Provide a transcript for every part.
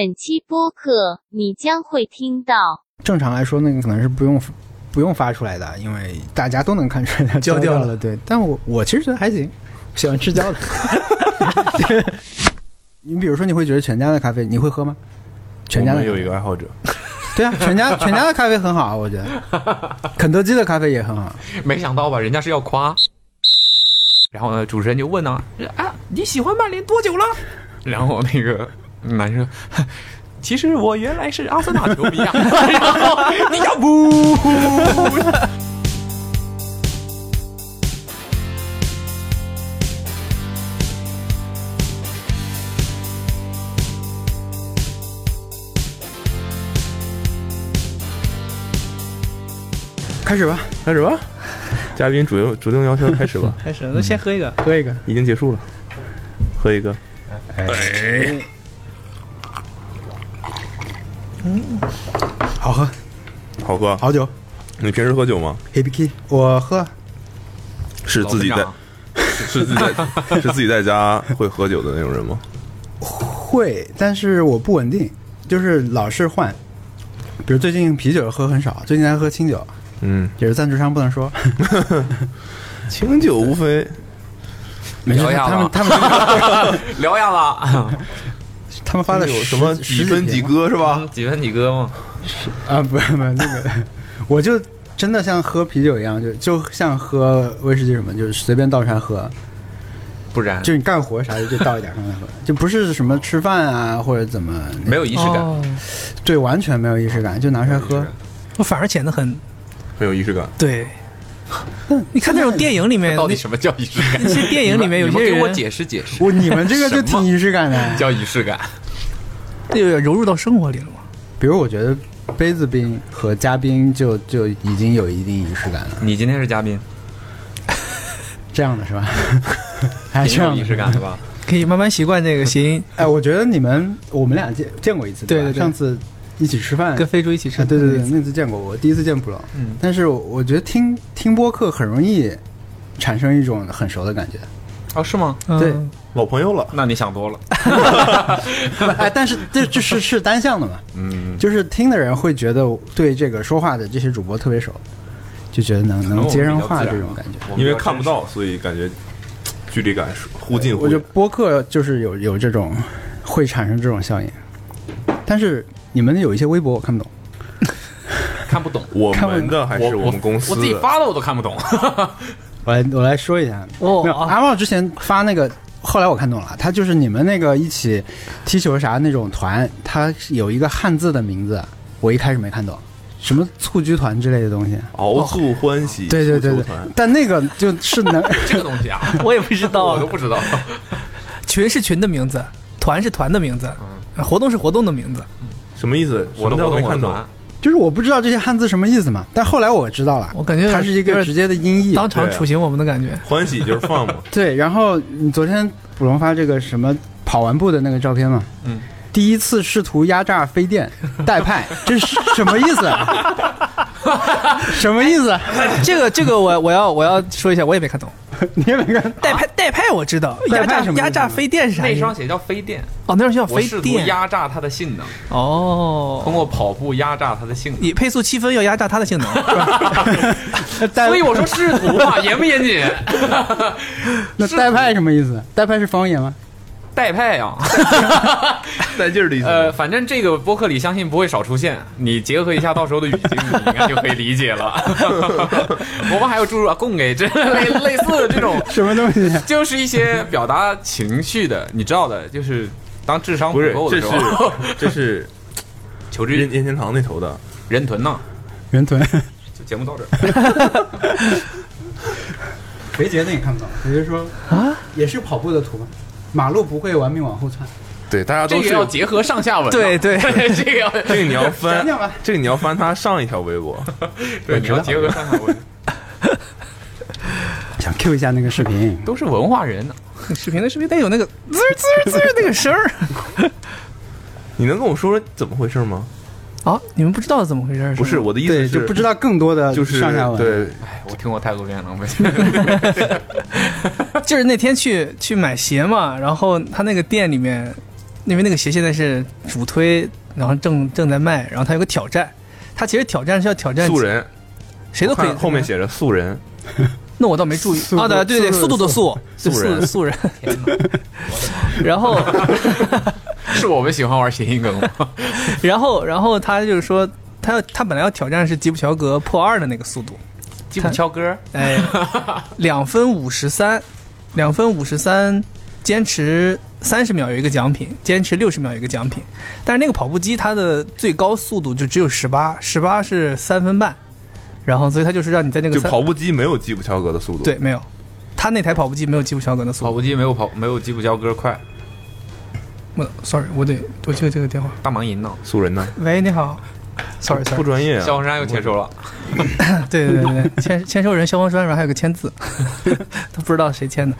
本期播客你将会听到正常来说，那个可能是不用不用发出来的，因为大家都能看出来它焦焦掉掉了了。对，但我我其实觉得还行，喜欢吃焦的。 你比如说，你会觉得全家的咖啡，你会喝吗？全家我的们有一个爱好者，对啊，全家全家的咖啡很好，我觉得， 肯德基的咖啡也很好。没想到吧，人家是要夸。然后呢，主持人就问呢、啊，你喜欢曼联多久了？然后那个男生，哼其实我原来是阿森纳球迷啊。 然后你要不？开始吧，开始吧。嘉宾主动主动要求开始吧，开始，那先喝一个。喝一个。已经结束了，喝一个。哎嗯好喝，好喝。啊好酒你平时喝酒吗？ ，Happy Key，我喝。是自己在 是自己在是自己在家会喝酒的那种人吗？会，但是我不稳定，就是老是换。比如最近啤酒喝很少，最近在喝清酒，嗯，也是赞助商不能说。清酒无非没事，聊一下他们吧他们聊呀吧，他们发的有十什么十几分几瓶哥是吧？几分几哥嘛？啊？不是不是那个，我就真的像喝啤酒一样，就就像喝威士忌什么，就是随便倒出来喝，不然就是你干活啥的就倒一点上来喝， 就不是什么吃饭啊或者怎么那个没有仪式感。哦，对，完全没有仪式感，就拿出来喝。我反而显得很很有仪式感。对。 你看那种电影里面，到底那什么叫仪式感？那些电影里面有你些们人给我解释解释，我你们这个就什么挺仪式感 的。叫仪式感。这有点融入到生活里了嘛？比如我觉得杯子冰和嘉宾就就已经有一定仪式感了，你今天是嘉宾，这样的是吧？ 啊还挺这有样仪的式感的吧？可以慢慢习惯这个谐音，哎，我觉得你们我们俩见见过一次，吧对对对上次一起吃饭，跟飞猪一起吃。啊，对对对，，那次见过，我第一次见普龙。嗯，但是我我觉得听听播客很容易产生一种很熟的感觉。 啊，是吗？对嗯老朋友了，那你想多了。哎，但是这这是是单向的嘛，嗯，就是听的人会觉得对这个说话的这些主播特别熟，就觉得能可能我能们接上比较话自这然种感觉。我们因为比较看不真实到，所以感觉距离感是忽近我忽觉远得。播客就是有有这种会产生这种效应，但是你们有一些微博我看不懂，看不懂。我看不们的还是我们公司我自己的？发的我都看不懂。我来我来说一下。哦没有阿茂之前发那个，后来我看懂了，他就是你们那个一起踢球啥那种团，他有一个汉字的名字，我一开始没看懂，什么蹴鞠团之类的东西。熬醋欢喜，哦对对对足球对团，但那个就是能，这个东西啊， 我也不知道我啊都。不知道。群是群的名字，团是团的名字，活动是活动的名字。什么意思？我什都么叫不没懂我看的懂答。案。 就是我不知道这些汉字什么意思嘛。但后来我知道了，我感觉有点它是一有个点直接的音译。当场处刑我们的感觉，欢喜就是放嘛，对，然后你昨天捕龙发这个什么跑完步的那个照片嘛，嗯，第一次试图压榨飞电 代派，这是什么意思啊？什么意思啊？ 这个这个我我要我要说一下，我也没看懂。啊你也没看，代拍代拍我知道，代压拍榨什么意思压榨飞电是啥那意思？双鞋叫飞电，哦，那双叫我飞试图电压榨他的性能，通哦。过跑步压榨他的性能。你配速七分要压榨它的性能，代所以我说试图嘛，严不严谨？ 那代派什么意思？代派是方言吗？代派啊，带劲儿的意思。呃，反正这个播客里相信不会少出现，你结合一下到时候的语境，你应该就可以理解了。 我们还有注入啊，供给这类类似的这种，什么东西？就是一些表达情绪的，你知道的，就是当智商 不是呃够，这的时是候，这是求知任欲任天堂那头的，人臀呢。圆臀。就节目到这儿。肥杰那也看不懂，肥杰说啊，也是跑步的图吗？马路不会玩命往后窜，对，大家 这都个是要结合上下文啊。 对对这个要这个你要翻讲讲吧，这个你要翻他上一条微博，对，你要结合上下文，想 Q 一下那个视频。都是文化人呢。视频的视频得有那个滋儿滋儿滋儿那个声儿你能跟我说说怎么回事吗？ 啊！你们不知道怎么回事儿？不是，我的意思对，是就不知道更多的就是上下文。，对，哎，我听过太多遍了，我们就是那天去去买鞋嘛，然后他那个店里面因为那个鞋现在是主推，然后正正在卖，然后它有个挑战，它其实挑战是要挑战素，人，谁都可以看后面。写着素人，那我倒没注意速度啊，对对对，速速度度的速，对速人速素人。 然后，是我们喜欢玩谐音梗吗？然后，然后他就是说，他要他本来要挑战是吉普乔格破二的那个速度，基本敲歌，哎，两分五十三，两分五十三，坚持三十秒有一个奖品，坚持六十秒有一个奖品。但是那个跑步机它的最高速度就只有十八，十八是三分半，然后所以它就是让你在那个就三跑步机没有吉普乔格的速度，对没有，它那台跑步机没有吉普乔格的速跑度。步机没有跑，没有吉普敲歌快。我 sorry，我得我接这个电话。大忙银呢？素人呢喂，你好，sorry 不 sorry，专业啊，萧红山又接收了，对对对对，签签收人消防栓，然后还有个签字，都不知道谁签的。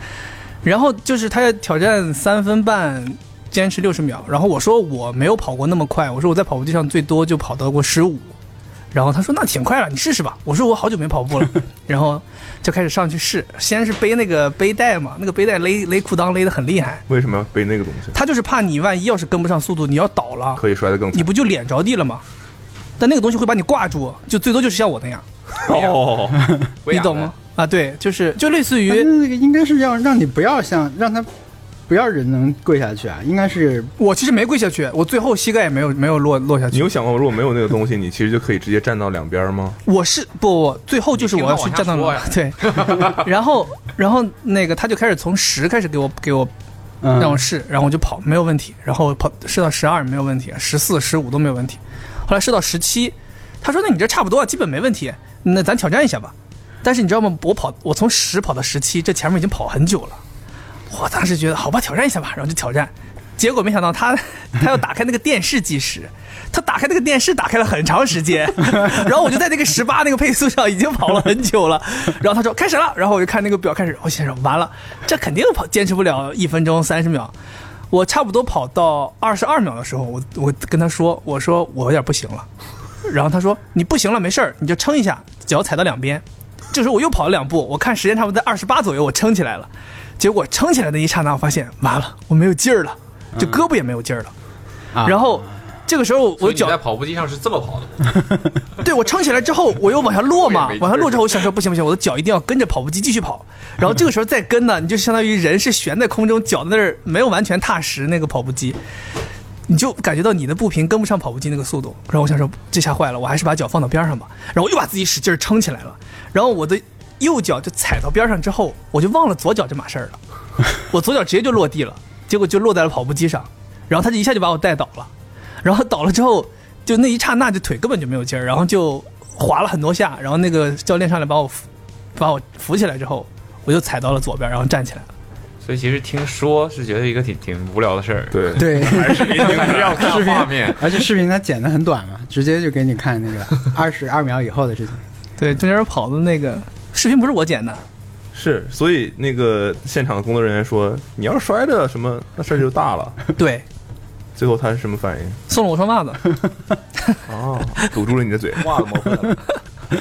然后就是他要挑战三分半，坚持六十秒。然后我说我没有跑过那么快，我说我在跑步机上最多就跑到过十五。然后他说那挺快了，你试试吧。我说我好久没跑步了，然后就开始上去试。先是背那个背带嘛，那个背带勒勒裤裆勒得很厉害。为什么要背那个东西？他就是怕你万一要是跟不上速度，你要倒了，可以摔得更你惨不就脸着地了吗？但那个东西会把你挂住，就最多就是像我那样，哦，薇你娅懂呢吗？？啊，对，就是就类似那于那个应该是要让你不要像让他不要人能跪下去啊，应该是我其实没跪下去，我最后膝盖也没有没有落落下你去。有想过如果没有那个东西，你其实就可以直接站到两边吗？我是不不，不最后就是我要去站到你听我往了下对， 然后然后那个他就开始从十开始给我给我嗯，让我试，然后我就跑没有问题，然后跑试到十二没有问题，十四十五都没有问题，后来试到十七，他说那你这差不多，基本没问题，那咱挑战一下吧。但是你知道吗？我跑我从十跑到十七，这前面已经跑很久了，我当时觉得好吧，挑战一下吧，然后就挑战，结果没想到他他要打开那个电视计时。他打开那个电视，打开了很长时间，然后我就在那个十八那个配速上已经跑了很久了。然后他说开始了，然后我就看那个表开始，我心想完了，这肯定跑坚持不了一分钟三十秒。我差不多跑到二十二秒的时候，我我跟他说，我说我有点不行了。然后他说你不行了，没事儿，你就撑一下，脚踩到两边。这时候我又跑了两步，我看时间差不多在二十八左右，我撑起来了。结果撑起来的一刹那，我发现完了，我没有劲儿了，就胳膊也没有劲儿了。啊然后这个时候所我以你脚在跑步机上是这么跑的吗？ 对我撑起来之后，我又往下落嘛我也没劲儿，往下落之后，我想说不行不行，我的脚一定要跟着跑步机继续跑。然后这个时候再跟呢，你就相当于人是悬在空中，脚在那儿没有完全踏实那个跑步机，你就感觉到你的步频跟不上跑步机那个速度。然后我想说这下坏了，我还是把脚放到边上吧。然后我又把自己使劲儿撑起来了，然后我的右脚就踩到边上之后，我就忘了左脚这码事儿了，我左脚直接就落地了，结果就落在了跑步机上，然后他就一下就把我带倒了。然后倒了之后，就那一刹那就腿根本就没有劲儿，然后就滑了很多下，然后那个教练上来把我扶，把我扶起来之后，我就踩到了左边，然后站起来了。所以其实听说是觉得一个挺挺无聊的事儿，对，对，还是还是要看画 面。而且视频它剪的很短嘛，直接就给你看那 个二十二秒以后的事情。对，中间跑的那个视频不是我 剪的，是，所以那个现场的工作人员说，你要是摔着什么，那事儿就大了。对，最后他是什么反应？送了我双袜子。 哦，堵住了你的嘴。哇，模糊了。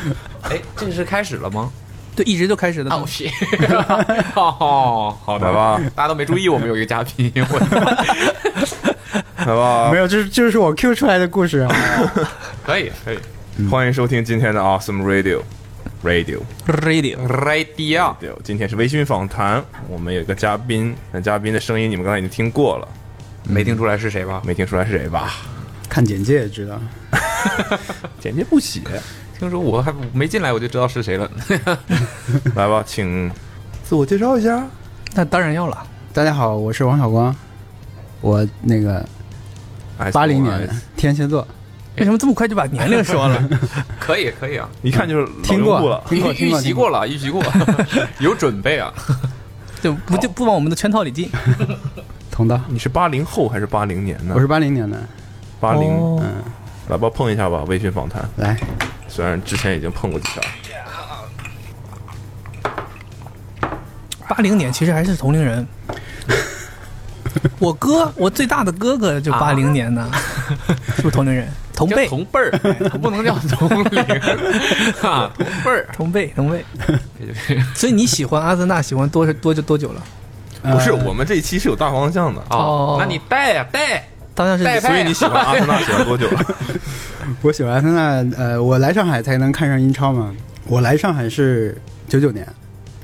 哎，这个是开始 了吗？对，一直就开始的。啊，我屁！哦，好的来吧大家都没注意，我们有一个嘉宾，我来吧没，有，这这是我 Q 出来的故事啊。可以可以。欢迎收听今天的 Awesome Radio。Radio Radio， Radio，对，今天是微醺访谈，我们有一个嘉宾，那嘉宾的声音你们刚才已经听过了，没听出来是谁吧？没听出来是谁吧？看简介也知道， 简介不写，听说我还没进来我就知道是谁了。来吧，请自我介绍一下。那当然要了。大家好，我是王小光，我那个哎八零年的天蝎座，为什么这么快就把年龄说 了？可以可以啊，一看就是老听用户过了，，听过，预听 预过，习听过。了，预习过， 有准备啊。就不就不往我们的圈套里进。同道，你是八零后还是八零年呢我？是八零年的，八零、哦嗯，来吧，碰一下吧，微醺访谈。来，虽然之前已经碰过几下，八零年其实还是同龄 人。我哥，我最大的哥哥就八零年的，是不是同龄 人？同叫辈，同辈儿，不能叫同 龄啊，同辈儿。 同辈同辈。所以你喜欢阿森纳喜欢多多久多久了？不是，我们这一期是有大方向的，哦哦，那你带呀带，当然是带派所以你喜欢阿森纳喜欢多久啊 了？我喜欢阿森纳，呃，我来上海才能看上英超嘛。我来上海是九九年，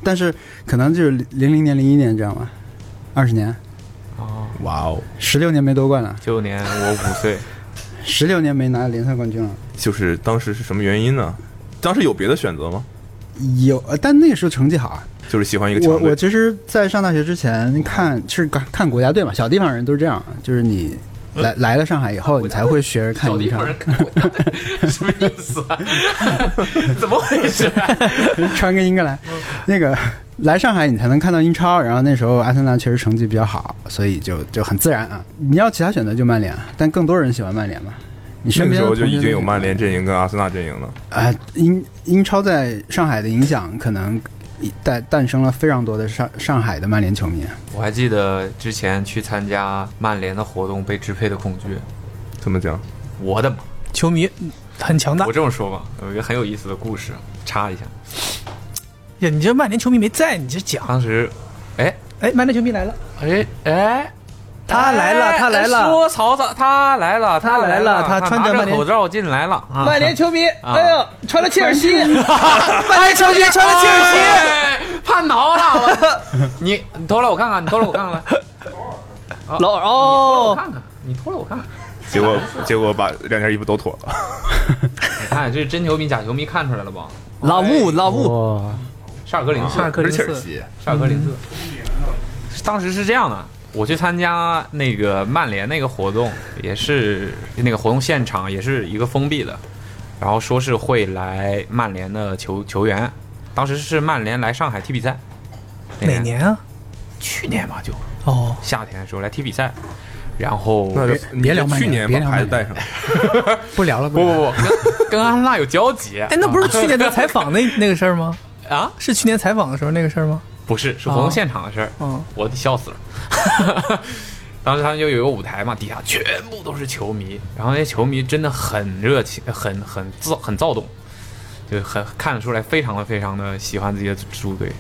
但是可能就是零零年、零一年这样吧，二十年，哦，哇哦，十六年没夺冠了，九年我五 岁，十六年没拿联赛冠军了。就是当时是什么原因呢？当时有别的选择吗？有，呃但那个时候成绩好啊。就是喜欢一个我强我队，其实，在上大学之前看是看看国家队嘛，小地方人都是这样，啊就是你来来了上海以后，你才会学着看呃小英地超 方，人看我，什么意思啊？怎么回事啊？ 穿个英格兰，那个来上海你才能看到英超。然后那时候阿森纳确实成绩比较好，所以就就很自然啊。你要其他选择就曼联，但更多人喜欢曼联嘛。你那身个边时的候就同学已都经有喜欢曼联阵营跟阿森纳阵营了。啊、英英超在上海的影响可能诞诞生了非常多的上上海的曼联球迷。我还记得之前去参加曼联的活动被支配的恐惧，怎么讲？我的妈！球迷很强大我。这么说吧，有一个很有意思的故事，插一下。呀，哎你这曼联球迷没在，你这讲。当时，哎哎，曼联球迷来了，哎哎，他来了，他来哎了，说曹操，他来了，他来来了他他穿着拿曼联口罩进来了啊！ 曼联球迷，啊哎呦，穿了切尔 西，曼联球迷穿了切啊尔哎， 叛逃了！ 我你你脱了我看看，你脱了我看看来， 西，老我哦，看看，你脱了我看看。 结果结果把两件衣服都脱了。 你看这是真球迷假球迷看出来了吧？哎老穆，老穆，哇，沙尔克零四，尔克不林是切斯尔西，沙尔克零四。当时是这样的，我去参加那个曼联那个活动，也是那个活动现场也是一个封闭的，然后说是会来曼联的球球员，当时是曼联来上海踢比赛，那哪？年啊？去年吧，就哦，夏天的时候来踢比赛，然后那就别你别就聊曼去联年别把聊牌曼子带联 上，不聊了，不不聊了不不，跟跟安娜有交集。哎，那不是去年的采访那那个事儿吗？啊？ 是去年采访的时候那个事儿吗？不是，是活动现场的事儿。嗯，我得笑死了。 当时他们就有一个舞台嘛，底下全部都是球迷，然后那些球迷真的很热情，很很躁，很躁动，就很看得出来，非常的非常的喜欢自己的主队。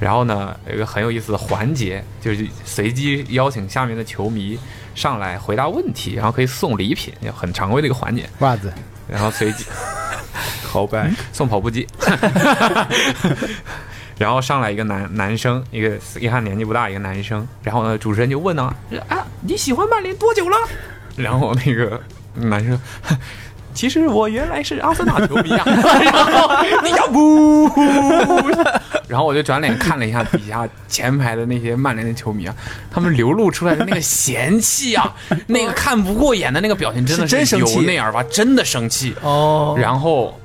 然后呢，有一个很有意思的环节，就是随机邀请下面的球迷上来回答问题，然后可以送礼品，也很常规的一个环节。袜子，然后随机好拜。嗯嗯送跑步机， 然后上来一个男男生，一个一看年纪不大一个男生，然后呢，主持人就问呢，啊，你喜欢曼联多久了？然后那个男生， 其实我原来是阿森纳球迷啊， 然后你要不， 然后我就转脸看了一下底下前排的那些曼联的球迷啊，他们流露出来的那个嫌弃啊，那个看不过眼的那个表情，真的是真生气由内而发，真的生气。哦，然后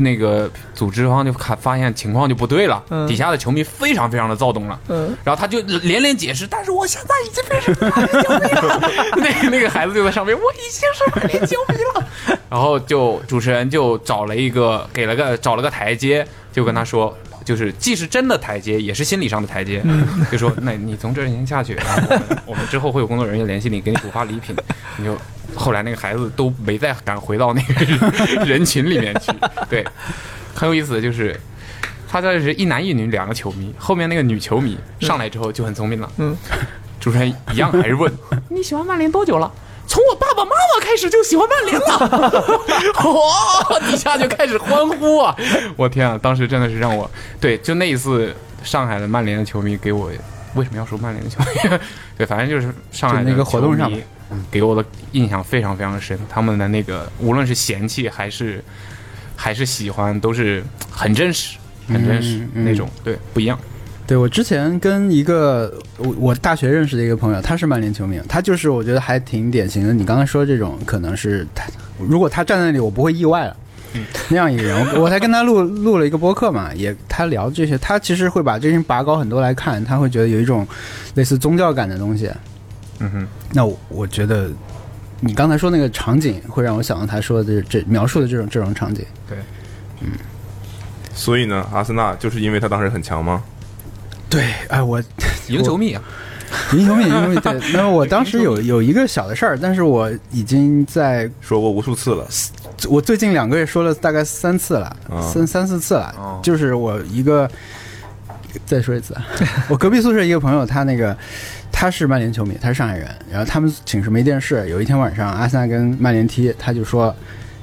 那个组织方就看发现情况就不对了，嗯底下的球迷非常非常的躁动了。嗯，然后他就连连解释，但是我现在已经变成曼联球迷了。那个那个孩子就在上面，我已经是曼联球迷了。然后就主持人就找了一个，给了个找了个台阶，就跟他说，就是既是真的台阶，也是心理上的台阶。就说，那你从这儿先下去，然后我们我们之后会有工作人员联系你，给你补发礼品。你就后来那个孩子都没再敢回到那个 人群里面去。对，很有意思的就是。他这是一男一女两个球迷，后面那个女球迷上来之后就很聪明了，嗯， 主持人一样还是问你喜欢曼联多久了？从我爸爸妈妈开始就喜欢曼联了， 哇！底下就开始欢呼啊！我天啊，当时真的是让我对，就那一次上海的曼联的球迷给我为什么要说曼联的球迷？ 对，反正就是上海的就那个活动上球迷嗯给我的印象非常非常深，他们的那个无论是嫌弃还是还是喜欢，都是很真实、很真实、嗯嗯那种，对，不一样。对我之前跟一个我我大学认识的一个朋友，他是曼联球迷，他就是我觉得还挺典型的。你刚才说这种，可能是他如果他站在那里，我不会意外了。那样一个人，我我才跟他录录了一个播客嘛，也他聊这些，他其实会把这些人拔高很多来看，他会觉得有一种类似宗教感的东西。嗯哼，那我我觉得你刚才说那个场景，会让我想到他说的这这描述的这种这种场景。所以呢，阿森纳就是因为他当时很强吗？对，哎，我赢球迷啊， 银球迷，银球迷，对。那么我当时有有一个小的事儿，但是我已经在说过无数次了，我最近两个月说了大概三次了，啊三三四次了。哦就是我一个再说一次啊，我隔壁宿舍一个朋友，他那个他是曼联球迷，他是上海人，然后他们寝室没电视，有一天晚上阿森纳跟曼联踢，他就说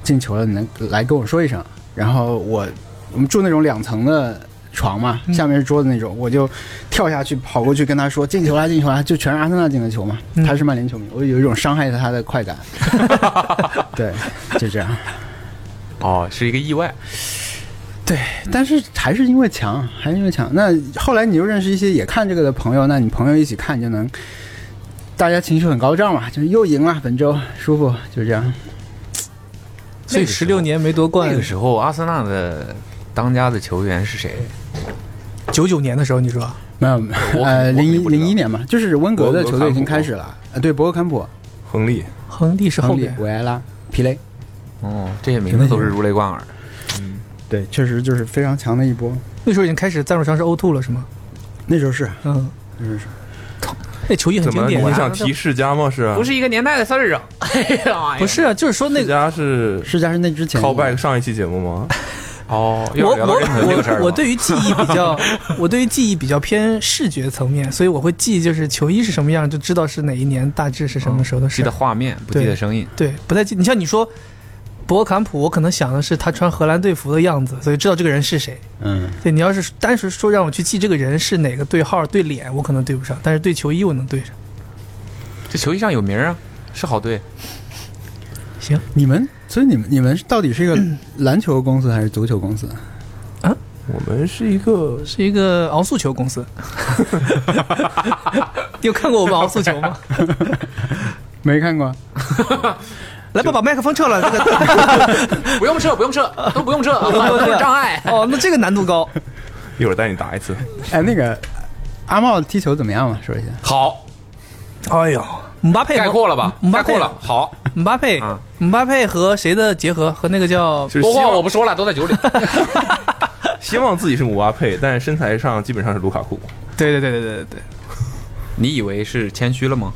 进球了，你能来跟我说一声。然后我我们住那种两层的床嘛，下面是桌子那种，我就跳下去跑过去跟他说进球啦，进球啦，就全是阿森纳进的球嘛。嗯他是曼联球迷，我有一种伤害他的快感。对，就这样。哦，是一个意外。对，但是还是因为强，还是因为强。那后来你又认识一些也看这个的朋友，那你朋友一起看，你就能大家情绪很高涨嘛，就是又赢了，本周舒服，就是这样。所以那个时十候六年没夺冠那，个时候，阿森纳的当家的球员是谁？九九年的时候你说没有，我呃，我零一不知道零一年嘛，就是温格的球队已经开始了。呃，对，博格坎普、亨利，亨利是后亨利面、，维埃拉、皮雷，哦，这些名字都是如雷贯耳。对，确实就是非常强的一波。那时候已经开始赞助商是 O2 了是吗？那时候是，嗯，那时候是，那球衣很怎经么典你啊。想提世家吗？是不是一个年代的事儿啊！哎呀妈呀，不是啊，就是说那世个家是世嘉是那之前的 callback 上一期节目吗？哦，又我聊到任何这个事我儿了我我对于记忆比 较，我对于记忆比较偏视觉层面，所以我会记就是球衣是什么样，就知道是哪一年，大致是什么时候的记事得儿。画面，不记得声音。对，不太记。你像你说博坎普，我可能想的是他穿荷兰队服的样子，所以知道这个人是谁。嗯，对你要是单纯说让我去记这个人是哪个对号对脸，我可能对不上，但是对球衣我能对上。这球衣上有名儿啊，是好队。行，你们，嗯所以你们你们到底是一个篮球公司还是足球公司？我们是一个是一个昂速球公 司。你有看过我们昂速球吗？没看过，来吧，把麦克风撤了。这个 不用撤，不用撤， 都不用撤，都是障碍。哦，那这个难度高。一会儿带你打 一次，哎，那个阿茂踢球怎么样嘛？说一下。好，哎哎呦，姆巴佩概括了吧？姆概巴佩括了。好，姆巴佩啊，姆巴佩和谁的结合？和那个叫就是多希话望我不说了，都在酒里。希望自己是姆巴佩，但身材上基本上是卢卡库。对对对对对对对，你以为是谦虚 了吗？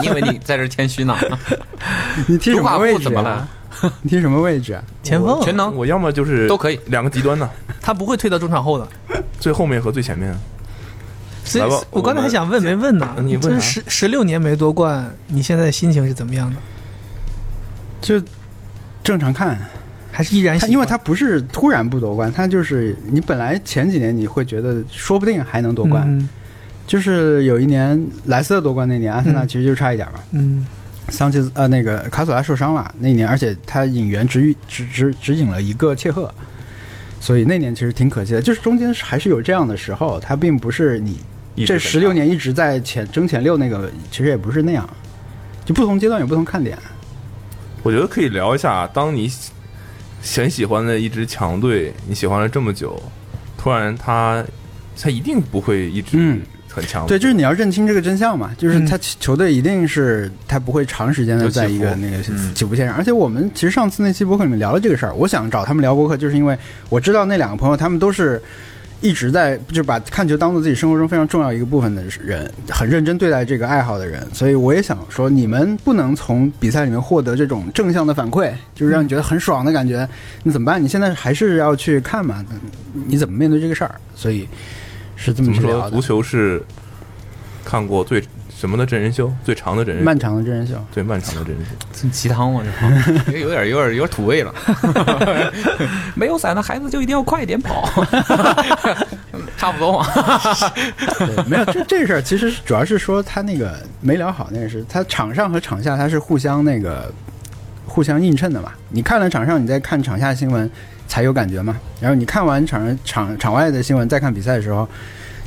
你以为你在这儿谦虚呢？ 你踢什卢卡么位库置、怎么了啊？？ 你踢什么位置、啊？前锋全能我要么就是都可以两个极端呢，他不会退到中场后的。最后面和最前面。啊所以来吧我刚才我们还想问没问呢，你问啊这啥十十六年没夺冠，你现在心情是怎么样的？就正常看，还是依然喜他欢因为他不是突然不夺冠，他就是你本来前几年你会觉得说不定还能夺冠，嗯就是有一年莱斯特夺冠那年，阿森纳嗯其实就差一点嘛。嗯，桑切斯呃那个卡索拉受伤了那一年，而且他引援只只只只引了一个切赫，所以那年其实挺可惜的。就是中间是还是有这样的时候，他并不是你一直这在十六年一直在前争前六那个，其实也不是那样，就不同阶段有不同看点。我觉得可以聊一下，当你很喜欢的一支强队，你喜欢了这么久，突然他他一定不会一直嗯很强。对，就是你要认清这个真相嘛，就是嗯他球队一定是他不会长时间的有起在一个伏那个嗯起步线上，而且我们其实上次那期博客里面聊了这个事儿，我想找他们聊博客，就是因为我知道那两个朋友他们都是。一直在就是把看球当做自己生活中非常重要一个部分的人，很认真对待这个爱好的人，所以我也想说，你们不能从比赛里面获得这种正向的反馈，就是让你觉得很爽的感觉，你怎么办？你现在还是要去看嘛，你怎么面对这个事儿？所以是这怎么么去说聊足的。球是看过最什么的真人秀，最长的真人秀，漫长的真人秀，最漫长的真人秀。这鸡汤吗？这话有点有点有点土味了。没有伞的孩子就一定要快一点跑，差不多嘛。 对，没有这这事儿，其实主要是说他那个没聊好那个是，他场上和场下他是互相那个互相映衬的嘛。你看了场上，你再看场下新闻才有感觉嘛。然后你看完场上场场外的新闻，再看比赛的时候，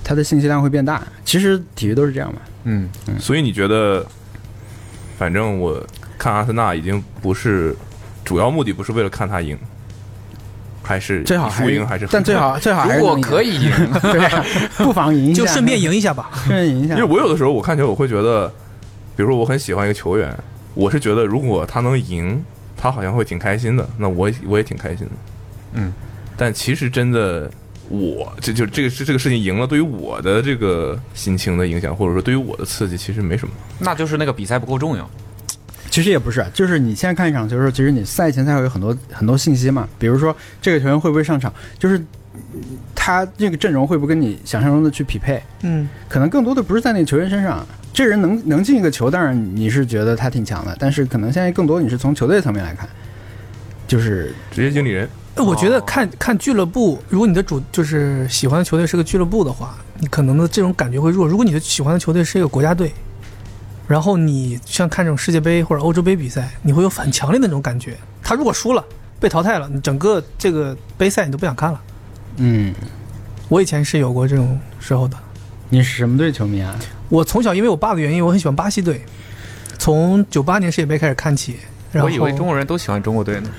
它的信息量会变大。其实体育都是这样嘛。嗯，所以你觉得，反正我看阿森纳已经不是主要目的，不是为了看他赢，还是最好输赢还是但最。好最好还是如果能赢可，以赢， 对啊，不妨赢一下，就顺便，赢一下吧。顺便赢一下因为。我有的时候我看球，我会觉得，比如说我很喜欢一个球员，我是觉得如果他能赢，他好像会挺开心的，那我也我也挺开心的。嗯，但其实真的。我这就这个这这个事情赢了，对于我的这个心情的影响，或者说对于我的刺激，其实没什么。那就是那个比赛不够重要。其实也不是，就是你现在看一场球的时候，其实你赛前赛后有很多很多信息嘛，比如说这个球员会不会上场，就是嗯他他这个阵容会不会跟你想象中的去匹配？嗯，可能更多的不是在那个球员身上，这人能能进一个球，当然你是觉得他挺强的，但是可能现在更多你是从球队层面来看，就是职业经理人，呃我觉哦得看看俱乐部，如果你的主就是喜欢的球队是个俱乐部的话，你可能的这种感觉会弱。如果你的喜欢的球队是一个国家队，然后你像看这种世界杯或者欧洲杯比赛，你会有很强烈的那种感觉。他如果输了，被淘汰了，你整个这个杯赛你都不想看了。嗯，我以前是有过这种时候的。你是什么队球迷啊？我从小因为我爸的原因，我很喜欢巴西队，从九八年世界杯开始看起。然后我以为中国人都喜欢中国队呢，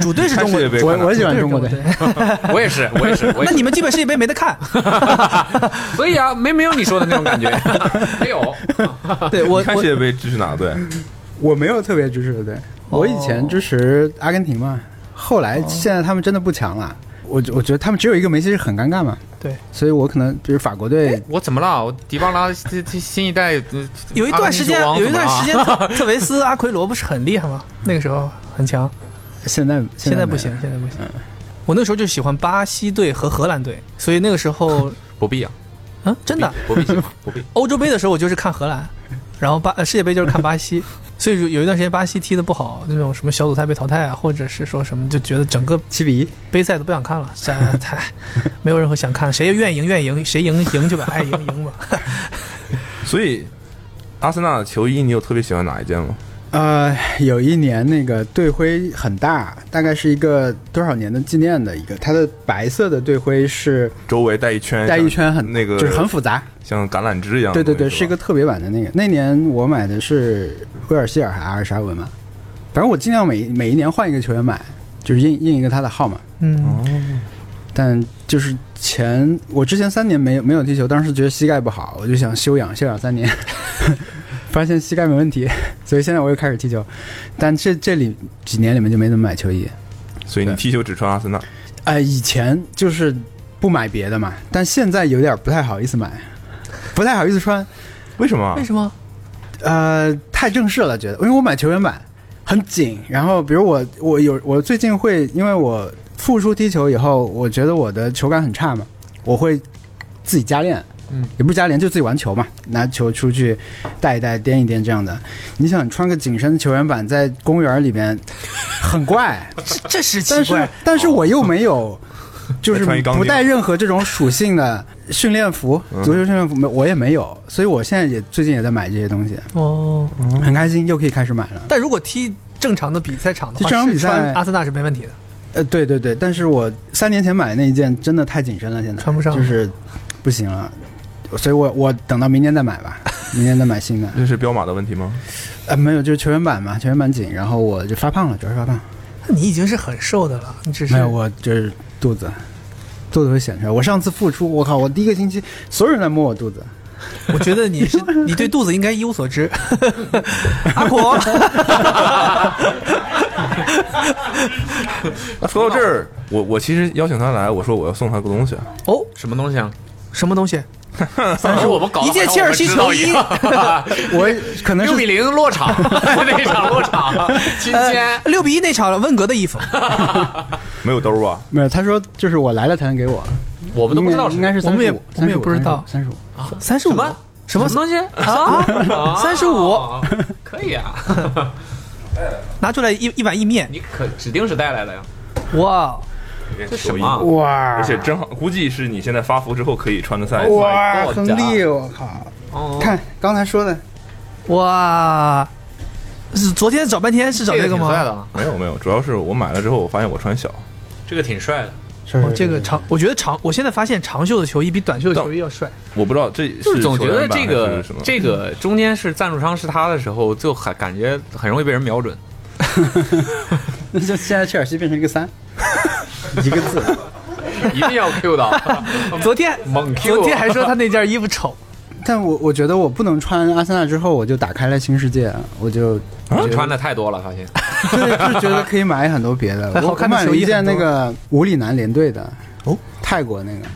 主队是中国看世界杯我看哪我喜欢中国队队，，我也是，我也是，我也 那是你们基本世界杯没 得看。所以啊，没没有你说的那种感 觉，没有。对我你看世我界杯支持哪个队？我没有特别支持的队，我以哦前支持阿根廷嘛，后来现在他们真的不强了，我我觉得他们只有一个梅西是很尴尬嘛，对哎所以我可能比如法国队，我怎么了？我迪巴拉这这新一代呃有一段时间阿根廷球有一段王时怎么间特特维斯、阿奎罗不是很厉害吗？那个时候很强，现在现在没不了行，现在不行。我那时候就喜欢巴西队和荷兰队，所以那个时候，了不必啊，嗯，真的，不必不必不必。欧洲杯的时候我就是看荷兰，然后巴呃世界杯就是看巴西，所以有一段时间巴西踢的不好，那种什么小组赛被淘汰啊，或者是说什么就觉得整个七比一，杯赛都不想看了，这太没有任何想看，谁愿赢愿赢，谁赢赢去吧，爱赢赢吧。 所以阿森纳的球衣，你有特别喜欢哪一件吗？呃，有一年那个队徽很大，大概是一个多少年的纪念的一个，它的白色的队徽是周围带一圈，带一圈很像哎那个，啊就是很复杂，像橄榄枝一样对的东西。对对，是一个吧特别版的那个。那年我买的是威尔希尔还是阿尔沙文嘛，反正我尽量每每一年换一个球员买，就是印印一个他的号码。嗯，但就是前我之前三年没有没有踢球，当时觉得膝盖不好，我就想休养休养三年， 发现膝盖没问题，所以现在我又开始踢球。但这这里几年里面就没怎么买球衣，所以你对踢球只穿阿森纳。呃，以前就是不买别的嘛，但现在有点不太好意思买，不太好意思穿，为什么啊为？什么？呃，太正式了，觉得，因为我买球员版很紧，然后比如我我有我最近会，因为我复出踢球以后，我觉得我的球感很差嘛，我会自己加练，嗯，也不是加练，就自己玩球嘛，拿球出去带一带、颠一颠这样的。你想穿个紧身球员版在公园里边，很怪，这是奇但是怪。哦但是我又没有，就是穿一钢不钉带任何这种属性的训练服，足球训练服没我也没有，所以我现在也最近也在买这些东西，哦，很开心，又可以开始买了。但如果踢正常的比赛场的话，踢正常比赛是穿阿森纳是没问题的。呃，对对对，但是我三年前买的那一件真的太紧身了，现在穿不上就是不行了，所以我我等到明年再买吧，明年再买新的。这是彪马的问题吗？呃，没有，就是球员版嘛，球员版紧，然后我就发胖了，主要是发胖。那你已经是很瘦的了，你只是没有，我就是肚子，肚子会显出来。我上次复出，我靠，我第一个星期所有人在摸我肚子，我觉 得你是你对肚子应该一无所知。阿婆，那说到这儿，我我其实邀请他来，我说我要送他个东西，哦，什么东西啊？什么东西？但是我们搞得一届好像切尔西球衣我们知道一样我可能六比是零落场， 那场落 场，今天呃， 六比一那场温格的衣服，没有兜啊吧？没有。他说就是我来了才能给我，我们都不知道应是该应该是我们也35我们也不知道35 35三十五什么什么什么东西啊， 35可以啊， 拿出来一一碗意面，你可指定是带来的呀，哇，这什么啊？哇，而且真好，估计是你现在发福之后可以穿的赛。哇， God 亨利，我靠！哦看刚才说的，哇，是昨天找半天是找这这个个挺帅的吗？啊，没有没有，主要是我买了之后，我发现我穿小，这个挺帅的，哦，这个长，我觉得长，我现在发现长袖的球衣比短袖的球衣要帅。我不知道这就是嗯总觉球得员版这还个是什么。这个中间是赞助商是他的时候，就很感觉很容易被人瞄准。那就现在切尔西变成一个 三，一个字。 一定要 Q 到。昨天猛 Q 啊昨天还说他那件衣服丑， 但我我觉得我不能穿阿森纳之后，我就打开了新世界，我就你啊穿的太多了，发现对，就觉得可以买很多别的。还好我我看的买了球衣一件很那多个无里南联队的哦，泰国那个，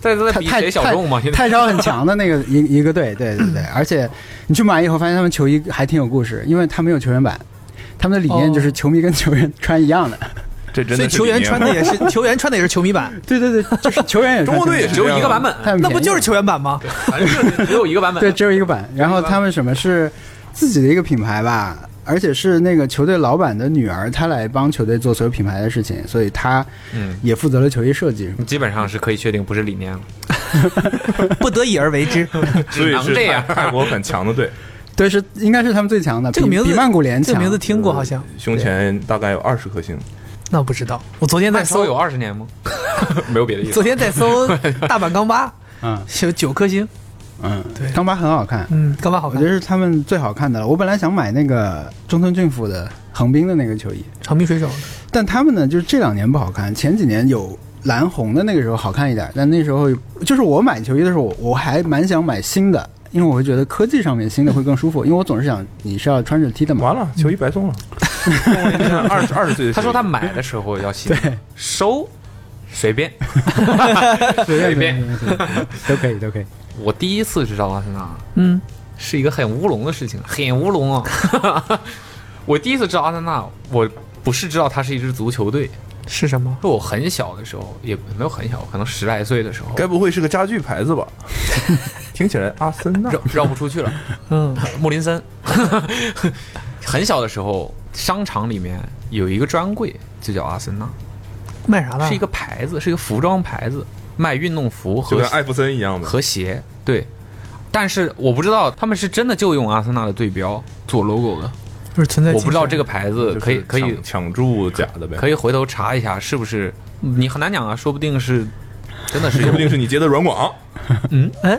在在泰比泰谁小众嘛？泰现泰在超很强的那个一一个队，对对对。而且你去买以后，发现他们球衣还挺有故事，因为他们有球员版，他们的理念就是哦球迷跟球员穿一样的。这真所的以是球员理念穿的 也是球员穿的也是球迷版，对对对， 就是球员也中国队也是是只有一个版本，太便宜了，那不就是球员版吗？反正就是只有一个版本。对，只有一个版。然后他们什么是自己的一个品牌吧，而且是那个球队老板的女儿，她来帮球队做所有品牌的事情，所以她嗯也负责了球衣设计。基本上是可以确定不是理念了，不得已而为之。所以是只能这样泰泰国很强的队，对，是应该是他们最强的，这个比名字比曼谷联这强。个名字听过好像，胸前大概有二十颗星。那我不知道。我昨天在那时候有搜，二十年吗？没有别的意思昨。天在搜大阪钢巴，嗯有九颗星。嗯，对钢巴很好看，嗯，钢巴好我觉得看。是他们最好看的了。我本来想买那个中村俊辅的横滨的那个球衣，长臂水手，但他们呢，就是这两年不好看，前几年有蓝红的那个时候好看一点，但那时候就是我买球衣的时候，我我还蛮想买新的，因为我会觉得科技上面新的会更舒服，因为我总是想你是要穿着踢的 嘛。完了，球衣白送了，送了一件二十二十岁的球衣。他说他买的时候要新，收随便。随随便随便都可以都可以。我第一次知道阿森纳嗯，是一个很乌龙的事情，很乌龙啊！ 我第一次知道阿森纳，我不是知道它是一支足球队，是什么？是我很小的时候，也没有很小，可能十来岁的时候，该不会是个家具牌子吧？听起来阿森 纳绕绕不出去了。 嗯，莫林森，很小的时候，商场里面有一个专柜，就叫阿森纳，卖啥的？是一个牌子，是一个服装牌子，卖运动服就和跟艾弗森一样的，和鞋，对。但是我不知道他们是真的就用阿森纳的对标做 logo 的，就是存在。我不知道这个。牌就子是呃可以可以抢抢注假的呗，可以回头查一下是不是，你很难讲啊，说不定是真的是说不定用是你接的软广，哎，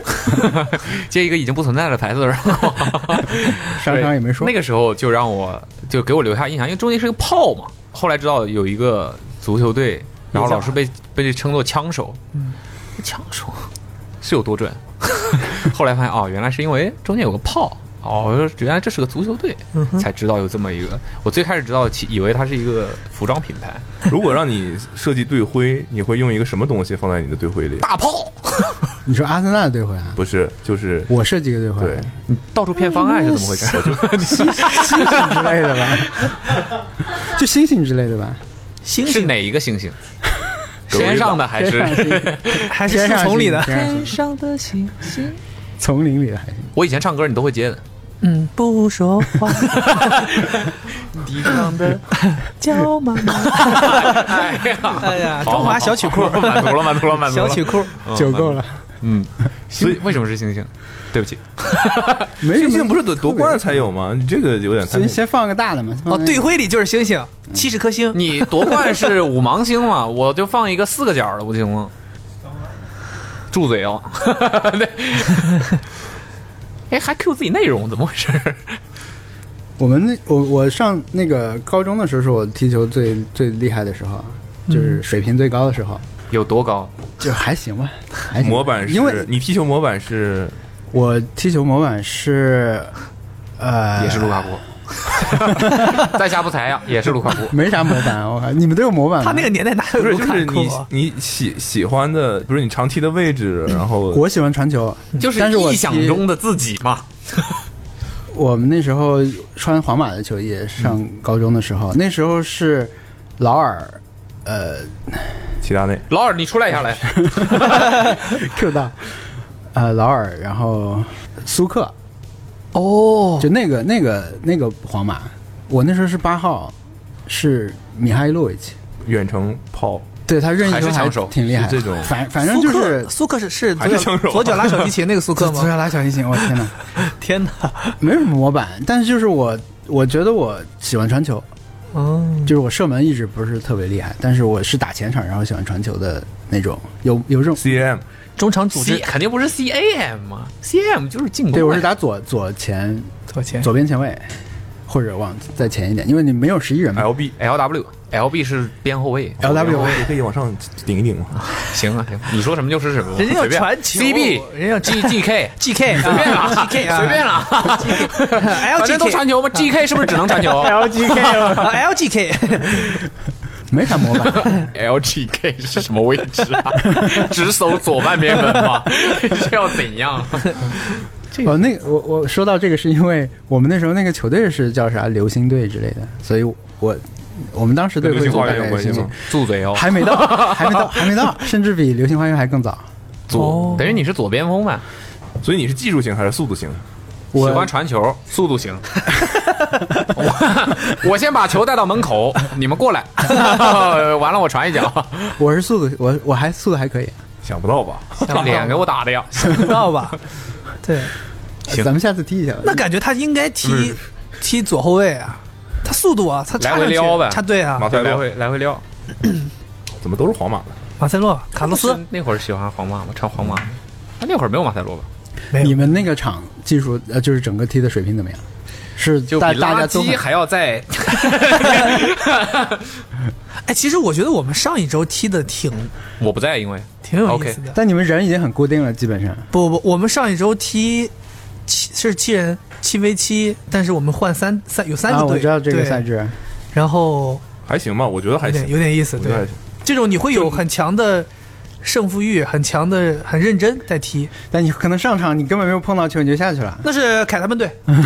接一个已经不存在的牌子，然后商场也没说那个时候就让我就给我留下印象，因为中间是个炮嘛。后来知道有一个足球队，然后老是被被称作枪手，枪手是有 多准？后来发现哦，原来是因为中间有个炮。哦，原来这是个足球队，嗯才知道有这么一个。我最开始知道，其以为它是一个服装品牌，如果让你设计队徽，你会用一个什么东西放在你的队徽里？大炮，你说阿森纳的队徽啊，不是，就是我设计个队啊徽对，到处骗方案是怎么回事？ 之类的吧，就星星之类的 吧，星是星哪一 个星星？天上 的还是？还是天树上丛里的？天上的星星，丛林里的还行。我以前唱歌你都会接的，嗯，不说话。地上的叫妈妈。哎呀，哎呀， 中华小曲库， 满足了，满足了，满足小了。曲库。 酒够了，嗯，所所以以为什么是星星？对不起，没什星么星不是夺夺冠才有吗？你这个有点太先先放个大的嘛。哦，放那个队徽里就是星星，七十颗星。 你夺冠是五芒星嘛，我就放一个四个角的不行吗？住嘴哦！ 对哎，还 Q 自己内容，怎么回事？我们那我我上那个高中的时候，是我踢球最最厉害的时候，啊嗯就是水平最高的时候，有多高？就还行 吧，还行吧模板是，因为你踢球模板是我踢球模板是，呃，也是卢卡库， 在下不才呀，也是卢卡库。没啥模板，我靠，你们都有模板吗？他那个年代哪有不是卢就卡是库你啊？你喜喜欢的，不是你常踢的位置，然后我喜欢传球，就是但是我臆想踢中的自己嘛，我们那时候穿皇马的球衣上高中的时嗯候，那时候是劳尔，呃齐达内劳尔，你出来一下来。 ，Q 到，呃，劳尔，然后苏克，哦，就那个那个那个皇马，我那时候是八号，是米哈伊洛维奇，远程炮，对他任意还是球还抢手挺厉害的，是这种反反正就是苏克苏克是是还是左枪手脚左脚拉小提琴那个苏克左 吗？脚拉小提琴，我天哪，天哪！没有什么模板，但是就是我我觉得我喜欢传球，嗯，就是我射门一直不是特别厉害，但是我是打前场，然后喜欢传球的那种，有有这种。 CM 中场组 C 织肯定不是 C A M 嘛，C A M 就是进攻。对，我是打左左前左前左边前卫，或者往再前一点，因为你没有十一人哎嘛。 LB。 L W L B 是边后卫。 L W 也可以往上顶一顶嘛，行啊行，你说什么就是什么，人家要随便传球 C B 人家要 G G K。 G K 随便了，G K 啊，随便了， ，L 反 G 正都传 K 啊球嘛。G K 是不是只能传 球 G K 了，L G K 没啥模板， ？L G K 是什么位置 啊？只守左半边门 吗？这要怎样？哦，那个我我说到这个是因为我们那时候那个球队是叫啥流星队之类的，所以我我们当时对跟流贵星族花大园有概关系心里吗？住嘴哦，还没到，还没到，还没到，甚至比《流星花园》还更早。左哦等于你是左边锋吧？所以你是技术型还是速度型？喜我欢传球，速 度型。我我先把球带到门口，你们过 来。完了，我传一脚，我是速度，我我还速度还可以。想不到吧？脸给我打 的呀！知 道吧？对，咱们下次踢一下吧。那感觉他应该踢踢左后卫啊，他速度啊，他插来回上去撩呗插队啊，马塞来洛回来回撩。怎么都是皇马的？马塞洛、卡洛斯是那会儿喜欢皇马吗？穿皇马，他那会儿没有马塞洛吧？没有你们那个场技术呃，就是整个踢的水平怎么样？是就比大大垃家都圾很还要在 哎，其实我觉得我们上一周踢的挺我不在，因为挺有意思的。但你们人已经很固定了，基本上不不，我们上一周踢七是七人七 v 七，但是我们换三三有三个啊，队，我知道这个对赛，制，然后还行吧，我觉得还有行点，有点意思，我觉得还对，行。这种你会有很强的胜负欲，很强的很认真在踢，但你可能上场你根本没有碰到球你就下去了。那是凯他们队，嗯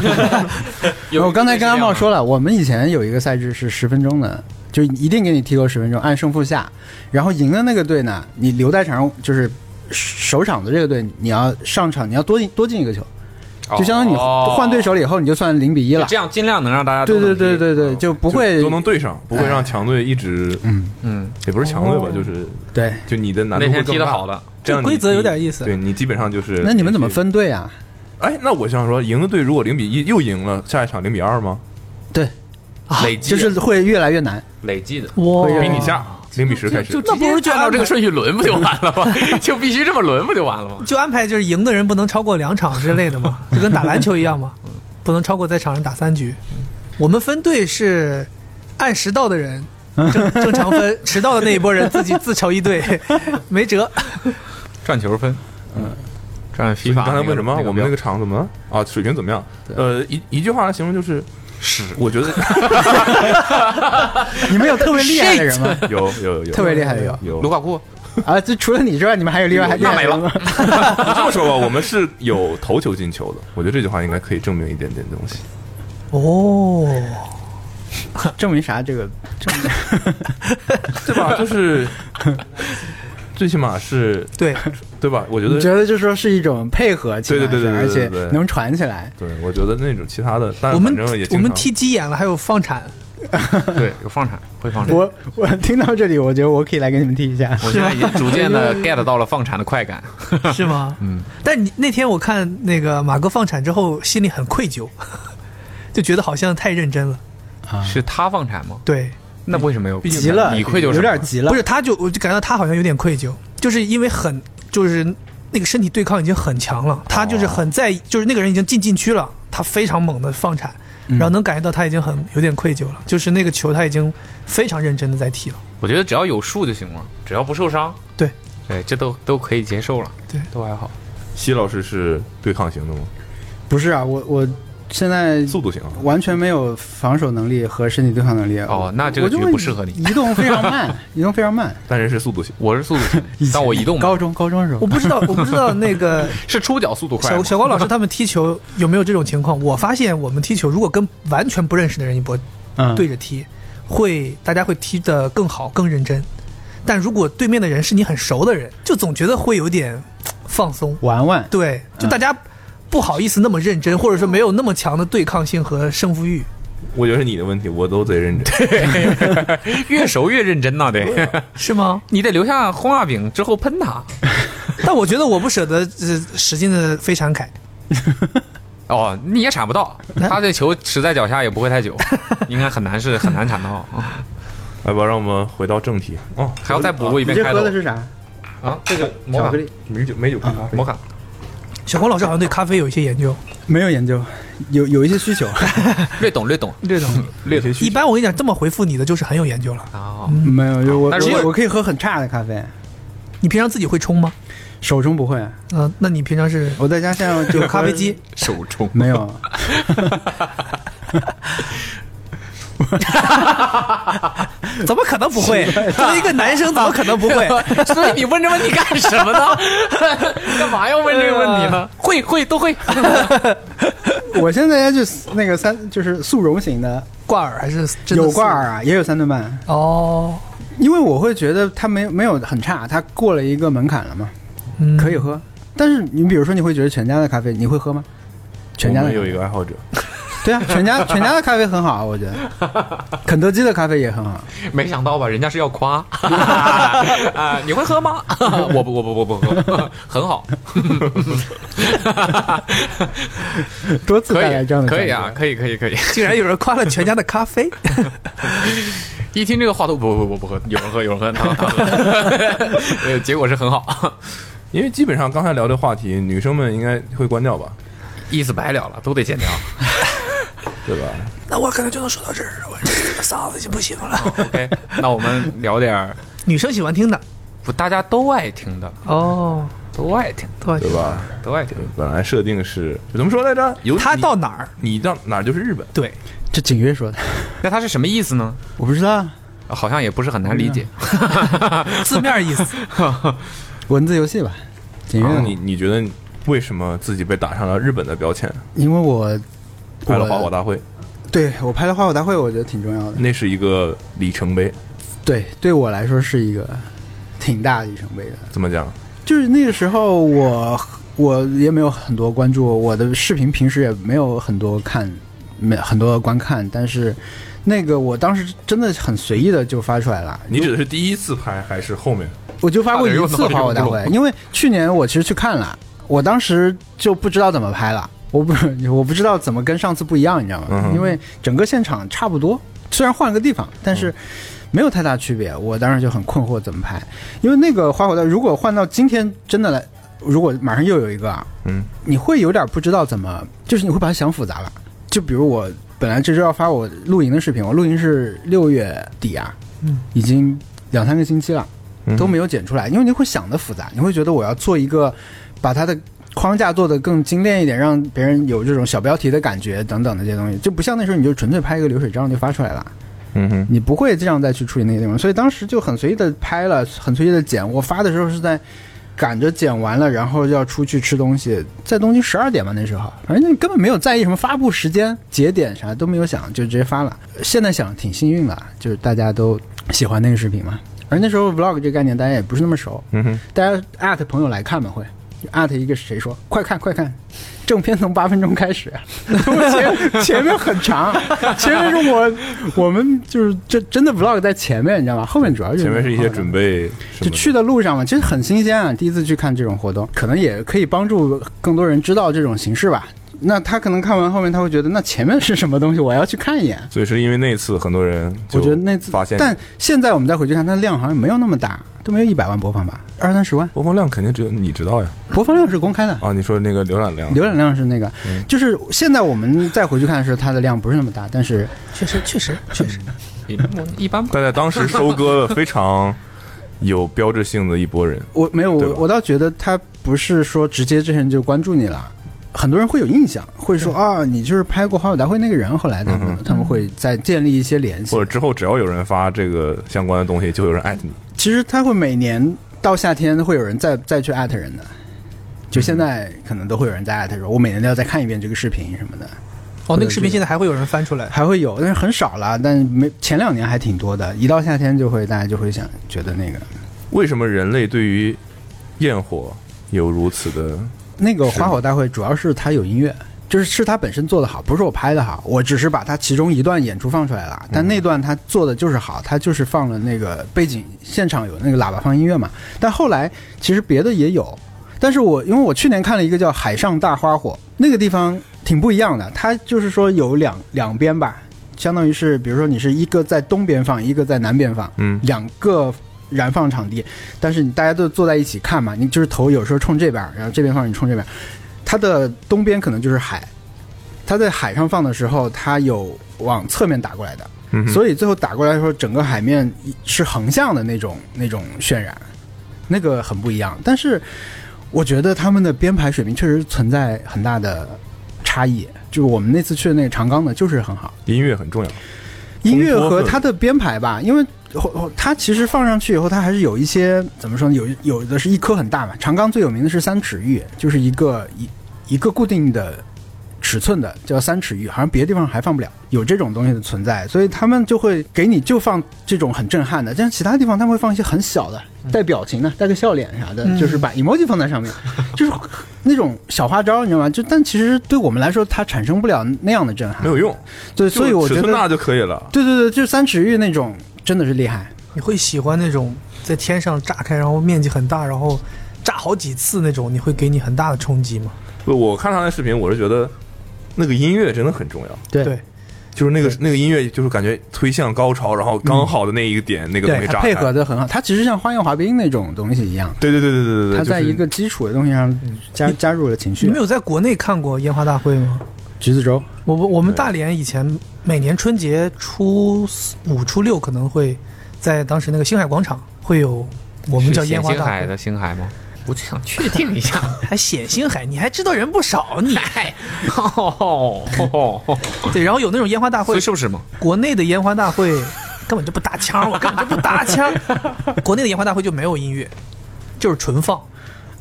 我刚才跟阿茂说了，了，我们以前有一个赛制是十分钟的，就一定给你踢够十分钟，按胜负下。然后赢的那个队呢，你留在场上就是首场的这个队，你要上场，你要多进多进一个球，就相当于你哦换对手了以后，你就算零比一就了这。样尽量能让大家都对对能嗯对踢对对，就不会哦就都能对上，不会让强队一直，嗯嗯，也不是强队吧，就是对。就你的难那度会天踢更的大好。的，这样你这规则有点意思对你基本上就是。那你们怎么？分队啊？哎，那我想说，赢的队如果零比一又赢了，下一场零比二吗？对，累计就的是会越来越难。累计的。哇会有哦比你下零比十开始，就不如就按照这个顺序轮不就完了吗？ 就必须这么轮不就完了吗？就安排就是赢的人不能超过两场之类的嘛，就跟打篮球一样嘛，不能超过在场上打三局。我们分队是按时到的人正正常分，迟到的那一波人自己自成一队，没辙。赚球分，嗯，赚你 FIFA 刚才问什么？那个我们那个场怎么了啊？水平怎么样？呃，一一句话来形容就是屎。我 觉得你们有特别厉害的人吗？有有有哎特别厉害的有有。卢卡库啊，就除了你之外，你们还有另外还厉害的人吗？你这么说吧，我们是有头球进球的。我觉得这句话应该可以证明一点点东西。哦， 证明啥？这个对吧？就是最起码是 对，对吧？我觉你得觉得就是说是一种配合起来，对对对对对对而对且能传起来。对，我觉得那种其他的，但我反们正也我经们常踢鸡眼了，还有放 铲，对有放铲，会放铲。我我听到这里，我觉得我可以来给你们踢一下。我现在已经逐 渐的 get 到了放铲的快感。是吗？嗯。但你那天我看那个马哥放铲之后，心里很愧疚， 就觉得好像太认真了。是他放铲吗？对，那为什么有？急了，你愧疚有什么点急了。不是，他就我就感觉到他好像有点愧疚，就是因为很就是那个身体对抗已经很强了，他就是哦很在意，就是那个人已经进禁区了，他非常猛的放铲，嗯然后能感觉到他已经很有点愧疚了，就是那个球他已经非常认真的在踢了。我觉得只要有数就行了，只要不受伤，对，对，这都都可以接受了，对都还好。西老师是对抗型的吗？不是啊，我我现在速度型啊？完全没有防守能力和身体对抗能力。啊哦那这个我就局会不适合你移动非常 慢，移动非常慢。但是是速度型。我是速度 型，但我移动哦慢高中高中的时我候，不知道，我不知道那个是出脚速度快吗小。小光老师他们踢球有没有这种情况？我发现我们踢球，如果跟完全不认识的人一波嗯，对着踢，会大家会踢得更好、更认真。但如果对面的人是你很熟的人，就总觉得会有点嘖放松，玩玩。对，就嗯大家不好意思那么认真，或者说没有那么强的对抗性和胜负欲。我觉得是你的问题，我都贼认真。 越熟越认真呐、 得是吗？你得留下轰蜡饼之后喷他。但我觉得我不舍得呃使劲的飞铲凯，哦，你也铲不到，哎他这球持在脚下也不会 太久，应该很难是很难铲到。啊来吧，让我们回到正题。哦，还要再补录一你遍这开头喝的是啥？啊，这个摩巧卡克力？美酒美酒咖啡摩卡，小光老师好像对咖啡有一些研究，没有研究，有有一些 需求。略懂略懂。这种略些需一般我跟你讲，这么回复你的就是很有研究了。哦，没有，就我但是我我我可以喝很差的咖啡，你平常自己会冲吗？手冲不会。嗯、那你平常是我在家现在就 有喝咖啡机？手冲没 有， 怎么可能不会？作为一个男生，怎么可能不会？所以你问这问题干什么呢？干嘛要问这个问题呢？会会都会。 我现在就那个三就是速溶型的挂耳还是真的有挂四耳啊，也有三顿半，哦，因为我会觉得它没没有很差，它过了一个门槛了嘛，嗯可以喝。但是你比如说，你会觉得全家的咖啡你会喝吗？全家我的们有一个爱好者， 对啊，全家全家的咖啡很好啊，我觉得，肯德基的咖啡也很好。没想到吧，人家是要 夸啊！你会喝吗？ 我不，我不，我不喝，很好，多次可带来以这样，的可以感觉啊，，可以，可以，可以。竟然有人夸了全家的咖啡，一听这个话头，不不不不喝，有人喝，有人喝，他他喝，呃， 结果是很好，因为基本上刚才聊的话题，女生们应该会关掉吧，意思白了了，都得见掉。对吧？那我可能就能说到这儿，我这嗓子就不行了。 OK，那我们聊点儿女生喜欢听的不大家都爱听的，哦，都爱听，对对？吧？都爱听对。本来设定是怎么说来着？有他你到哪儿？你到哪儿就是日本，对，这景约说的，那它是什么意思呢？我不知道啊，好像也不是很难理解。字面意思。 文字游戏吧，景然后约你你觉得为什么自己被打上了日本的标签？因为我拍了花火大会，对我拍的花火大会，我觉得挺重要的，那是一个里程碑，对，对我来说是一个挺大的里程碑的。怎么讲？就是那个时候我我也没有很多关注，我的视频平时也没有很多看，没很多观看，但是那个我当时真的很随意的就发出来了，你指的是第一次拍还是后面？我就发过一次差点花又火闹大这个会，因为去年我其实去看了，我当时就不知道怎么拍了，我不我不知道怎么跟上次不一样，你知道嗯吗？哼因为整个现场差不多，虽然换了个地方，但是没有太大区别。我当时就很困惑怎么拍，因为那个花火大，如果换到今天真的来，如果马上又有一个啊，嗯，你会有点不知道怎么，就是你会把它想复杂了。就比如我本来这周要发我露营的视频，我露营是六月底啊，嗯，已经两三个星期了。嗯都没有剪出来，因为你会想的复杂，你会觉得我要做一个把它的框架做的更精炼一点，让别人有这种小标题的感觉等等的这些东西，就不像那时候你就纯粹拍一个流水账就发出来了，嗯哼，你不会这样再去处理那些内容，所以当时就很随意的拍了，很随意的剪。我发的时候是在赶着剪完了，然后要出去吃东西，在东京十二点吧那时候，反正你根本没有在意什么发布时间、节点啥都没有想，就直接发了。现在想挺幸运的，就是大家都喜欢那个视频嘛。而那时候 vlog 这个概念大家也不是那么熟，嗯哼，大家艾特朋友来看嘛会。艾特一个谁说快看快看，正片从八分钟开始， 前前面很长，前面是我我们就是真真的 vlog 在前面，你知道吗？后面主要就是前面是一些准备什嗯么就的，去的路上嘛，其实很新鲜啊，第一次去看这种活动，可能也可以帮助更多人知道这种形式吧。那他可能看完后面他会觉得那前面是什么东西，我要去看一眼。所以是因为那次很多人就我觉得那次发现，但现在我们再回去看，它量好像没有那么大，都没有一百万播放吧，二三十万播放量肯定只有你知道呀。播放量是公开的，啊，你说那个浏览量，浏览量是那个，嗯就是现在我们再回去看的时候，它的量不是那么大，但是确实，确实，确实， 一般但在当时收割了非常有标志性的一波人。我没有对我吧我倒觉得它不是说直接这些人就关注你了。很多人会有印象，会说啊，你就是拍过花火大会那个人。后来他们、他们会再建立一些联系嗯或。者之后只要有人发这个相关的东西，就有人艾特你。其实他会每年到夏天会有人再再去艾特人的，就现嗯在可能都会有人在艾特说，我每年都要再看一遍这个视频什么的，哦，那个视频现在还会有人翻出来。还会有，但是很少了。但没前两年还挺多的，一到夏天就会大家就会想觉得那个为什么人类对于焰火有如此的？那个花火大会主要是它有音乐，就是是它本身做的好，不是我拍的好，我只是把它其中一段演出放出来了。但那段它做的就是好，它就是放了那个背景，现场有那个喇叭放音乐嘛。但后来其实别的也有，但是我因为我去年看了一个叫海上大花火，那个地方挺不一样的，它就是说有两两边吧，相当于是比如说你是一个在东边放，一个在南边放，嗯两个燃放场地，但是你大家都坐在一起看嘛，你就是头有时候冲这边，然后这边放你冲这边。它的东边可能就是海，它在海上放的时候，它有往侧面打过来的，嗯哼所以最后打过来的时候，整个海面是横向的那种那种渲染，那个很不一样。但是我觉得他们的编排水平确实存在很大的差异。就是我们那次去的那个长冈的，就是很好。音乐很重要。音乐和它的编排吧，因为后后它其实放上去以后，它还是有一些怎么说呢？有有的是一颗很大嘛，长冈最有名的是三尺玉，就是一个一一个固定的尺寸的，叫三尺玉，好像别的地方还放不了，有这种东西的存在，所以他们就会给你就放这种很震撼的，但是其他地方他们会放一些很小的，带表情的，带个笑脸啥的，嗯就是把 emoji 放在上面，就是那种小花招，你知道吗？就但其实对我们来说，它产生不了那样的震撼没，有用，对，所以我就觉尺寸大得，就可以了。对对对，就是三尺玉那种真的是厉害，你会喜欢那种在天上炸开，然后面积很大，然后炸好几次那种，你会给你很大的冲击吗？不我看他那视频，我是觉得那个音乐真的很重要，对对，就是那个那个音乐，就是感觉推向高潮，然后刚好的那一个点，那个东西对炸它开配合的很好，它其实像花样滑冰那种东西一样。对对对对对对对，它在就是一个基础的东西上加加入了情你绪啊们。有在国内看过烟花大会吗？橘子洲，我们我们对大连以前每年春节初四五、初六可能会在当时那个星海广场会有我们叫是烟花咸星大海会，的星海吗？我就想确定一下。还显星海，你还知道人不少你。 哦，对，然后有那种烟花大所会以，是不是嘛？国内的烟花大会根本就不搭腔，我根本就不搭腔。国内的烟花大会就没有音乐，就是纯放，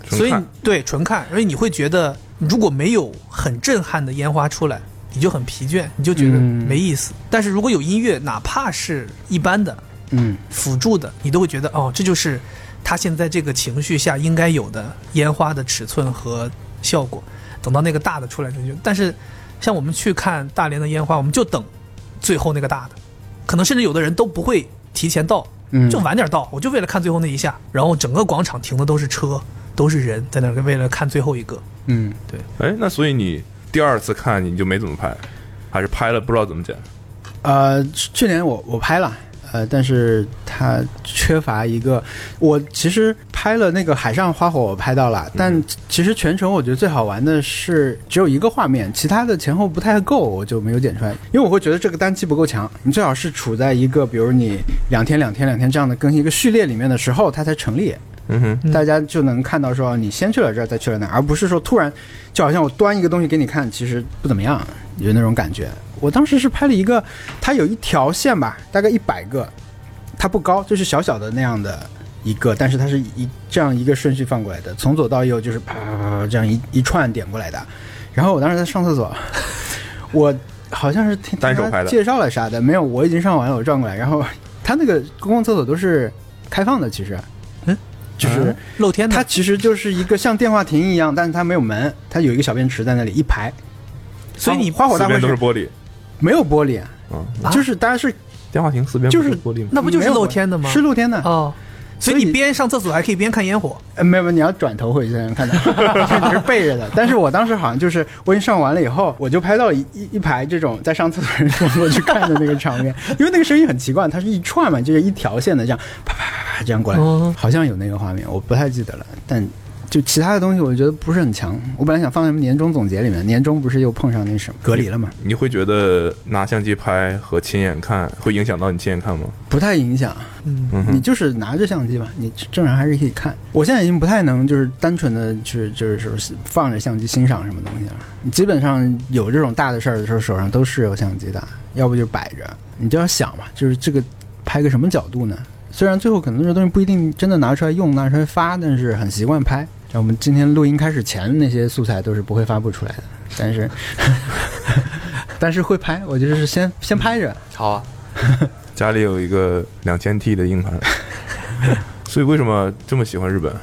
纯看所以你对纯看，所以你会觉得如果没有很震撼的烟花出来，你就很疲倦，你就觉得嗯没意思。但是如果有音乐，哪怕是一般的嗯，辅助的，你都会觉得哦，这就是他现在这个情绪下应该有的烟花的尺寸和效果。等到那个大的出来，就觉得但是像我们去看大连的烟花，我们就等最后那个大的，可能甚至有的人都不会提前到，嗯就晚点到，我就为了看最后那一下，然后整个广场停的都是车，都是人在那儿为了看最后一个。嗯，哎，那所以你第二次看你就没怎么拍，还是拍了不知道怎么剪？呃，去年我我拍了，呃，但是它缺乏一个，我其实拍了那个海上花火，我拍到了，但其实全程我觉得最好玩的是只有一个画面，其他的前后不太够，我就没有剪出来，因为我会觉得这个单期不够强，你最好是处在一个比如你两天两天两天这样的更新一个序列里面的时候，它才成立。嗯哼，大家就能看到说你先去了这儿，再去了那儿，而不是说突然就好像我端一个东西给你看，其实不怎么样，有那种感觉。我当时是拍了一个，它有一条线吧，大概一百个，它不高，就是小小的那样的一个，但是它是一这样一个顺序放过来的，从左到右就是啪啪啪啪这样一一串点过来的。然后我当时在上厕所，我好像是听单手听他拍的介绍了啥的，没有，我已经上完了，我转过来，然后他那个公共厕所都是开放的，其实，嗯，就是。啊露天的，它其实就是一个像电话亭一样，但是它没有门，它有一个小便池在那里一排，所以你花火四大哦会边都是是玻璃，没有玻璃，嗯，啊就是大家是电话亭四边不就是玻璃吗？那不就没是有露天的吗是露天的，哦，所以所以你边上厕所还可以边看烟火。呃没有，没有你要转头回去才能 看到，你是背着的。但是我当时好像就是我已经上完了以后，我就拍到一一一排这种在上厕所人转过去看的那个场面，因为那个声音很奇怪，它是一串嘛，就是一条线的这样啪啪啪啪这样过来哦，好像有那个画面，我不太记得了，但。就其他的东西，我觉得不是很强。我本来想放在年终总结里面，年终不是又碰上那什么隔离了嘛，你会觉得拿相机拍和亲眼看会影响到你亲眼看吗？不太影响。嗯嗯你哼，就是拿着相机吧，你正常还是可以看。我现在已经不太能就是单纯的去就是说放着相机欣赏什么东西了。你基本上有这种大的事儿的时候，手上都是有相机的，要不就摆着。你就要想嘛，就是这个拍个什么角度呢？虽然最后可能这东西不一定真的拿出来用、拿出来发，但是很习惯拍。像我们今天录音开始前那些素材都是不会发布出来的，但是 但是会拍，我就是先先拍着。好啊，家里有一个两千 T 的硬 盘，所以为什么这么喜欢日本？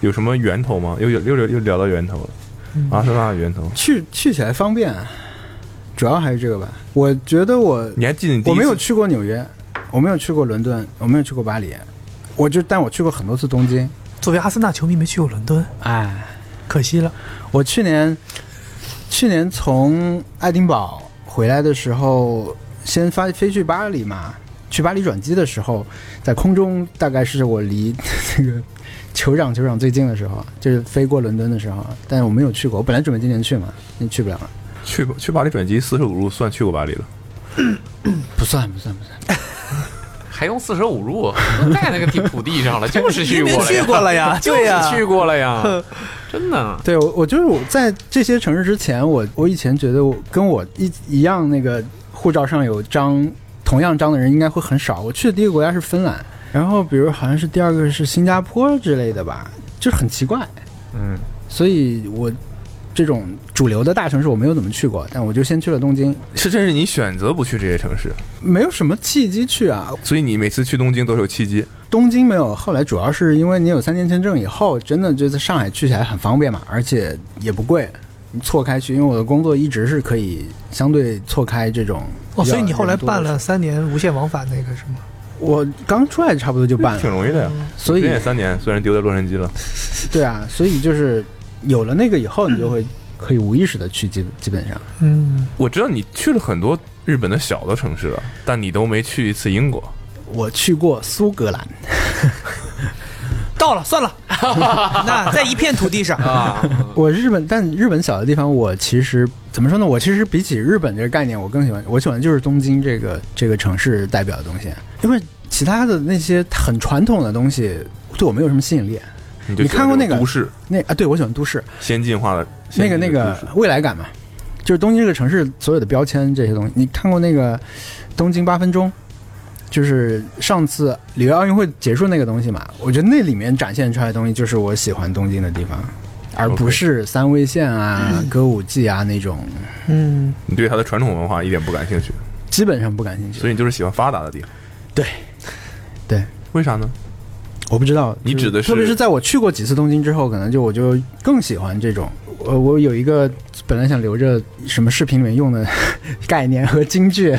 有什么源头吗？又又又又聊到源头了，嗯阿森纳的源头。去去起来方便，主要还是这个吧。我觉得我你还记得你第一我没有次去过纽约，我没有去过伦敦，我没有去过巴黎，我就但我去过很多次东京。作为阿森纳球迷，没去过伦敦，哎，可惜了。我去年去年从爱丁堡回来的时候，先发飞去巴黎嘛。去巴黎转机的时候，在空中大概是我离 这个酋长酋长最近的时候，就是飞过伦敦的时候，但我没有去过。我本来准备今年去嘛，那去不了了。去过去巴黎转机四十五路算去过巴黎了，不算不算不算。还用四舍五入？我在那个地土地 上了，就是去过了呀，去过了 呀，就对呀、是去过了 呀，真的。啊对，我我就是我在这些城市之前，我我以前觉得我跟我一一样那个护照上有章同样章的人应该会很少。我去的第一个国家是芬兰，然后比如好像是第二个是新加坡之类的吧，就是很奇怪。嗯，所以我这种主流的大城市我没有怎么去过，但我就先去了东京，是这是你选择不去这些城市，没有什么契机去啊。所以你每次去东京都是有契机。东京没有，后来主要是因为你有三年签证以后，真的就在上海去起来很方便嘛，而且也不贵。你错开去，因为我的工作一直是可以相对错开这种比较人多的哦，时候。所以你后来办了三年无限往返那个是吗？我刚出来差不多就办挺了，容易的呀。所我之以前也三年，虽然丢在洛杉矶了，对啊，所以就是有了那个以后，你就会可以无意识的去基基本上。嗯，我知道你去了很多日本的小的城市了，但你都没去一次英国。我去过苏格兰，到了，算了，那在一片土地上，啊，我日本，但日本小的地方，我其实怎么说呢？我其实比起日本这个概念，我更喜欢，我喜欢就是东京这个这个城市代表的东西，因为其他的那些很传统的东西对我没有什么吸引力。你就你看过那个都市那啊，对我喜欢都市，先进化的那个那个未来感嘛，就是东京这个城市所有的标签这些东西。你看过那个《东京八分钟》，就是上次里约奥运会结束那个东西嘛？我觉得那里面展现出来的东西就是我喜欢东京的地方，而不 OK 是三味线啊、歌舞伎啊那种，嗯，你对它的传统文化一点不感兴趣，基本上不感兴趣。所以你就是喜欢发达的地方。对，对，为啥呢？我不知道你就指的是特别是在我去过几次东京之后，可能就我就更喜欢这种。呃，我有一个本来想留着什么视频里面用的 概念和金句，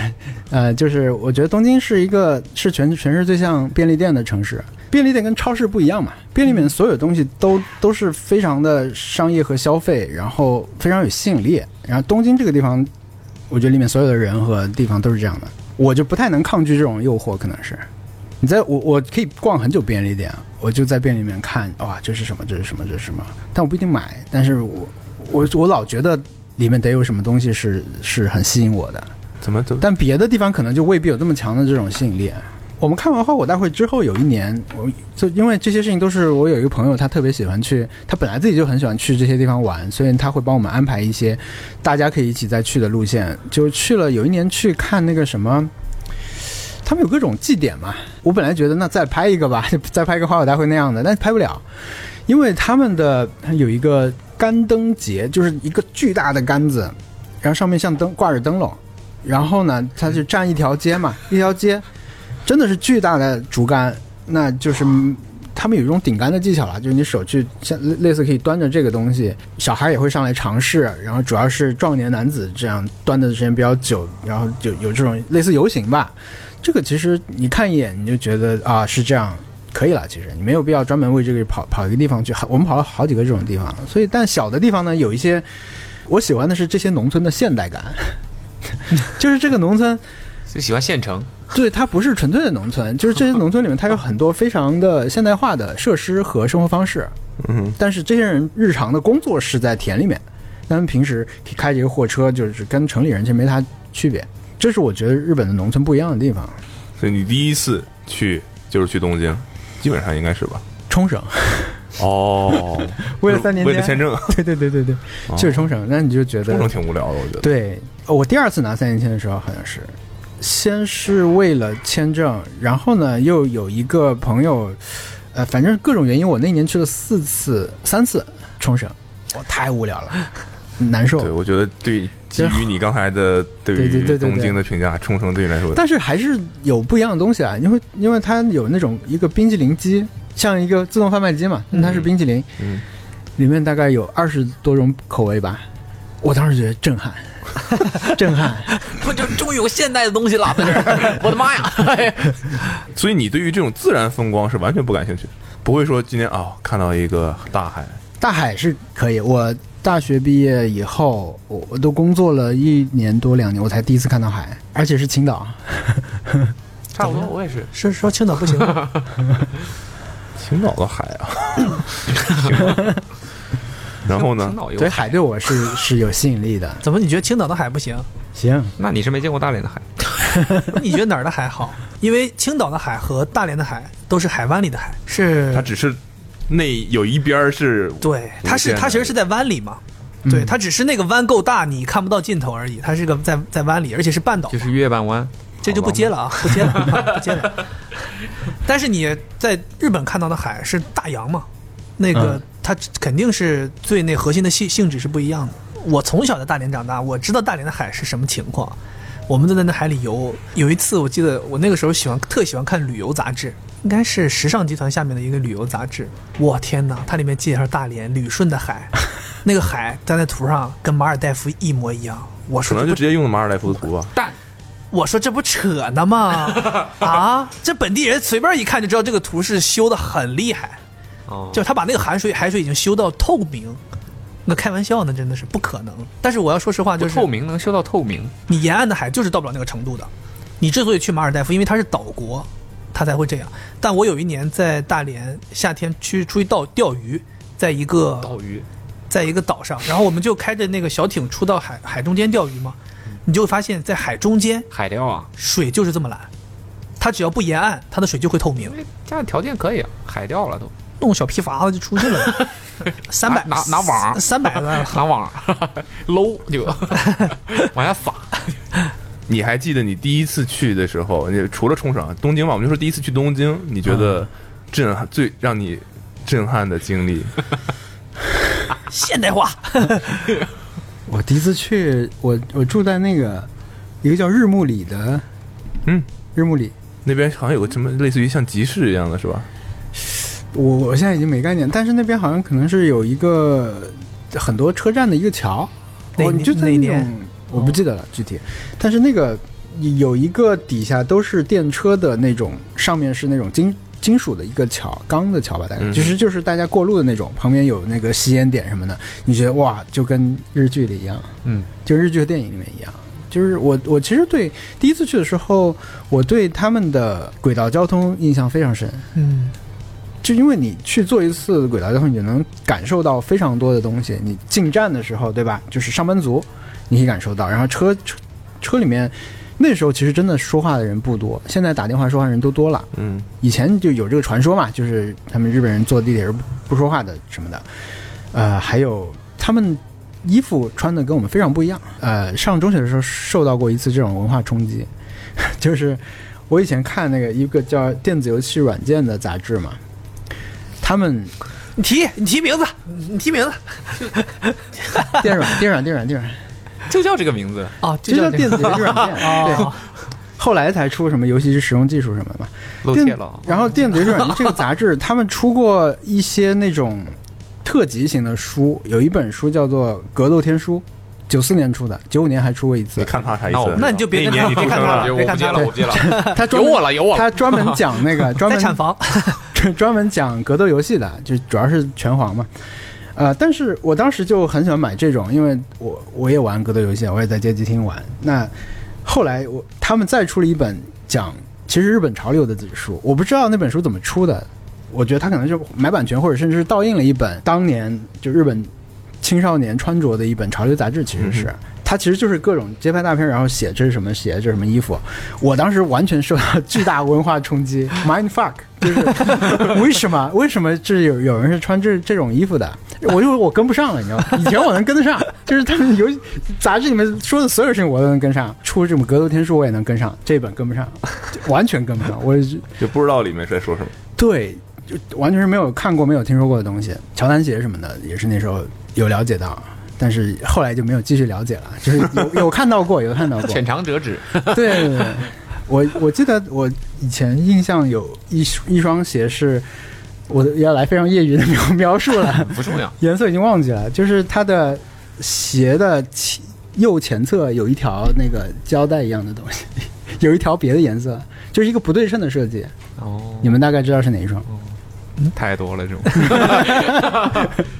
呃，就是我觉得东京是一个是全全世界最像便利店的城市。便利店跟超市不一样嘛，便利店所有东西都都是非常的商业和消费，然后非常有吸引力。然后东京这个地方，我觉得里面所有的人和地方都是这样的，我就不太能抗拒这种诱惑，可能是。你在我我可以逛很久便利店，我就在便利店看，哇，这是什么？这是什么？这是什么？但我不一定买，但是我我我老觉得里面得有什么东西是是很吸引我的，怎么怎么？但别的地方可能就未必有这么强的这种吸引力。我们看完花火大会之后，有一年，我就因为这些事情都是我有一个朋友，他特别喜欢去，他本来自己就很喜欢去这些地方玩，所以他会帮我们安排一些大家可以一起再去的路线。就去了，有一年去看那个什么，他们有各种祭典嘛。我本来觉得那再拍一个吧，再拍一个花火大会那样的，但是拍不了，因为他们的有一个干灯节，就是一个巨大的杆子，然后上面像灯挂着灯笼，然后呢，它就占一条街嘛，一条街真的是巨大的竹竿，那就是。他们有一种顶杆的技巧啦，就是你手去像类类似可以端着这个东西，小孩也会上来尝试，然后主要是壮年男子这样端的时间比较久，然后就有这种类似游行吧。这个其实你看一眼你就觉得啊是这样，可以了。其实你没有必要专门为这个跑跑一个地方去，好我们跑了好几个这种地方，所以但小的地方呢有一些，我喜欢的是这些农村的现代感， 就是这个农村就喜欢县城，对，它不是纯粹的农村，就是这些农村里面，它有很多非常的现代化的设施和生活方式。嗯，但是这些人日常的工作是在田里面，他们平时开着一个货车，就是跟城里人其实没啥区别。这是我觉得日本的农村不一样的地方。所以你第一次去就是去东京，基本上应该是吧？冲绳，哦， 为了三年为了签签证， 对对对对对，就是冲绳。那你就觉得 冲绳挺无聊的，我觉得。对，呃我第二次拿三年签的时候，好像是先是为了签证，然后呢又有一个朋友，呃，反正各种原因，我那年去了四次、三次冲绳，我太无聊了，难对，受。我觉得对，基于你刚才的对哦对对对于对对东京的评价，冲绳对你来说，但是还是有不一样的东西啊，因为因为它有那种一个冰淇淋机，像一个自动贩卖机嘛，但它是冰淇淋，嗯里面大概有二十多种口味吧，我当时觉得震撼， 震撼。不就终于有现代的东西了，在这儿，我的妈呀！所以你对于这种自然风光是完全不感兴趣，不会说今天啊、看到一个大海，大海是可以。我大学毕业以后，我我都工作了一年多两年，我才第一次看到海，而且是青岛。 差不多，我也是。是说青岛不行，青岛的海 啊，然后呢青，岛有所以，海对我是是有吸引力的。怎么你觉得青岛的海不行？行，那你是没见过大连的海，你觉得哪儿的海好？因为青岛的海和大连的海都是海湾里的海，是它只是那有一边儿是对，它是它其实是在湾里嘛。对，它只是那个湾够大，你看不到尽头而已。它是个在在湾里，而且是半岛，就是月半湾，这就不接了啊，不接了，不接了。但是你在日本看到的海是大洋嘛？那个嗯它肯定是最那核心的性性质是不一样的。我从小在大连长大，我知道大连的海是什么情况。我们都在那海里游。有一次，我记得我那个时候喜欢特喜欢看旅游杂志，应该是时尚集团下面的一个旅游杂志。我天哪，它里面介绍大连旅顺 的海，那个海在那图上跟马尔代夫一模一样。我可说能这就不直接用的马尔代夫的图吧。啊但我说这不扯呢吗？ 啊，这本地人随便一看就知道这个图是修的很厉害，哦，就是他把那个海水海水已经修到透明。那开玩笑呢，真的是不可能。但是我要说实话，就就是透明能修到透明，你沿岸的海就是到不了那个程度的。你之所以去马尔代夫，因为它是岛国，它才会这样。但我有一年在大连夏天去出去钓钓鱼，在一个岛鱼在一个岛上，然后我们就开着那个小艇出到海海中间钓鱼嘛，你就会发现，在海中间海钓啊，水就是这么蓝，它只要不沿岸，它的水就会透明因。为家里条件可以啊，海钓了都，弄个小皮筏子就出去 了，三百拿拿网三 百个拿网搂就往下撒，你还记得你第一次去的时候，你除了冲绳、东京吧，我们就说第一次去东京，你觉得嗯震撼最让你震撼的经历？现代化，我第一次去，我我住在那个一个叫日暮里的，嗯，日暮里，那边好像有个什么类似于像集市一样的是吧？我我现在已经没概念，但是那边好像可能是有一个很多车站的一个桥，哪哦，你就在哪那年种我不记得了具体，但是那个有一个底下都是电车的那种，上面是那种金金属的一个桥，钢的桥吧，大概、嗯其实就是大家过路的那种，旁边有那个吸烟点什么的，你觉得哇，就跟日剧里一样，嗯，就日剧和电影里面一样。就是我，我其实对第一次去的时候，我对他们的轨道交通印象非常深。嗯，就因为你去做一次轨道交通，你就能感受到非常多的东西。你进站的时候，对吧？就是上班族，你可以感受到。然后车车车里面，那时候其实真的说话的人不多，现在打电话说话的人都多了。嗯，以前就有这个传说嘛，就是他们日本人坐地铁是不不说话的什么的。呃，还有他们衣服穿的跟我们非常不一样。呃，上中学的时候受到过一次这种文化冲击， 就是我以前看那个一个叫电子游戏软件的杂志嘛，他们你提你提名字，你提名字电软电软电软电软，就叫这个名字，啊，这就叫叫这电个子 游戏软件，对。哦，后来才出什么游戏使用技术什么的嘛。露电怯了啊，然后《电子游戏软件》这个杂志，他们出过一些那种特级型的书，有一本书叫做《格斗天书》，九四年出的，九五年还出过一次你。看他啥意那我思们？那你就别那跟一年你他出生别看他了了，我别不看接他了，我不了，接 了，他专有门我了，有我了，他专门讲那个专在门产房， 专门讲格斗游戏的，就主要是拳皇嘛。呃，但是我当时就很喜欢买这种，因为我我也玩格斗游戏，我也在街机厅玩。那后来我他们再出了一本讲其实日本潮流的书，我不知道那本书怎么出的，我觉得他可能是买版权，或者甚至是盗印了一本当年就日本青少年穿着的一本潮流杂志，其实是。它其实就是各种街拍大片，然后写这是什么鞋，这是什么衣服。我当时完全受到巨大文化冲击，mind fuck，就是 为什么为什么这有有人是穿这这种衣服的？我就我跟不上了，你知道吗？以前我能跟得上，就是他们游戏杂志里面说的所有事情我都能跟上，出这种格斗天书我也能跟上，这本跟不上，就完全跟不上。我就不知道里面是在说什么。对，就完全是没有看过、没有听说过的东西。乔丹鞋什么的也是那时候有了解到，但是后来就没有继续了解了。就是有有看到过，有看到过。浅尝辄止，对对对，我我记得我以前印象有一一双鞋是，我的要来非常业余的描 描述了，不重要，颜色已经忘记了，就是它的鞋的前右前侧有一条那个胶带一样的东西， 有一条别的颜色，就是一个不对称的设计。哦，你们大概知道是哪一双？太多了这种，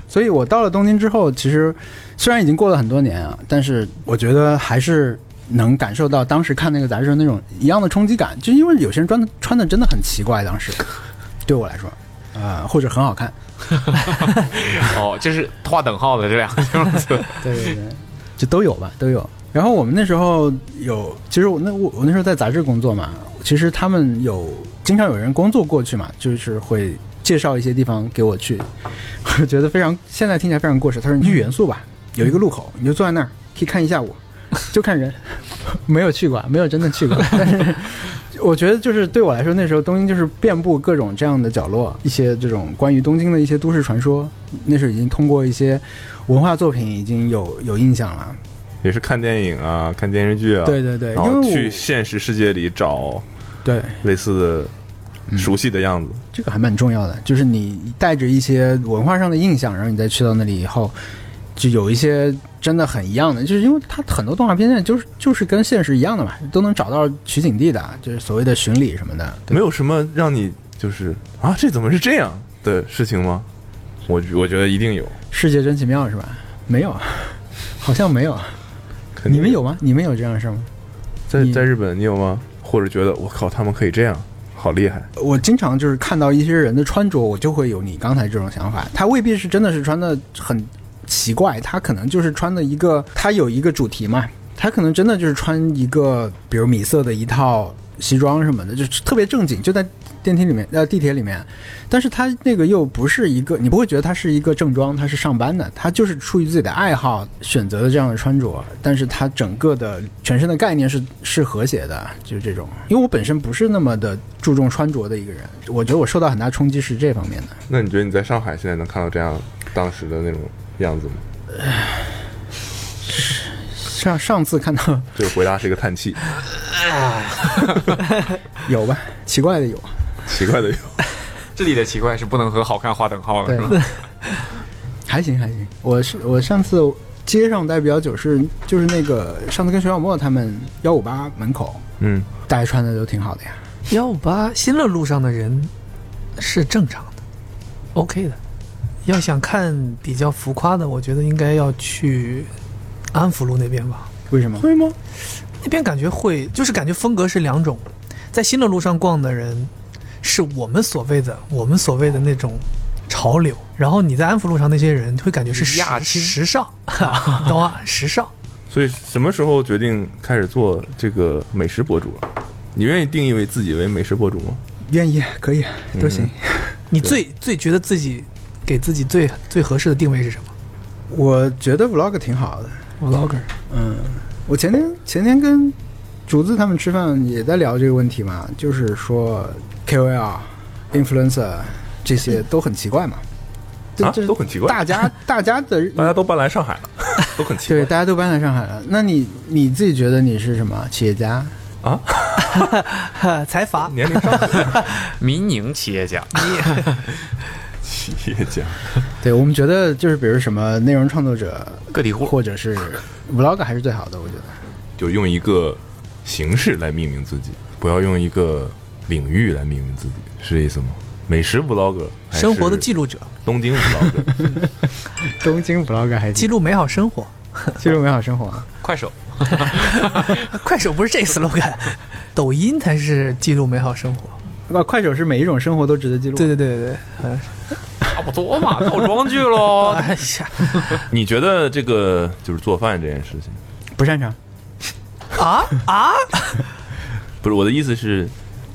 所以我到了东京之后，其实虽然已经过了很多年啊，但是我觉得还是能感受到当时看那个杂志的那种一样的冲击感，就因为有些人穿的穿的真的很奇怪，当时对我来说，呃，或者很好看，哦，这是画等号的这两个形容词，对对对，就都有吧，都有。然后我们那时候有，其实我那我我那时候在杂志工作嘛，其实他们有经常有人工作过去嘛，就是会介绍一些地方给我去， 我觉得非常现在听起来非常过时。他说你去元素吧，有一个路口，你就坐在那 啊儿可以看一下午，就看人，没有去过，没有真的去过，但是我我觉得就是对我来说，那时候东京就是遍布各种这样的角落，一些这种关于东京的一些都市传说，那时候已经通过一些文化作品已经有有印象了。也是看电影啊，看电视剧啊，对对对然因后为我去现实世界里找对，类似的、熟悉的样子。这个还蛮重要的，就是你带着一些文化上的印象，然后你再去到那里以后，就有一些真的很一样的，就是因为它很多动画片现在就是就是跟现实一样的嘛，都能找到取景地的，就是所谓的巡礼什么的。对没有什么让你就是啊，这怎么是这样的事情吗？我我觉得一定有，世界真奇妙是吧？没有， 好像没有。肯定你们有吗？你们有这样的事儿吗？在你在日本你有吗？或者觉得我靠，他们可以这样，好厉害，我经常就是看到一些人的穿着，我就会有你刚才这种想法。他未必是真的是穿的很奇怪，他可能就是穿的一个，他有一个主题嘛，他可能真的就是穿一个，比如米色的一套西装什么的，就是特别正经，就在电梯里面，呃，地铁里面。但是他那个又不是一个，你不会觉得他是一个正装，他是上班的，他就是出于自己的爱好选择的这样的穿着，但是他整个的全身的概念是是和谐的，就是这种。因为我本身不是那么的注重穿着的一个人，我觉得我受到很大冲击是这方面的。那你觉得你在上海现在能看到这样当时的那种样子吗？上上次看到这个回答是一个叹气，有吧，奇怪的有，奇怪的有，这里的奇怪是不能和好看划等号的，对是 吧？，还行还行。我是我上次街上代表酒是就是那个上次跟徐小沫他们幺五八门口，嗯，大家穿的都挺好的呀。幺五八新乐路上的人是正常的，OK 的。要想看比较浮夸的，我觉得应该要去安福路那边吧，为什么？会吗？那边感觉会就是感觉风格是两种，在新乐路上逛的人是我们所谓的我们所谓的那种潮流，然后你在安福路上那些人会感觉是时亚青时尚，懂吗？时尚。所以什么时候决定开始做这个美食博主了？你愿意定义为自己为美食博主吗？愿意可以都行。你最最觉得自己给自己最最合适的定位是什么我觉得 vlog 挺好的。 ？vlogger。嗯，我前天前天跟竹子他们吃饭也在聊这个问题嘛，就是说 KOL、influencer 这些都很奇怪嘛，啊这这都很奇怪大家大家的 大家都搬来上海了，都很奇对，怪大家都搬来上海了。那你你自己觉得你是什么企业家？啊，哈，呃财阀，年龄上民营企业家，企业家，对我们觉得就是比如什么内容创作者，个体户，或者是 vlog 还是最好的，我觉得。就用一个形式来命名自己，不要用一个领域来命名自己，是这意思吗？美食 vlog，生活的记，录者，东京 vlog，东京 vlog 还记记录美好生活。记录美好生活啊。快手，快手不是这个 slogan，抖音才是记录美好生活。那快手是每一种生活都值得记录。对对对对对，嗯差不多 嘛，倒装句喽。哎呀你觉得这个就是做饭这件事情？不擅长。啊啊！不是我的意思是，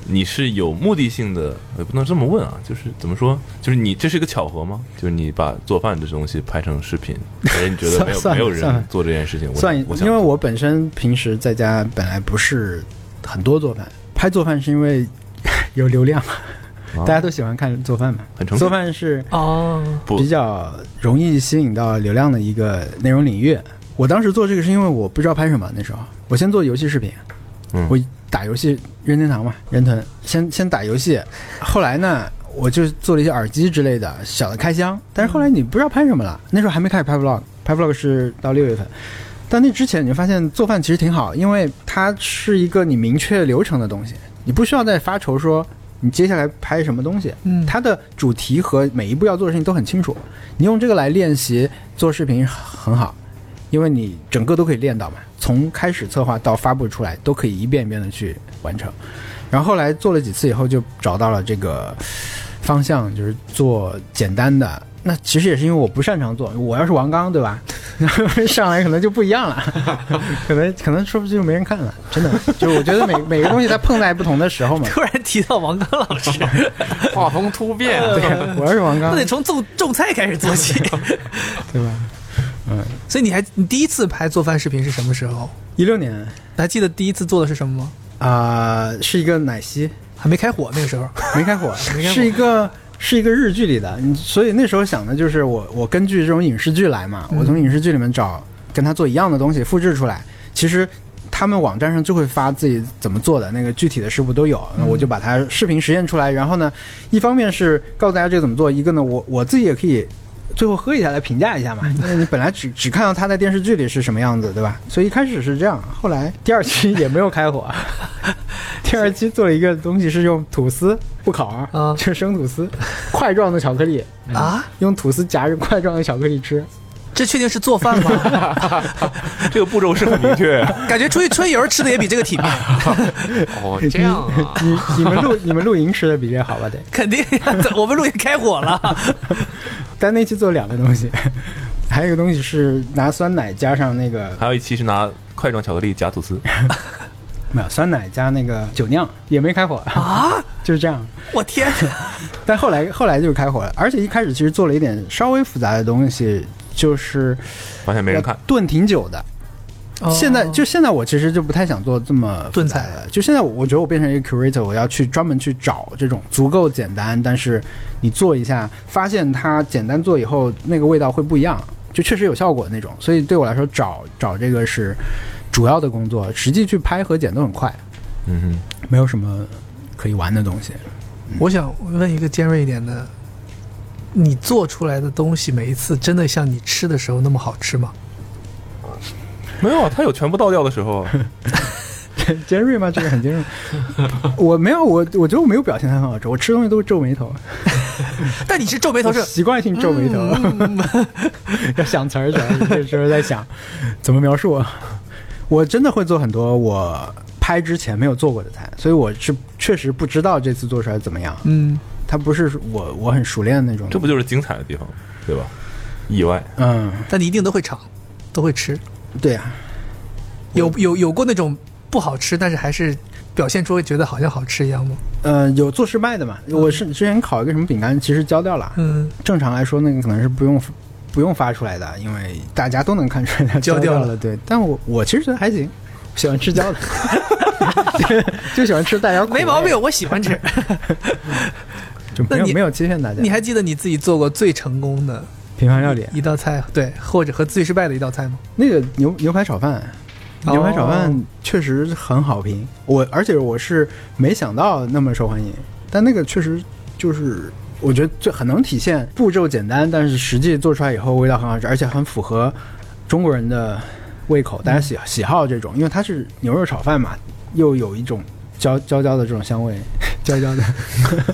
你是有目的性的，也不能这么问啊，就是怎么说，就是你这是一个巧合吗？就是你把做饭这东西拍成视频，哎，你 觉得没有算没有算人做这件事情？我算一我，想因为我本身平时在家本来不是很多做饭，拍做饭是因为 有流量，大家都喜欢看做饭嘛。很啊成熟做饭是哦，不比较容易吸引到流量的一个内容领域。我当时做这个是因为我不知道拍什么，那时候我先做游戏视频，嗯我打游戏任天堂嘛，任腾先先打游戏，后来呢我就做了一些耳机之类的小的开箱，但是后来你不知道拍什么了，那时候还没开始拍 vlog，拍 vlog 是到六月份。但那之前你就发现做饭其实挺好，因为它是一个你明确流程的东西，你不需要再发愁说你接下来拍什么东西，嗯它的主题和每一步要做的事情都很清楚。你用这个来练习做视频很好，因为你整个都可以练到嘛，从开始策划到发布出来都可以一遍一遍的去完成。然后后来做了几次以后，就找到了这个方向，就是做简单的。那其实也是因为我不擅长做，我要是王刚，对吧？ 上来可能就不一样了， 可能可能说不定就没人看了。真的，就是我觉得每每个东西它碰在不同的时候嘛。 突然提到王刚老师，啊画风突变， 对，啊我要是王刚那，得从种种菜开始做起。对吧？所以你还你第一次拍做饭视频是什么时候？一六年还记得第一次做的是什么吗？啊、是一个奶昔，还没开火那个时候， 没开火，没开火是一个是一个日剧里的，你所以那时候想的就是我我根据这种影视剧来嘛，嗯我从影视剧里面找跟他做一样的东西复制出来，其实。他们网站上就会发自己怎么做的那个具体的食谱都嗯有，那我就把它视频实验出来。然后呢，一方面是告诉大家这个怎么做，一个呢，我我自己也可以最后喝一下来评价一下嘛。因为你本来只只看到他在电视剧里是什么样子，对吧？所以一开始是这样，后来第二期也没有开火，第二期做了一个东西是用吐司不烤啊，啊就是生吐司，块状的巧克力，啊，用吐司夹着块状的巧克力吃。，这确定是做饭吗？这个步骤是很明确。感觉出去春游吃的也比这个体面，哦，这样 啊你你们露你们露营吃的比这好吧？得，肯定呀。我们路也开火了，但那期做了两个东西，还有一个东西是拿酸奶加上那个还有一期是拿块状巧克力夹吐司，没有酸奶加那个酒酿，也没开火啊， 就是这样。我天！但后来后来就开火了，而且一开始其实做了一点稍微复杂的东西，就是发现没 人看，炖挺久的。现在就现在，我其实就不太想做这么哦炖菜了。就现在，我我觉得我变成一个 curator，我要去专门去找这种足够简单，但是你做一下，发现它简单做以后那个味道会不一样，就确实有效果那种。所以对我来说，找找这个是主要的工作，实际去拍和剪都很快，嗯没有什么可以玩的东西。我想问一个尖锐一点的，你做出来的东西每一次真的像你吃的时候那么好吃吗？哼，没有啊，它有全部倒掉的时候啊， 尖锐吗？这个很尖 锐。我没有，我我觉得我没有表现得很好吃，我吃东西都是皱眉头，但你是皱眉头我是嗯习惯性皱眉头。 要想词儿，主要是这时候在想怎么描述啊。我真的会做很多我拍之前没有做过的菜，所以我是确实不知道这次做出来怎么样。嗯，它不是我我很熟练的那种，这不就是精彩的地方，对吧？意外，嗯，但你一定都会尝，都会吃。对啊，有有有过那种不好吃，但是还是表现出觉得好像好吃一样吗？呃，有做失败的嘛？我是之前烤一个什么饼干，其实焦掉了。嗯，正常来说，那个可能是不用不用发出来的，因为大家都能看出来它 焦焦掉掉了了。对，但我我其实觉得还行，喜欢吃焦 的， 就喜欢吃带点苦味没毛病，，我喜 欢吃。就没那有你没有欺骗大家。你还记得你自己做过最成功的平凡料理，一道菜，对，或者和最失败的一道菜 吗？那个牛牛排炒饭，哦牛排炒饭确实很好评。我而且我是没想到那么受欢迎，但那个确实就是我觉得最很能体现步骤简单，但是实际做出来以后味道很好吃，而且很符合中国人的胃口，大家喜、喜好这种，因为它是牛肉炒饭嘛，又有一种焦焦焦的这种香味，焦焦的。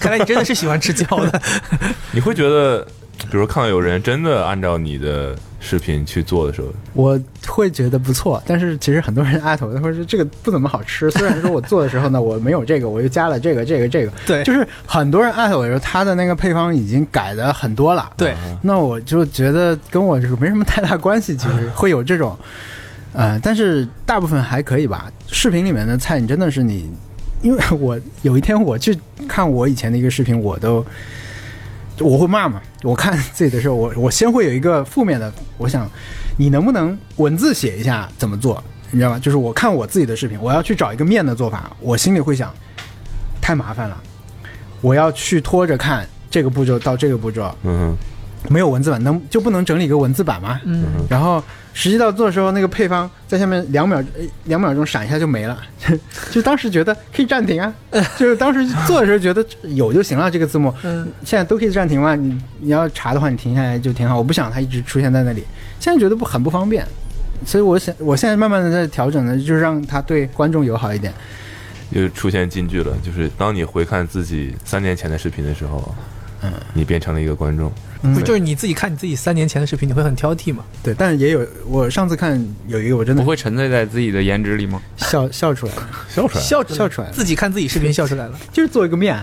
看来你真的是喜欢吃焦的。 你会觉得，比如看到有人真的按照你的视频去做的时候，我会觉得不错，但是其实很多人 阿头他会说这个不怎么好吃。虽然说我做的时候呢，我没有这个，我又加了这个、这个、这个。对就是很多人阿头的时候，他的那个配方已经改的很多了。，对，那我就觉得跟我这个没什么太大关系，其实会有这种，呃，但是大部分还可以吧。视频里面的菜，你真的是你，因为我有一天我去看我以前的一个视频，我都我会骂嘛。我看自己的时候，我我先会有一个负面的，我想你能不能文字写一下怎么做，你知道吗？就是我看我自己的视频，我要去找一个面的做法，我心里会想，太麻烦了，我要去拖着看这个步骤到这个步骤。嗯没有文字版，能就不能整理一个文字版吗？嗯。然后实际到做的时候，那个配方在下面两秒呃两秒钟闪一下就没了， 就当时觉得可以暂停啊，就是当时做的时候觉得有就行了，这个字幕，嗯，现在都可以暂停嘛。你你要查的话，你停下来就挺好。我不想它一直出现在那里，现在觉得不很不方便，所以我想我现在慢慢的在调整呢，就是让它对观众友好一点。哼，又出现金句了，就是当你回看自己三年前的视频的时候，嗯，你变成了一个观众，嗯不就是你自己看你自己三年前的视频，你会很挑剔吗？对，但也有我上次看有一个我真的 不会沉醉在自己的颜值里吗？笑笑出来了，笑出来了，笑出来了嗯笑出来了自己看自己视频笑出来 了。就是做一个面，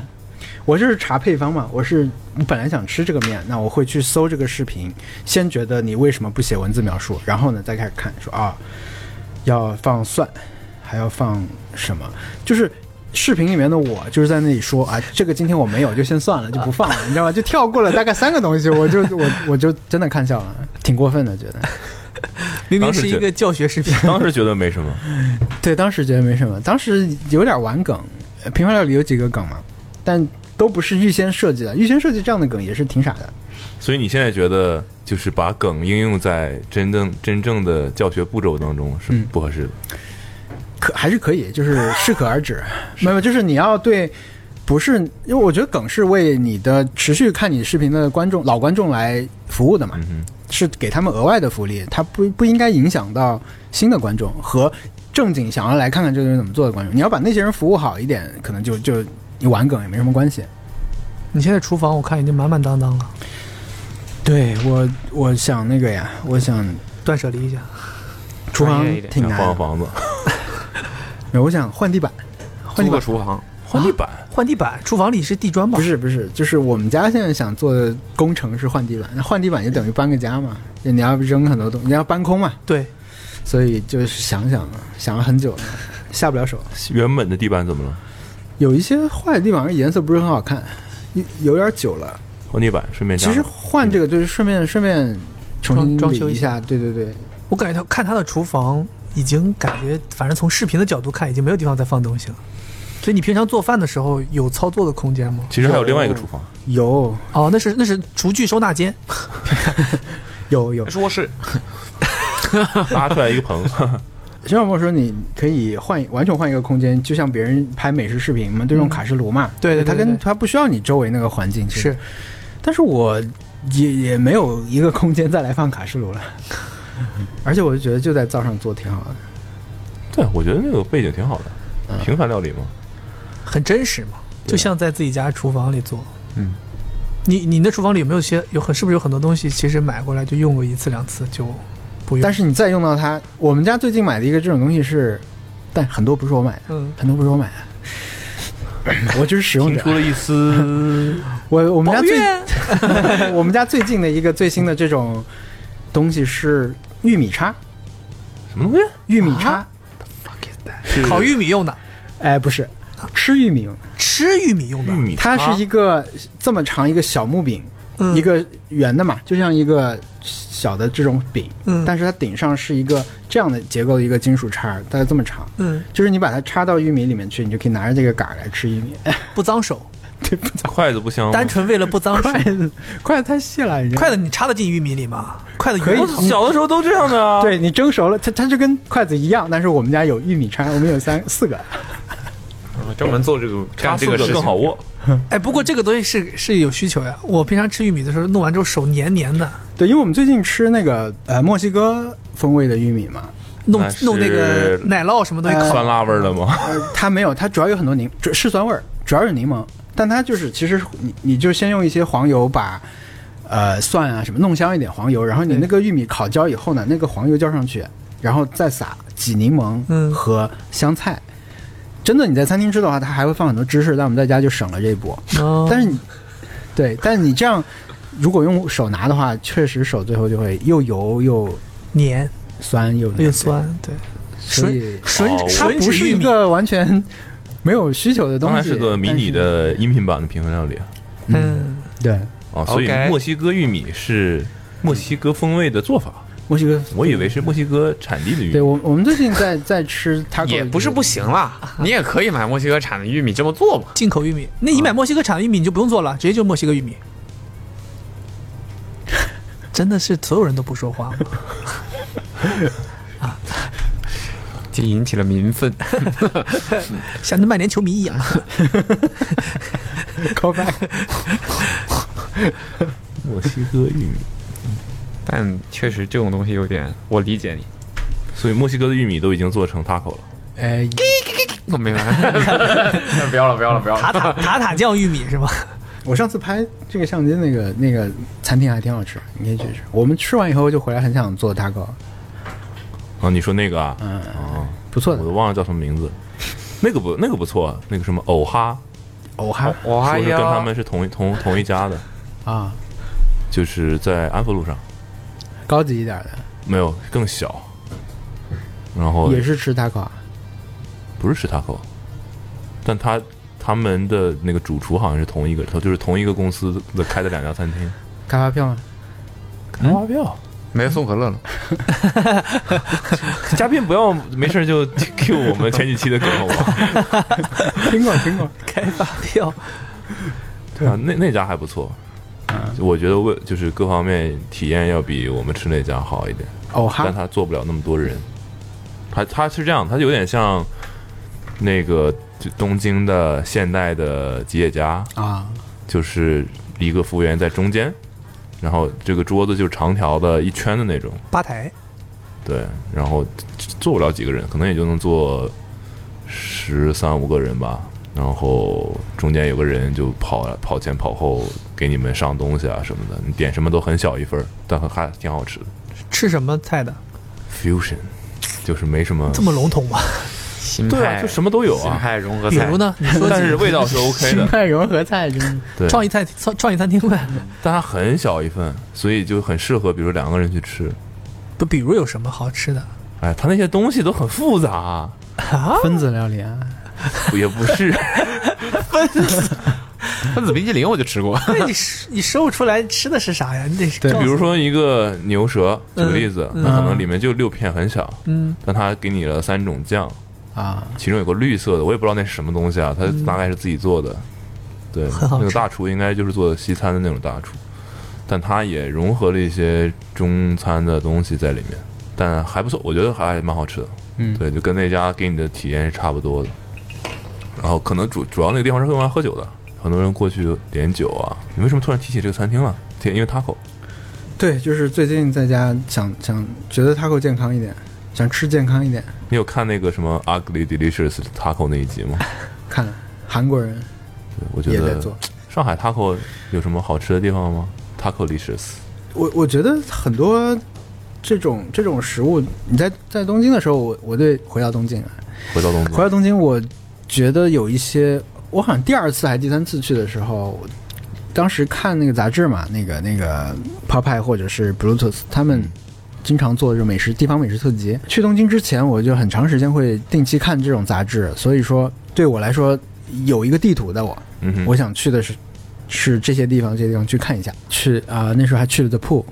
我就是查配方嘛。我是我本来想吃这个面，那我会去搜这个视频，先觉得你为什么不写文字描述，然后呢再开始看，说啊要放蒜，还要放什么，就是。视频里面的我就是在那里说啊，这个今天我没有，就先算了，就不放了，你知道吗？就跳过了大概三个东西，我就我我就真的看笑了，挺过分的，觉得明明当时是一觉个教学视频。当时觉得没什 么，对，当时觉得没什么，当时有点玩梗，呃平凡料理有几个梗嘛，但都不是预先设计的，预先设计这样的梗也是挺傻的。所以你现在觉得就是把梗应用在真正真正的教学步骤当中是嗯不合适的。可还是可以，就是适可而止。没有，就是你要对，不是，因为我觉得梗是为你的持续看你视频的观众老观众来服务的嘛，嗯是给他们额外的福利，它不不应该影响到新的观众和正经想要来看看这个人怎么做的观众。你要把那些人服务好一点，可能就就你玩梗也没什么关系。 你现在厨房我看已经满满当当了，对我，我想那个呀，我想断舍离一下。厨房专业一点挺哼，想难换个的，啊房子，没有我想换地板，换租地个板厨房，换地板，换地板，厨房里是地砖吧？不是不是，就是我们家现在想做的工程是换地板，那换地板就等于搬个家嘛，就你要扔很多东西，你要搬空嘛，对，所以就是想想想了很久了，下不了手。原本的地板怎么了？有一些坏的地方颜色不是很好看，有有点久了。换地板，顺便加其了。实换这个就是顺便顺便重新装装修理一一下下，对对对，我感觉他看他的厨房已经感觉，反正从视频的角度看，已经没有地方再放东西了。所以你平常做饭的时候有操作的空间吗？其实还有另外一个厨房，有哦，那是那是厨具收纳间，有有。说是搭出来一 个棚，徐小莫说你可以换完全换一个空间，就像别人拍美食视频嘛，都用卡式炉嘛，嗯对对对它对跟对它不需要你周围那个环境，其实是但是我也也没有一个空间再来放卡式炉了， 而且我就觉得就在灶上做挺好的。对，我觉得那个背景挺好嗯的，平凡料理嘛。很真实嘛，就像在自己家厨房里做。嗯，你你那厨房里有没有些有很是不是有很多东西其实买过来就用过一次两次就不用？但是是你再用到它，我们家最近买的一个这种东西是，但很多不是我买的，嗯，很多不是我买的， 我就是使用听者出。了一丝， 我我们家抱怨最 我们家最近的一个最新的这种东西是玉米叉，什么东西？玉米叉，是烤玉米用的，哎不是，吃玉米用的，吃玉米用玉的，米它是一个这么长一个小木柄，嗯一个圆的嘛，就像一个小的这种饼，嗯但是它顶上是一个这样的结构的一个金属叉，大概这么长，嗯就是你把它插到玉米里面去，你就可以拿着这个杆儿来吃玉米。不脏手，筷子不香吗，单纯为了不 脏手。筷子，筷子太细了，你知道吗筷子你插得进玉米里吗？筷子可以圆你小的时候都这样的啊。对你蒸熟了，它它就跟筷子一样，但是我们家有玉米叉，我们有三四个，专门做这个加干这这个个事情更好握，哎，不过这个东西是是有需求呀。我平常吃玉米的时候，弄完之后手黏黏的，对，因为我们最近吃那个呃墨西哥风味的玉米嘛，弄那是弄那个奶酪什么东西呃烤。酸辣味儿的吗？呃，它没有，它主要有很多柠，主是酸味儿，主要有柠檬，但它就是其实你你就先用一些黄油把呃蒜啊什么弄香一点黄油，然后你那个玉米烤焦以后呢，那个黄油浇上去，然后再撒挤柠檬嗯和香菜。真的，你在餐厅吃的话，它还会放很多芝士，但我们在家就省了这一步。哦但是你对，但是你这样如果用手拿的话，确实手最后就会又油又黏酸又又酸，对，所以吮吮哦它吮不指是玉一米，个完全没有需求的东当西，然是个迷你的音频版的平衡料理嗯，但是。对，啊，所以 OK 墨西哥玉米是墨西哥风味的做法，墨西哥，我以为是墨西哥产地的玉对米。我我们最近在在吃 taco，也不是不行啦，你也可以买墨西哥产的玉米这么做嘛。进口玉米。那你嗯买墨西哥产的玉米，你就不用做了，直接就墨西哥玉米。 真的是所有人都不说话吗？就引起了民愤。像那曼联球迷一样。 call back，墨西哥玉米， 但确实这种东西有点，我理解你。所以墨西哥的玉米都已经做成 taco 了。哎，我明白，不要了，不要了，不要塔了。 塔塔塔酱玉米是吗？我上次拍这个相机那个那个餐厅还挺好吃，你可以去吃。我们吃完以后就回来，很想做 taco，啊，你说那个啊？嗯啊，不错我的都。忘了叫什么名字。那个不，那个不错，啊那个什么偶哈，哦哈我还说是跟他要们是同一同同一家的，啊，就是在安福路上，高级一点的没有更小。然后也是吃 taco，啊不是吃 taco，但他他们的那个主厨好像是同一个，他就是同一个公司的开的两家餐厅。开发票吗？开发票，没送可乐 了， 嘉宾不要没事就 Q 我们前几期的梗好吧？听过听 过，开发票， 对啊，那那家还不错，我觉得为就是各方面体验要比我们吃那家好一点，哦哈但，他做不了那么多人。他他是这样，他有点像那个就东京的现代的吉野家，啊，就是一个服务员在中间，然后这个桌子就是长条的一圈的那种，吧台对，然后坐不了几个人，可能也就能坐十三五个人吧。然后中间有个人就跑跑前跑后给你们上东西啊什么的，你点什么都很小一份儿，但还挺好吃的。吃什么菜的？ Fusion 就是没什么，这么笼统吗？新对啊，派就什么都有新啊，派哎融合比菜，如？呢？你说但几是个味道是 OK 新的。派融合菜就是对，创意菜创创意餐厅呗。但它很小一份，所以就很适合，比如两个人去吃。不，比如有什么好 吃的哎，它那些东西都很复杂，啊？分子料理啊，也不是。分子冰淇淋我就吃过，那你食你说不出来吃的是啥呀？你得对告 诉比如说一个牛舌，举个例子，嗯那可能里面就六片很小，嗯，但它给你了三种酱，啊，其中有个绿色的，我也不知道那是什么东西啊，它大概是自己做的，对，嗯很好那个吃大厨应该就是做西餐的那种大厨，但它也融合了一些中餐的东西在里面，但还不错，我觉得还蛮好吃的，嗯对，就跟那家给你的体验是差不多的。然后可能主主要那个地方是用来喝酒的，很多人过去点酒啊。你为什么突然提起这个餐厅了？对因为 taco 对，就是最近在家想想觉得它够健康一点，想吃健康一点，你有看那个什么 Ugly Delicious Taco 那一 集吗？看了韩国人对我觉也在得做，上海 Taco 有什么好吃的地方吗？Taco Delicious 我我觉得很多这种这种食物，你在在东京的时候，我我对回到东京啊，回到东回京，到东京，我觉得有一些，我好像第二次还是第三次去的时候，我当时看那个杂志嘛，那个那个 Popeye 或者是 Bluetooth 他们嗯。经常做这种美食地方美食特辑。去东京之前，我就很长时间会定期看这种杂志，所以说对我来说有一个地图的我，嗯哼，我想去的是是这些地方，这些地方去看一下。去啊、那时候还去了 The Pool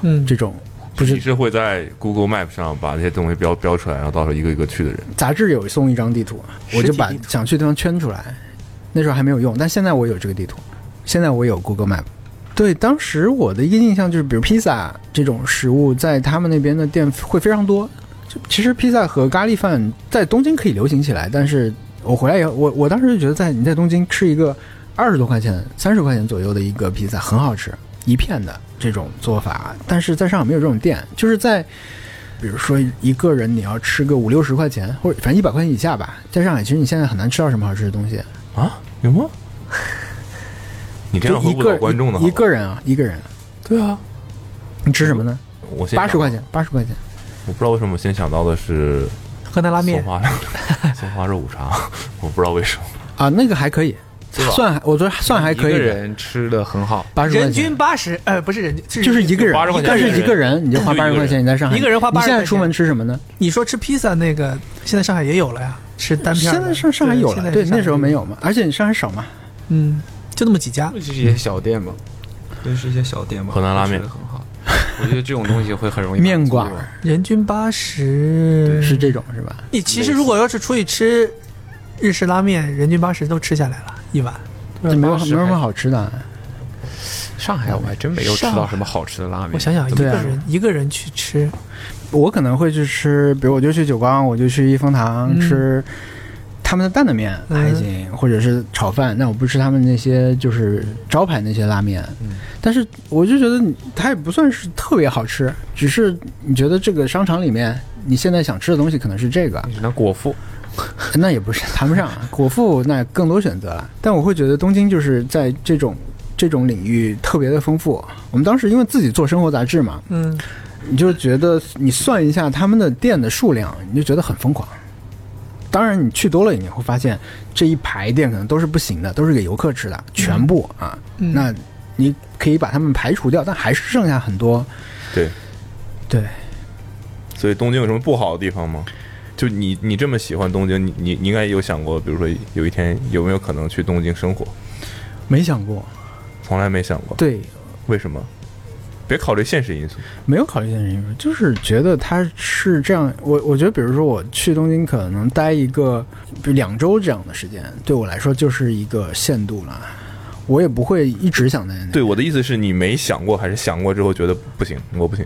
嗯，这种，不是你是会在 Google Map 上把这些东西标标出来，然后到时候一个一个去的人。杂志有送一张地图，实体我就把地图想去的地方圈出来。那时候还没有用，但现在我有这个地图，现在我有 Google Map。对，当时我的一个印象就是，比如披萨这种食物，在他们那边的店会非常多。就其实披萨和咖喱饭在东京可以流行起来，但是我回来以后，我我当时就觉得在，你在东京吃一个二十多块钱、三十块钱左右的一个披萨很好吃，一片的这种做法，但是在上海没有这种店，就是在比如说一个人你要吃个五六十块钱，或者反正一百块钱以下吧，在上海其实你现在很难吃到什么好吃的东西。啊？有吗？你这就样会一误导个观众的好一吧。一个人啊，一个人，对啊，你吃什么呢？我先八十想块，钱，八十块钱。我不知道为什么我先想到的是河南拉松面花肉 松花肉五常， 我不知道为什么。啊，那个还可以，对吧算还我觉得算还可一个以，人吃的很好，八十块人钱均八十，呃，不是人均，就是一个人80块，钱但是一一个人个人你就花就一个八人十块钱，你在上海一个人花你现80块在钱出门吃什么呢？你说吃披萨那个，现在上海也有了呀，吃单片儿现的。在上上海有现了，在对，上海那时候没，有嘛，而且上海少嘛，嗯，就那么几家这。是一些小店吧，这是一些小店吧，河南拉面吃得很 好，我觉得这种东西会很容易面满足馆我人均八十，是这种是吧？你其实如果要是出去吃日式拉面，人均八十都吃下来了一碗。那没有没当有时还什么好吃的，啊上嗯海我还真没有吃到什么好吃的拉面。我想想，一怎个对么啊人、一个人去吃，我可能会去吃，比如我就去九光，我就去一风堂嗯吃他们的担担面嗯还行，或者是炒饭。那我不吃他们那些就是招牌那些拉面，嗯但是我就觉得你它也不算是特别好吃，只是你觉得这个商场里面你现在想吃的东西可能是这个，嗯你只能果腹， 那也不是谈不上 啊。果腹那更多选择了，但我会觉得东京就是在这种这种领域特别的丰富。我们当时因为自己做生活杂志嘛，嗯，你就觉得你算一下他们的店的数量，你就觉得很疯狂。当然，你去多了，你会发现这一排店可能都是不行的，都是给游客吃的，全部啊。嗯那你可以把他们排除掉，但还是剩下很多。对，对，所以东京有什么不好的地方吗？就你你这么喜欢东京，你你你应该有想过，比如说有一天有没有可能去东京生活？没想过。从来没想过，对，为什么？别考虑现实因素。没有考虑现实因素，就是觉得他是这样。我我觉得，比如说我去东京可能待一个比如两周这样的时间，对我来说就是一个限度了。我也不会一直想在那。对，我的意思是你没想过，还是想过之后觉得不行，我不行。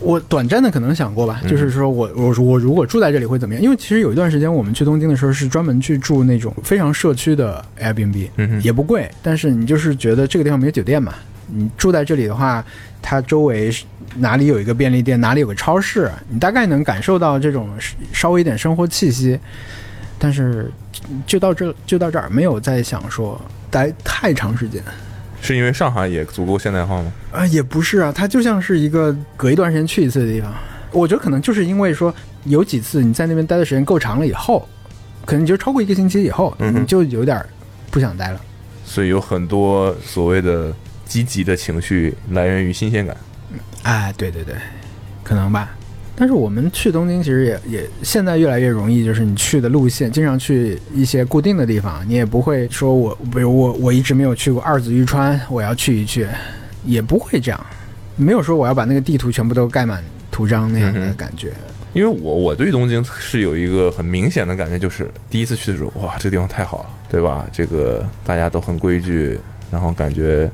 我短暂的可能想过嗯吧，就是说我我我如果住在这里会怎么样？因为其实有一段时间我们去东京的时候是专门去住那种非常社区的 Airbnb，嗯哼也不贵，但是你就是觉得这个地方没有酒店嘛，你住在这里的话，它周围是哪里有一个便利店，哪里有个超市，你大概能感受到这种稍微一点生活气息，但是就到这就到这儿，没有再想说待太长时间。是因为上海也足够现代化吗？啊，也不是啊，它就像是一个隔一段时间去一次的地方。我觉得可能就是因为说有几次你在那边待的时间够长了以后，可能你就超过一个星期以后，嗯哼你就有点儿不想待了。所以有很多所谓的积极的情绪来源于新鲜感。哎，对对对，可能吧。但是我们去东京其实也也现在越来越容易，就是你去的路线，经常去一些固定的地方，你也不会说我，比如我我一直没有去过二子玉川，我要去一去，也不会这样，没有说我要把那个地图全部都盖满图章那样的嗯哼感觉。因为我我对东京是有一个很明显的感觉，就是第一次去的时候，哇，这地方太好了，对吧？这个大家都很规矩，然后感觉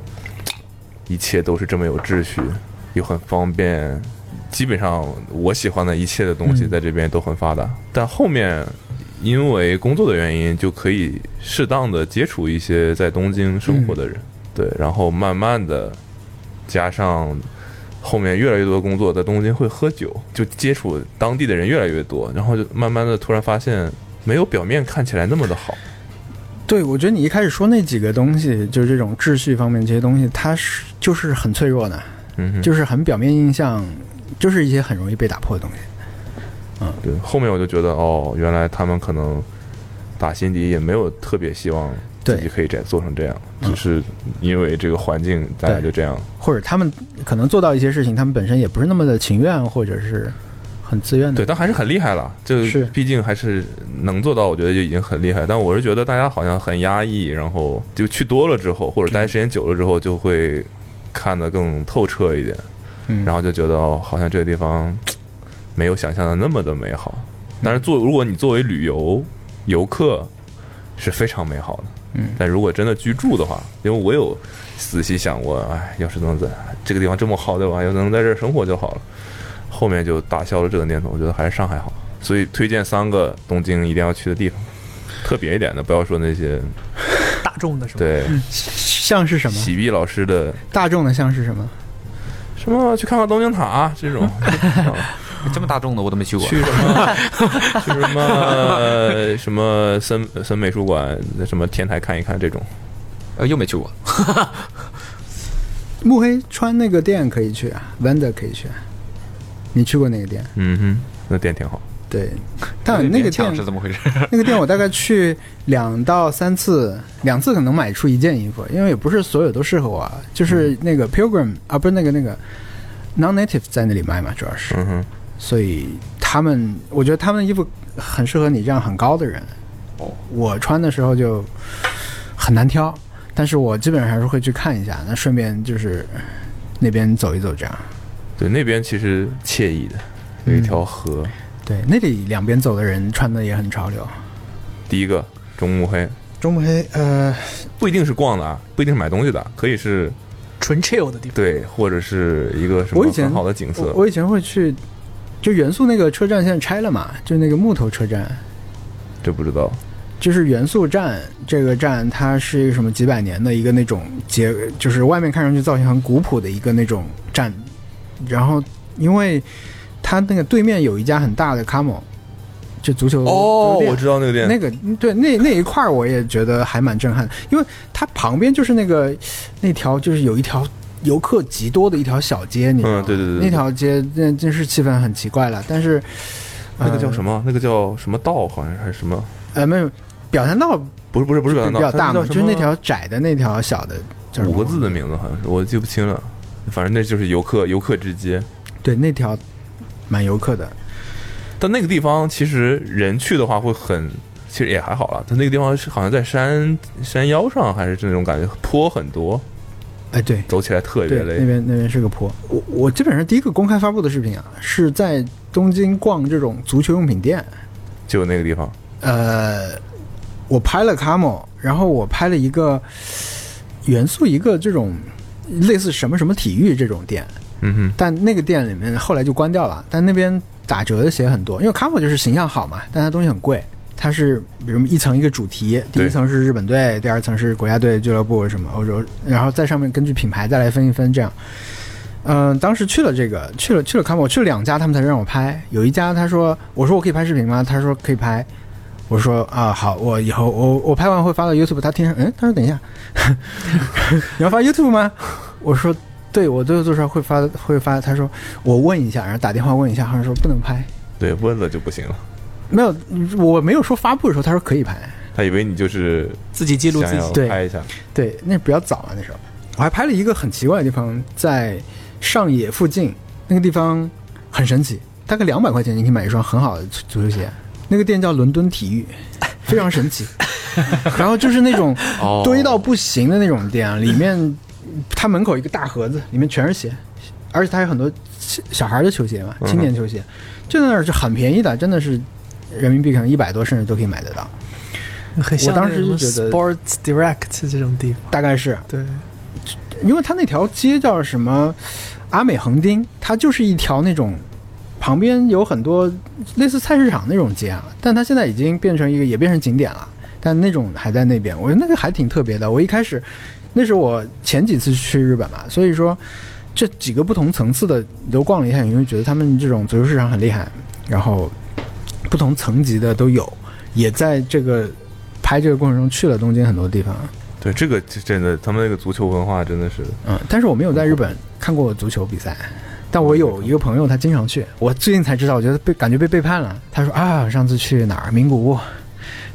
一切都是这么有秩序，又很方便，基本上我喜欢的一切的东西嗯在这边都很发达。但后面因为工作的原因，就可以适当的接触一些在东京生活的人，对，然后慢慢的加上后面越来越多的工作在东京会喝酒，就接触当地的人越来越多，然后就慢慢的突然发现没有表面看起来那么的好。对，我觉得你一开始说那几个东西，就是这种秩序方面这些东西，它是就是很脆弱的，嗯哼，就是很表面印象，就是一些很容易被打破的东西。对。后面我就觉得哦，原来他们可能打心底也没有特别希望对自己可以这做成这样，只是因为这个环境大家就这样。或者他们可能做到一些事情，他们本身也不是那么的情愿，或者是很自愿的。对，但还是很厉害了，就是毕竟还是能做到，我觉得就已经很厉害。但我是觉得大家好像很压抑，然后就去多了之后，或者待时间久了之后，就会看得更透彻一点，嗯然后就觉得哦，好像这个地方没有想象的那么的美好。嗯但是作如果你作为旅游游客是非常美好的，嗯但如果真的居住的话，因为我有仔细想过，哎，要是能在这个地方这么好，对吧？要能在这儿生活就好了。后面就打消了这个念头，我觉得还是上海好。所以推荐三个东京一定要去的地方，特别一点的，不要说那些大众的什么？对像是什么？喜碧老师的大众的像是什么？什么去看看东京塔这 种，啊这么大众的我都没去过。去什么去什么 呃什么森森美术馆什么天台看一看这种。呃，又没去过。慕黑川那个店可以去啊，Vanda 可以去啊。你去过那个店？嗯哼，那店挺好。 对，但那个勉强店是怎么回事？ 那个店我大概去两到三次，两次可能买出一件衣服，因为也不是所有都适合我啊。就是嗯那个 Pilgrim 啊，不是那个那个 Non-Native 在那里卖嘛，主要是，嗯哼，所以他们我觉得他们的衣服很适合你这样很高的人。哦我穿的时候就很难挑，但是我基本上还是会去看一下，那顺便就是那边走一走这样。对，那边其实惬意的，有一条河。对，那里两边走的人穿的也很潮流。第一个中目黑，中目黑，呃，不一定是逛的啊，不一定是买东西的啊，可以是纯 chill 的地方。对，或者是一个什么我以前很好的景色我。我以前会去，就元素那个车站现在拆了嘛，就那个木头车站，这不知道，就是元素站这个站，它是一个什么几百年的一个那种结，就是外面看上去造型很古朴的一个那种站，然后因为它那个对面有一家很大的 Camo，就足球足球店哦我知道那个店，那个对那那一块儿我也觉得还蛮震撼的，因为它旁边就是那个那条就是有一条游客极多的一条小街，你知道吗？嗯对对对对那条街那真是气氛很奇怪了，但是那个叫什么？么？那个叫什么道？好像是还是什么？呃，没有，表参道不是不是不是比表较参道，大它嘛，叫就什是么那条窄的那条小的叫什么五个字的名字，好像是我记不清了。反正那就是游客游客之街，对，那条蛮游客的，但那个地方其实人去的话会很，其实也还好啦。它那个地方是好像在山山腰上，还是那种感觉坡很多，哎，对走起来特别对，那累。边那边是个坡。我我基本上第一个公开发布的视频啊，是在东京逛这种足球用品店，就那个地方，呃，我拍了 Camo，然后我拍了一个元素一个这种类似什么什么体育这种店，嗯哼，但那个店里面后来就关掉了，但那边打折的鞋很多，因为 Camo 就是形象好嘛，但它东西很贵。它是比如一层一个主题，第一对层是日本队，第二层是国家队、俱乐部什么欧洲，然后在上面根据品牌再来分一分这样。嗯、当时去了这个，去了去了 Camo，我去了两家，他们才让我拍。有一家他说，我说我可以拍视频吗？他说可以拍。我说啊，好，我以后我我拍完会发到 YouTube。他听上，嗯，他说等一下， 你要发 YouTube 吗？我说对，我都做出来会发会发。他说我问一下，然后打电话问一下，好像说不能拍。对，问了就不行了。没有，我没有说发布的时候，他说可以拍。他以为你就是自己记录自想己要。对拍一下，对，那比较早啊，那时候我还拍了一个很奇怪的地方，在上野附近，那个地方很神奇，大概两百块钱你可以买一双很好的足足球鞋，那个店叫伦敦体 育，非常神 奇。然后就是那种哦堆到不行的那种店啊，里面它门口一个大盒子，里面全是鞋，而且它有很多小小孩的球鞋嘛，青年球鞋，就在那儿是很便宜的，真的是人民币可能一百多甚至都可以买得到，很像我当时那就种觉得 Sports Direct 这种地方，大概是。对，因为它那条街叫什么阿美横丁，它就是一条那种旁边有很多类似菜市场那种街啊，但它现在已经变成一个也变成景点了，但那种还在那边，我觉得那个还挺特别的。我一开始那是我前几次去日本嘛，所以说这几个不同层次的你都逛了一下，你会觉得他们这种足球市场很厉害，然后不同层级的都有，也在这个拍这个过程中去了东京很多地方。对这个真的，他们那个足球文化真的是嗯，但是我没有在日本看过足球比赛，但我有一个朋友，他经常去。我最近才知道，我觉得被感觉被背叛了。他说啊，上次去哪儿名古屋，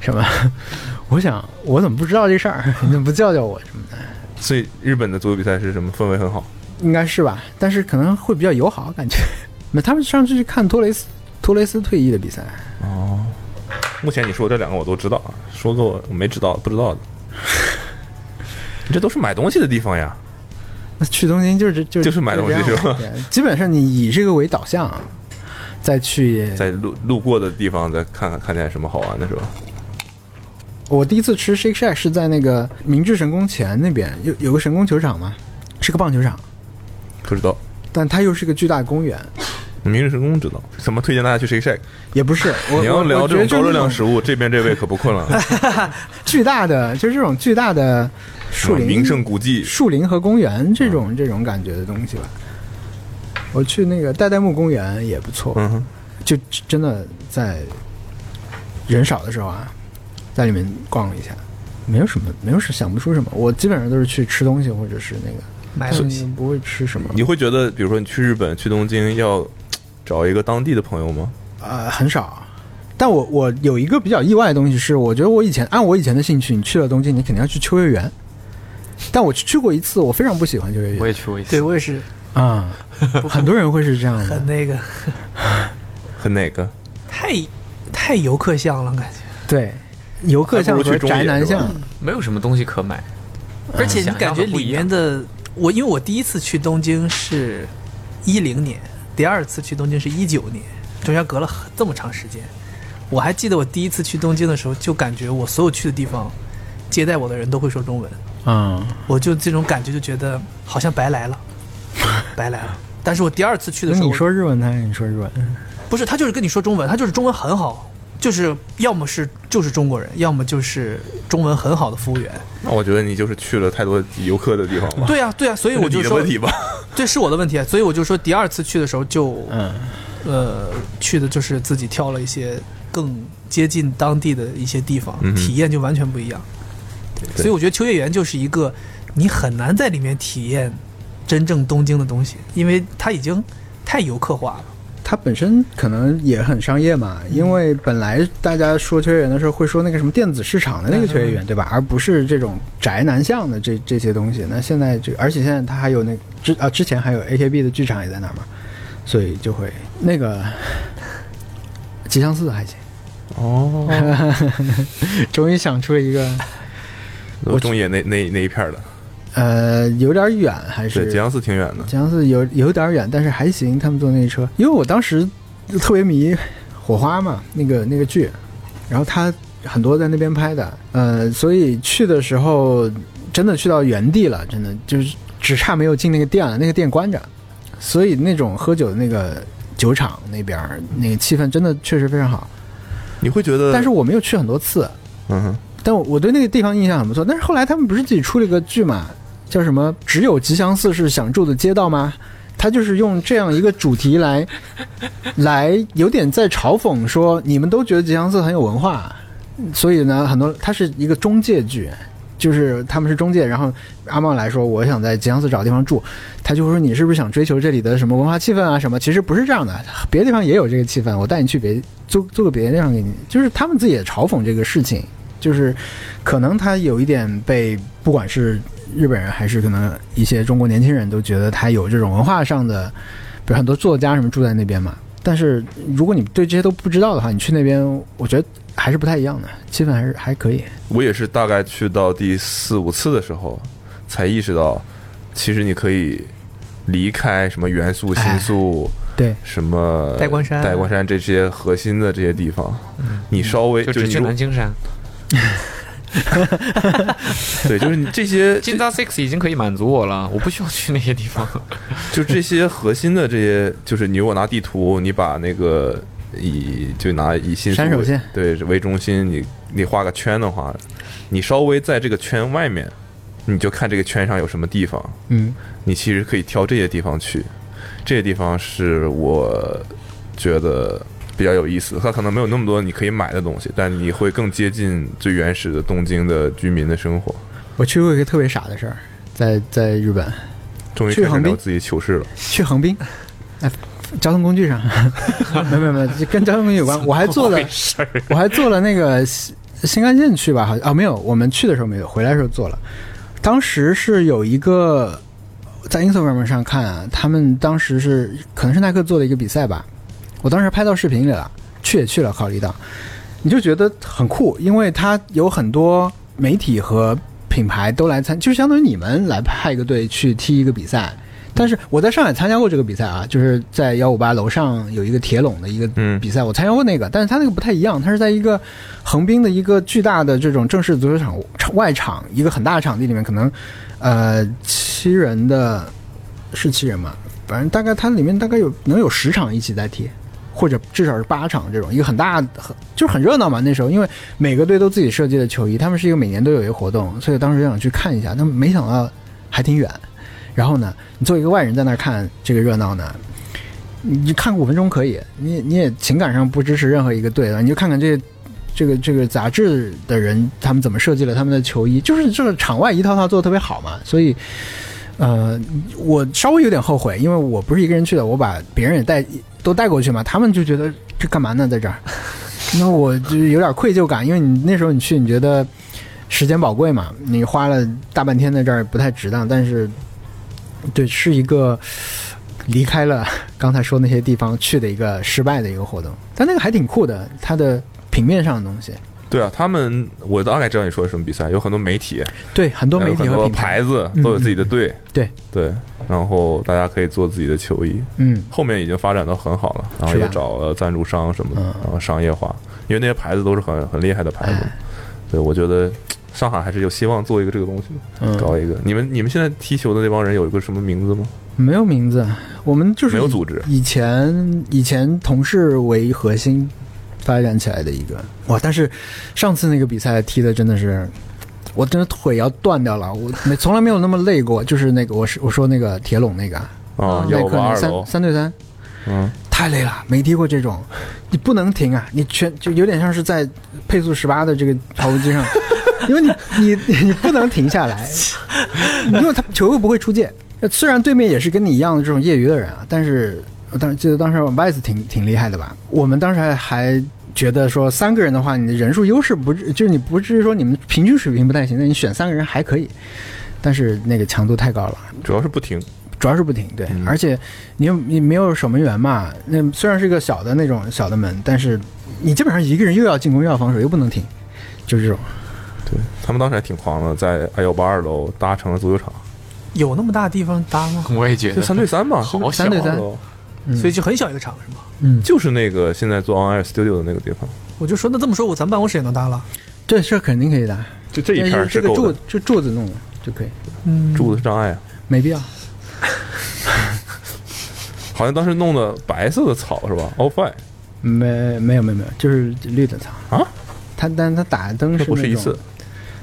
什么？ 我想我怎么不知道这事儿？你怎么不叫叫我什么的？ 所以日本的足球比赛是什么氛围很好，应该是吧，但是可能会比较友好感觉。 那他们上次去看托雷斯托雷斯退役的比赛，目前你说这两个我都知道，啊，说个我没知道不 知道的，这都是买东西的地方呀。那去东京就是就是就是买东西这样是吧对基本上你以这个为导向，再去在路路过的地方再看看看见什么好玩的是吧？我第一次吃 Shake Shack 是在那个明治神宫前那边，有有个神宫球场嘛，是个棒球场，不知道，但它又是个巨大的公园，明日神宫知道。什么推荐大家去 Shake Shack？也不 是。我你要我聊我觉这得种高热量就是食物，这边这位可不困了。 那种巨大的，就是这种巨大的树林、名胜古迹，树林和公园这种这种感觉的东西吧。我去那个代代木公园也不错，嗯哼，就真的在人少的时候啊，在里面逛了一下，没有什么，没有什想不出什么。我基本上都是去吃东西或者是那个。买东哎你西不会吃什么？你会觉得，比如说你去日本、去东京，要找一个当地的朋友吗？呃，很少。但我我有一个比较意外的东西是，我觉得我以前按我以前的兴趣，你去了东京，你肯定要去秋叶原。但我去去过一次，我非常不喜欢秋叶 原我也去过一次，对我也是 啊、很多人会是这样的很，那个，很哪个？太太游客像了，感觉。对，游客像还不和如去中野宅男是吧像，没有什么东西可买。而且你嗯想象感觉很不里一样面的我，因为我第一次去东京是一零年，第二次去东京是一九年，中间隔了很这么长时间。我还记得我第一次去东京的时候，就感觉我所有去的地方，接待我的人都会说中文，嗯，我就这种感觉就觉得好像白来了，白来了。但是我第二次去的那时候，你说日文，他跟你说日文，不是，他就是跟你说中文，他就是中文很好，就是要么是就是中国人，要么就是中文很好的服务员。那哦我觉得你就是去了太多游客的地方吧。对呀、对呀、所以这是我就你的说问题吧。这是我的问题，啊所以我就说第二次去的时候就，嗯，呃，去的就是自己挑了一些更接近当地的一些地方，嗯哼体验就完全不一样。对，对所以我觉得秋叶原就是一个你很难在里面体验真正东京的东西，因为它已经太游客化了。它本身可能也很商业嘛，嗯因为本来大家说秋叶原的时候会说那个什么电子市场的那个秋叶嗯原，对吧？而不是这种宅男向的这这些东西。那现在这个，而且现在它还有那之啊之前还有 AKB 的剧场也在那儿嘛，所以就会那个吉祥寺还行。哦， 终于想出一个，我中野那那那一片儿的，呃，有点远，还是对，吉昂斯挺远的，吉昂斯有有点远，但是还行。他们坐那车，因为我当时特别迷《火花》嘛，那个那个剧，然后他很多在那边拍的，呃，所以去的时候真的去到原地了，真的就是只差没有进那个店了，那个店关着，所以那种喝酒的那个酒厂那边儿那个气氛真的确实非常好。你会觉得，但是我没有去很多次，嗯哼，但我我对那个地方印象很不错。但是后来他们不是自己出了一个剧嘛，叫什么“只有吉祥寺是想住的街道”吗？他就是用这样一个主题来， 来有点在嘲讽说，你们都觉得吉祥寺很有文化，所以呢，很多它是一个中介剧，就是他们是中介，然后阿茂来说，我想在吉祥寺找个地方住，他就会说你是不是想追求这里的什么文化气氛啊什么？其实不是这样的，别的地方也有这个气氛，我带你去别租租个别的地方给你，就是他们自己也嘲讽这个事情，就是可能他有一点被不管是日本人还是可能一些中国年轻人都觉得他有这种文化上的，比如很多作家什么住在那边嘛。但是如果你对这些都不知道的话，你去那边，我觉得还是不太一样的，气氛还是还可以。我也是大概去到第四五次的时候，才意识到，其实你可以离开什么元素、新宿、对，什么代官山代官山这些核心的这些地方，你稍微就就只你去如南京山。对，就是你这些金扎 Six 已经可以满足我了，我不需要去那些地方。就这些核心的这些，就是你如果拿地图，你把那个以就拿以新宿山手为线对为中心，你你画个圈的话，你稍微在这个圈外面，你就看这个圈上有什么地方，嗯，你其实可以挑这些地方去。这些地方是我觉得比较有意思的，它可能没有那么多你可以买的东西，但你会更接近最原始的东京的居民的生活。我去过一个特别傻的事儿，在在日本，终于去开始横滨聊自己糗事了。去横滨，哎，交通工具上，没有没有没有，这跟交通工具有关。我还坐了，我还坐了那个新新干线去吧，好像啊没有，我们去的时候没有，回来的时候坐了。当时是有一个在 Instagram 上看啊，他们当时是可能是耐克做的一个比赛吧，我当时拍到视频里了，去也去了，考虑到，你就觉得很酷，因为它有很多媒体和品牌都来参，就相当于你们来派一个队去踢一个比赛。但是我在上海参加过这个比赛啊，就是在幺五八楼上有一个铁笼的一个嗯比赛，我参加过那个，但是它那个不太一样，它是在一个横滨的一个巨大的这种正式足球场场外场，一个很大的场地里面，可能呃七人的是七人嘛，反正大概它里面大概有能有十场一起在踢，或者至少是八场这种，一个很大很就是很热闹嘛。那时候因为每个队都自己设计的球衣，他们是一个每年都有一个活动，所以当时就想去看一下，但没想到哎还挺远。然后呢，你作为一个外人在那儿看这个热闹呢，你看五分钟可以，你你也情感上不支持任何一个队了，你就看看这这个这个杂志的人他们怎么设计了他们的球衣，就是这个场外一套套做的特别好嘛，所以。呃，我稍微有点后悔，因为我不是一个人去的，我把别人也带都带过去嘛，他们就觉得这干嘛呢，在这儿？那我就有点愧疚感，因为你那时候你去，你觉得时间宝贵嘛，你花了大半天在这儿不太值当，但是对，是一个离开了刚才说那些地方去的一个失败的一个活动，但那个还挺酷的，它的平面上的东西，对啊，他们我大概知道你说的什么比赛，有很多媒体，对，很多还媒有体很和多品牌，牌子嗯都有自己的队，对对，然后大家可以做自己的球衣，嗯，后面已经发展到很好了，然后是吧也找了赞助商什么的，嗯然后商业化，因为那些牌子都是很很厉害的牌子，哎对我觉得。嘖上海还是有希望做一个这个东西的，嗯，搞一个。你们你们现在踢球的那帮人有一个什么名字吗？没有名字，嗯我们就是没有组织，以前以前同事为核心发展起来的一个哇，但是上次那个比赛踢的真的是，我真的腿要断掉了，我没从来没有那么累过，就是那个我是我说那个铁笼那个啊，耐幺五克嗯八那二三楼，三对三，嗯，太累了，没踢过这种，你不能停啊！你全就有点像是在配速十八的这个跑步机 上，因为你你你不能停下来，因为他球又不会出界。虽然对面也是跟你一样的这种业余的人啊，但是我当时记得当时我们 Vice 挺挺厉害的吧？我们当时还还觉得说三个人的话，你的人数优势不至就是你不至于说你们平均水平不太行，那你选三个人还可以，但是那个强度太高了。主要是不停，主要是不停，对，嗯而且你又你没有守门员嘛，那虽然是一个小的那种小的门，但是你基本上一个人又要进攻又要防守又不能停，就是这种，对，对他们当时还挺狂的，在二幺八二楼搭成了足球场，有那么大地方搭吗？我也觉就得三对三嘛，好就是小对三楼嗯所以就很小一个场是吗？就是那个现在做 On Air Studio 的那个地方，我就说那这么说，我咱办公室也能搭了。这事儿肯定可以的，就这一但片呃是这儿是个够柱的，这柱子弄了就可以，嗯柱子是障碍啊。没必要。好像当时弄的白色的草是吧？All Five 没没有没有没有，就是绿的草啊，它但它打的灯那是不是那一种次，，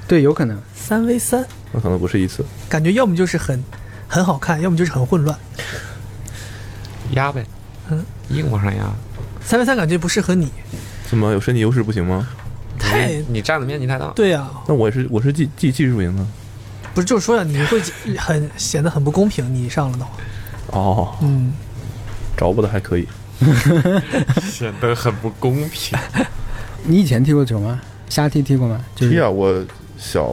对，有可能。三 v 三，那可能不是一次。感觉要么就是很很好看，要么就是很混乱。压呗，嗯硬往上压。三 v 三感觉不适合你，怎么有身体优势不行吗？太你你占的面积太大，对呀、啊那我也是我是技技技术型的。不是就是说呀、你会很显得很不公平，你上了的话，哦，嗯，找补的还可以。显得很不公 平。你以前踢过球吗？瞎踢踢过吗？就是踢啊，我小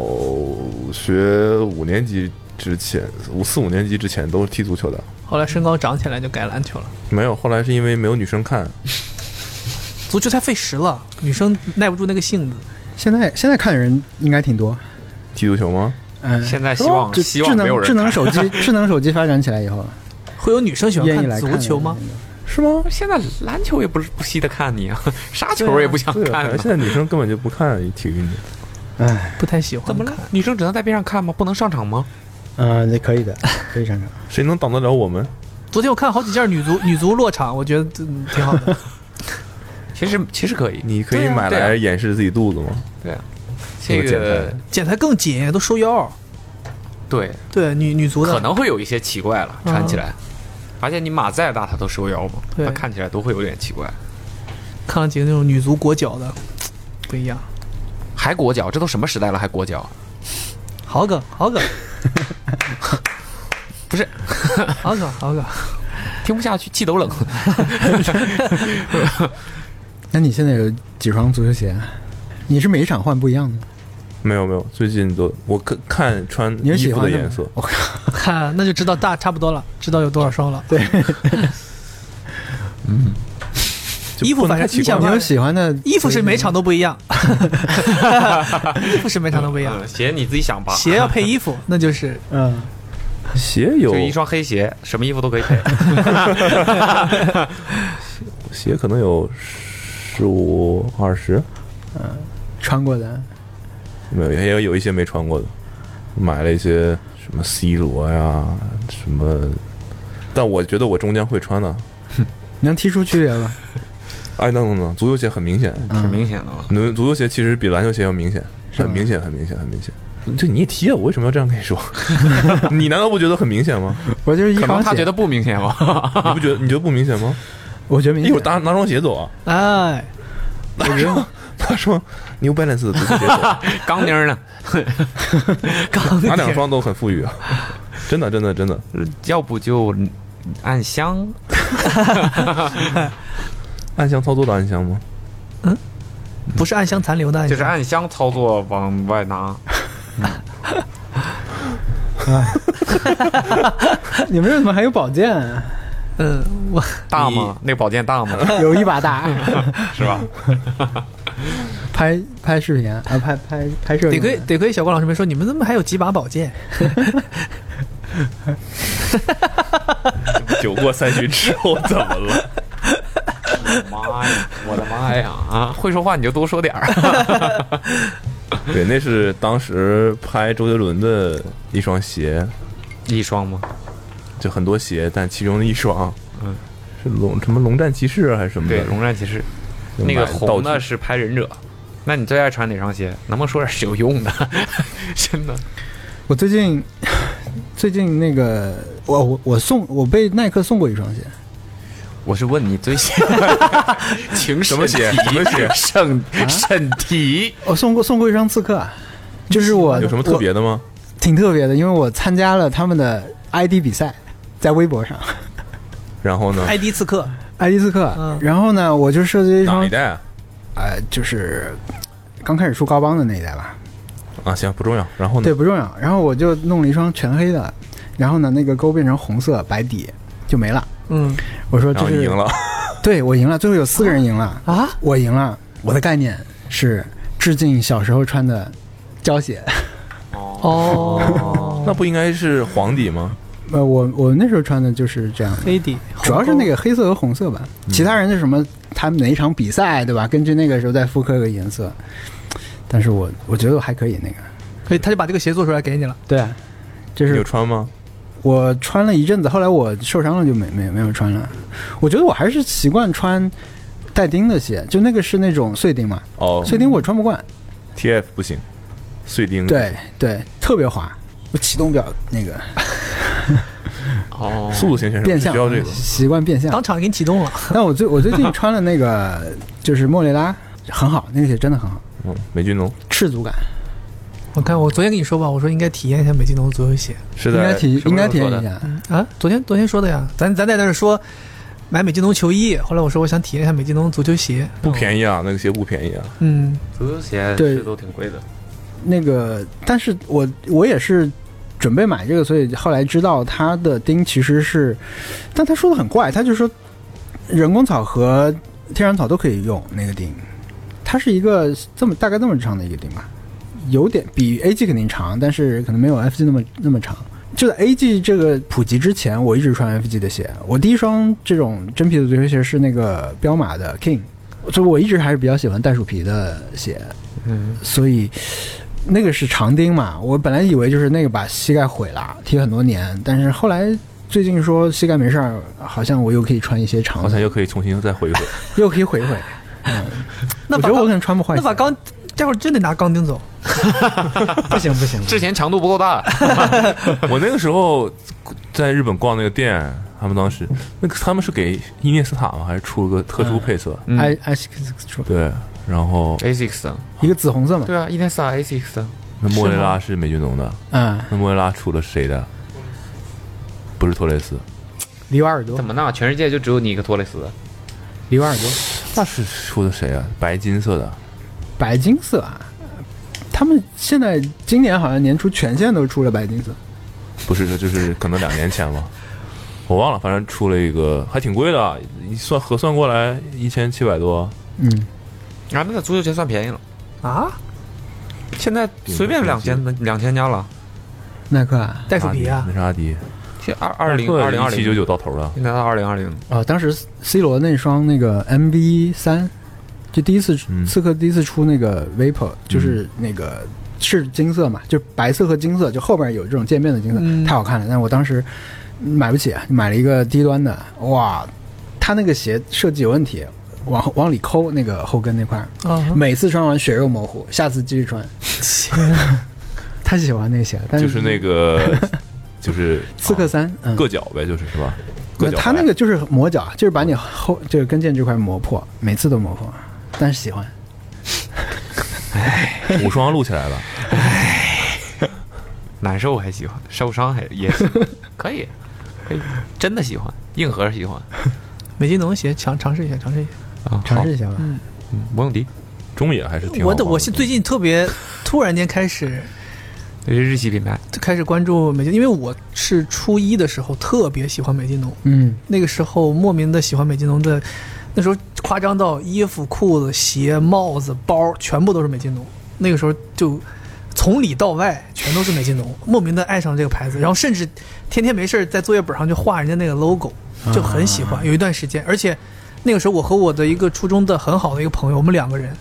学五年级之前，五四五年级之前都是踢足球的。后来身高长起来就改篮球了。没有，后来是因为没有女生看，足球太费时了，女生耐不住那个性子。现在现在看的人应该挺多，踢足球吗？嗯，现在希哦望就希望智没有能人智能看 手机智能手机发展起来以后，会有女生喜欢愿意来看看足球吗？？是吗？现在篮球也不是不稀得看你啊，啥球也不想对啊，看反了正。现在女生根本就不看体育运动。哎，不太喜欢。怎么了？？女生只能在边上看吗？不能上场吗？呃，那可以的，可以上场。谁能挡得了我们？昨天我看好几件女足女足落场，我觉得嗯挺好 的。其实其实可以，你可以对啊买对啊来掩饰自己肚子吗？对啊，这这个个剪裁更紧，都收腰。对，对，女女足的可能会有一些奇怪了，嗯穿起来。而且你码再大，它都收腰嘛，对它看起来都会有点奇怪。看了几个那种女足裹脚的，不一样。还裹脚，这都什么时代了还裹脚？好梗，好 梗，不是好梗，好梗。听不下去，气都冷。 那你现在有几双足球鞋啊？你是每一场换不一样的？没有没有，最近都我看看穿你是衣喜服欢的的吗颜色。我靠，看， 那就知道大差不多了，知道有多少双了。对，就衣服不能反太正奇怪你想你吧有喜欢的衣服是每场都不 一样，衣服是每场都不一样。嗯鞋你自己想吧，鞋要配衣 服，那就是嗯，鞋有就一双黑鞋，什么衣服都可以 配。鞋可能有十五二十，穿过的，没有也有有一些没穿过的，买了一些什么 C 罗呀什么，但我觉得我中间会穿的。你能踢出区别吗？哎，等等等，足球鞋很明显，挺明显的啊嘛。足足球鞋其实比篮球鞋要明显，很吗明显，很明显，很明显。就你也踢啊，我为什么要这样跟你说？你难道不觉得很明显吗？我就是一可能双他觉鞋得，不明显啊 吧？你不觉得你觉得不明显吗？我觉得明一显会儿拿拿双鞋走啊，哎，拿双 拿双 New Balance 的足球鞋走，钢钉 呢？钢拿两铁双都很富裕啊，真的，真的，真的。要不就暗箱，暗箱操作的暗箱吗？不是暗香残留的暗就是香，暗箱操作往外 拿。你们这怎么还有宝剑啊？嗯，我大吗？那个宝剑大 吗？有一把大，是吧？ 拍拍视频啊，啊拍拍拍摄得用的。亏得亏小郭老师没说，你们怎么还有几把宝剑？酒过三巡之后怎么了？妈呀！我的妈呀！啊， 会说话你就多说点儿。 对，那是当时拍周杰伦的一双鞋， 一双吗？就很多鞋，但其中的一双，嗯，是龙什么龙战骑士啊还是什么对，的，龙战骑士。就买那个的道红的具，是拍忍者。那你最爱穿哪双鞋？能不能说点有用的？真的，我最近最近那个，我我我送我被耐克送过一双鞋， 我是问你最喜情什什么鞋什么 鞋 审审题我送过送过一双刺客啊，就是我有什么特别的吗？我挺特别的，因为我参加了他们的 ID 比赛，在微博上然后呢？哎 ID 刺客， ID 刺客，嗯然后呢，我就设计了一哪双一，代啊？呃，就是刚开始出高帮的那一代吧，啊，行，不重要。然后呢对，？不重要。然后我就弄了一双全黑的，然后呢，那个勾变成红色白底就没了。嗯我说然这后是你赢，了，对我赢了，最后有四个人赢了。啊，我赢了。我的概念是致敬小时候穿的胶鞋。 哦，那不应该是黄底吗？呃，我我那时候穿的就是这样的，黑底，主要是那个黑色和红色吧。其他人是什么？他们哪一场比赛对吧？根据那个时候再复刻个颜色。但是我我觉得我还可以那个。所以他就把这个鞋做出来给你了。对啊，就你是有穿吗？我穿了一阵子，后来我受伤了就没没没有穿了。我觉得我还是习惯穿带钉的鞋，就那个是那种碎钉嘛，哦碎钉我穿不惯， ，TF 不行，碎钉。对对，特别滑。我启动表那个哦，速度型选手变只向需要这个，习惯变向当，场给你启动了，但我最我最近穿了那个就是莫雷拉，很好，那个鞋真的很好，嗯，美俊龙赤足感。我看我昨天跟你说吧，我说应该体验一下美津浓左右鞋。是应在该体什应么该时候体验做的嗯一。下。啊，昨天昨天说的呀，咱咱在那儿说买美津浓球衣，后来我说我想体验一下美津浓足球鞋，不宜。便宜啊，那个鞋不便宜啊。嗯，足球鞋对是都挺贵的，那个，但是我我也是准备买这个，所以后来知道它的钉其实是，但他说的很怪，他就说人工草和天然草都可以用那个钉，它是一个这么大概这么长的一个钉吧，有点比 AG 肯定长，但是可能没有 FG 那么那么长。就在 AG 这个普及之前，我一直穿 FG 的鞋。我第一双这种真皮的足球鞋是那个彪马的 King，所以我一直还是比较喜欢袋鼠皮的鞋。嗯，所以那个是长钉嘛，我本来以为就是那个把膝盖毁了，踢了很多年，但是后来最近说膝盖没事儿，好像我又可以穿一些长好像的，又可以重新再 回一回。又可以毁一毁。那我把觉得我可钢能穿不坏那鞋，把钢，待会儿真得拿钢钉走。不行不行，之前长度不够大，我那个时候在日本逛那个店，他们当时那个他们是给伊涅斯塔吗？还是出了个特殊配色？嗯哎哎，说对，然后哎 ASICS 的，一个紫红色嘛，对啊，伊涅斯塔 ASICS 的，那莫雷拉是美俊龙的，嗯，那莫雷拉出了谁的？不是托雷斯，里瓦尔多怎，么那全世界就只有你一个托雷斯的？里瓦尔多，那是出的谁啊？白金色的，白金色啊。他们现在今年好像年初全线都出了白金色，不是，就是可能两年前吧，我忘了，反正出了一个还挺贵的啊，一算核算过来一千七百多，嗯，啊，那足球鞋算便宜了，啊，现在随便两千两千家了，耐克啊，袋鼠皮阿啊迪，那是阿迪，现在二二零二零二七九零，九到头了，现在到二零二零，哦，当时 C 罗那双那个 MV 三，就第一次、嗯刺客第一次出那个 Vapor，就是那个是金色嘛，就白色和金色，就后边有这种渐变的金色，嗯太好看了。但我当时买不起，啊买了一个低端的，哇，它那个鞋设计有问题，往后往里抠那个后跟那块儿，啊，每次穿完血肉模糊，下次继续穿。 他喜欢那个鞋，但就是那个就是啊刺客三，嗯，硌脚呗，就是是吧？硌那脚，他那个就是磨脚，啊就是把你后就是跟腱这块磨破，每次都磨破，但是喜欢。五双录起来了，难受还喜欢，受伤还也 可以，可以，真的喜欢，硬核喜欢美津浓鞋尝尝试一下，尝试一下。啊，尝好试一下吧。嗯不用提，中野还是挺好我的。的我是最近特别突然间开始这是日系品牌，就开始关注美津，因为我是初一的时候特别喜欢美津浓，嗯，那个时候莫名的喜欢美津浓的，那时候夸张到衣服、裤子、鞋、帽子、包全部都是美津浓，那个时候就从里到外全都是美津浓，莫名的爱上这个牌子，然后甚至天天没事儿在作业本上就画人家那个 logo，就很喜欢，有一段时间，而且那个时候我和我的一个初中的很好的一个朋友，我们两个人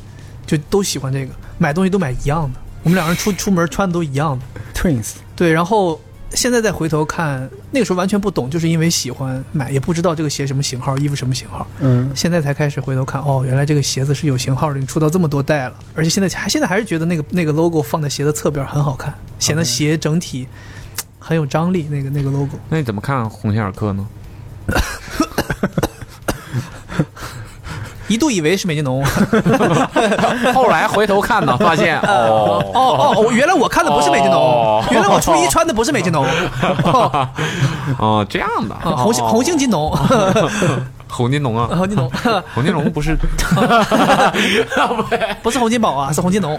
就都喜欢这个，买东西都买一样的，我们两个人出出门穿的都一样的。 Twins，对，然后现在再回头看，那个时候完全不懂，就是因为喜欢买，也不知道这个鞋什么型号，衣服什么型号。嗯，现在才开始回头看，哦，原来这个鞋子是有型号的，你出到这么多代了。而且现在还现在还是觉得那个那个 logo 放在鞋的侧边很好看，显得鞋整体嘖很有张力。那个那个 logo，那你怎么看鸿星尔克呢？一度以为是美津浓， 后来回头看呢，发现哦 哦，哦，我原来我看的不是美津浓，哦原来我初一穿的不是美津浓，哦，哦这样的，啊红星哦红星金浓， 红金龙 啊，红金浓。 红金龙不是，不是洪金宝啊，是洪金龙，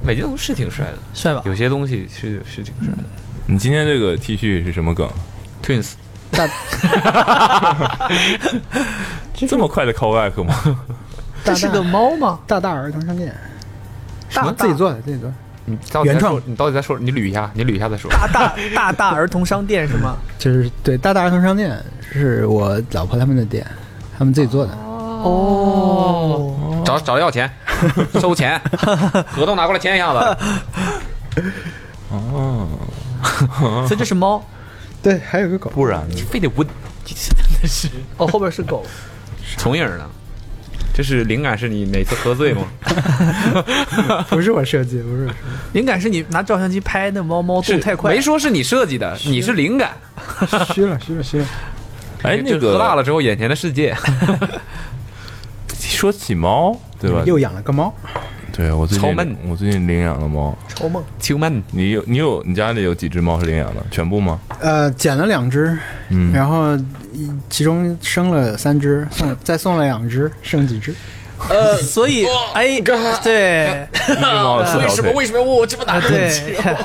美金龙是挺帅的，帅吧？有些东西是是挺帅的你今天这个 T 恤是什么梗？ ，Twins 大这么快的 callback 吗？这是个猫吗？大大儿童商店，大自己做的，自己做的，你到底在原创说你到底在说？你捋一下，你捋一下再说。大大大大儿童商店是吗？就是对大大儿童商店是我老婆他们的店，他们自己做的。哦，找找他要钱，收 钱，合同拿过来签一下子。嗯所以这是猫，对，还有个狗，不然呢非得问，哦，后边是狗。从影儿呢？这是灵感是你哪次 喝醉吗？不是我设计，不是我设计。灵感是你拿照相机拍那猫猫动是太快，没说是你设计的，你是灵感。虚了，虚了，虚了。哎，就那喝个大了之后，眼前的世界。 说起猫，对吧？又养了个猫，对我最超闷近我最近领养了猫。超梦。秋闷，你有你有你家里有几只猫是领养的？全部吗？呃，捡了两只，嗯，然后一其中生了三只，送再送了两只，剩几只？呃，所以哎， 对一只猫有四条腿。什么要问我这么大啊 对，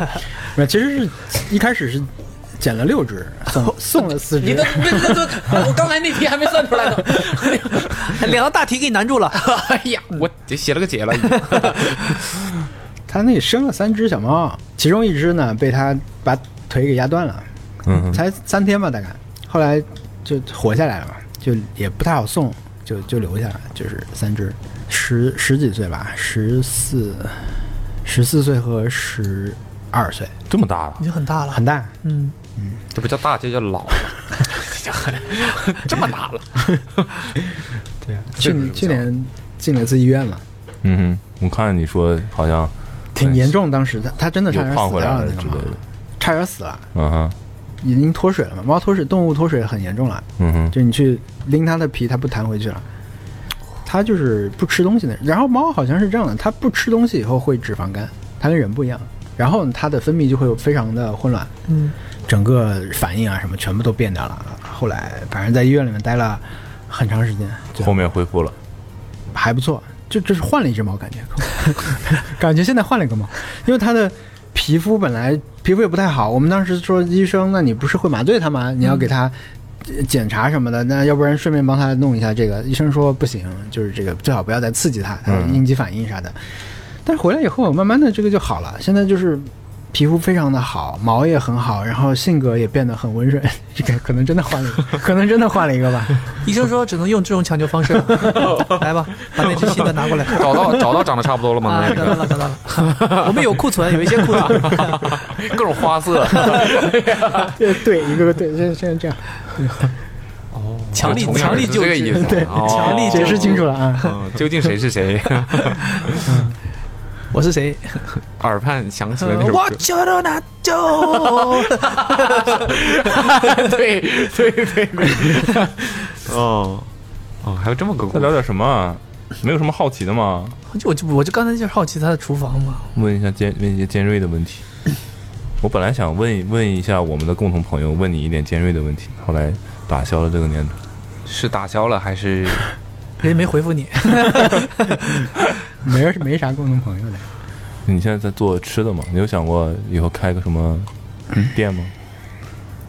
没有，其实是一开始是捡了六只， 送送了四只。别别别！我刚才那题还没算出来呢。两道大题给你难住了。哎呀，我这写了个 解了已经。他那里生了三只小猫，其中一只呢被他把腿给压断了，嗯哼，才三天吧大概，后来就活下来了嘛，就也不太好送，就就留下来，就是三只，十十几岁吧，十四十四岁和十二岁，这么大了 已，经很大了，很 大。嗯，这不叫大，这叫老。这么大了，对啊，这去个是年不去错年进了一次医院嘛，嗯哼，我看你说好像挺严重，当时他他真的差有点胖死回来掉了了那个之猫类，的。差点死了，嗯哼，已经脱水了嘛，猫脱水，动物脱水很严重了。嗯哼，就你去拎它的皮，它不弹回去了。它就是不吃东西的人。然后猫好像是这样的，它不吃东西以后会脂肪肝，它跟人不一样。然后它的分泌就会非常的混乱，嗯，整个反应啊什么全部都变掉了。后来反正在医院里面待了很长时间，就后面恢复了。还不错，就就是换了一只猫，感觉， 感觉现在换了一个猫，因为它的皮肤本来皮肤也不太好，我们当时说医生，那你不是会麻醉它吗？你要给它呃检查什么的，那要不然顺便帮它弄一下这个。医生说不行，就是这个最好不要再刺激它，它有嗯应激反应啥的。但是回来以后，慢慢的这个就好了，现在就是。皮肤非常的好，毛也很好，然后性格也变得很温顺。这个可能真的换了一个，可能真的换了一个吧。医生说只能用这种抢救方式 了。来吧，把那只新的拿过来。找到找到长得差不多了吗啊，？找到啊了，找到 了。我们有库存，有一些库存。各种花色， 对，一个个对，现在现在这样。强力同样强力是救这个意治思，对哦强力解释清楚了啊。嗯究竟谁是谁？ 我是谁？耳畔响起了那首我歌， 就能拿走。对对对对，哦哦，还有这么个再故聊事，点什么啊？没有什么好奇的吗？ 就我就我就刚才就是好奇他的厨房嘛。问一下尖问一些尖锐的问题。我本来想问问一下我们的共同朋友，问你一点尖锐的问题，后来打消了这个念头。是打消了还是人家没回复你，没没啥共同朋友的，你现在在做吃的吗？你有想过以后开个什么嗯店吗？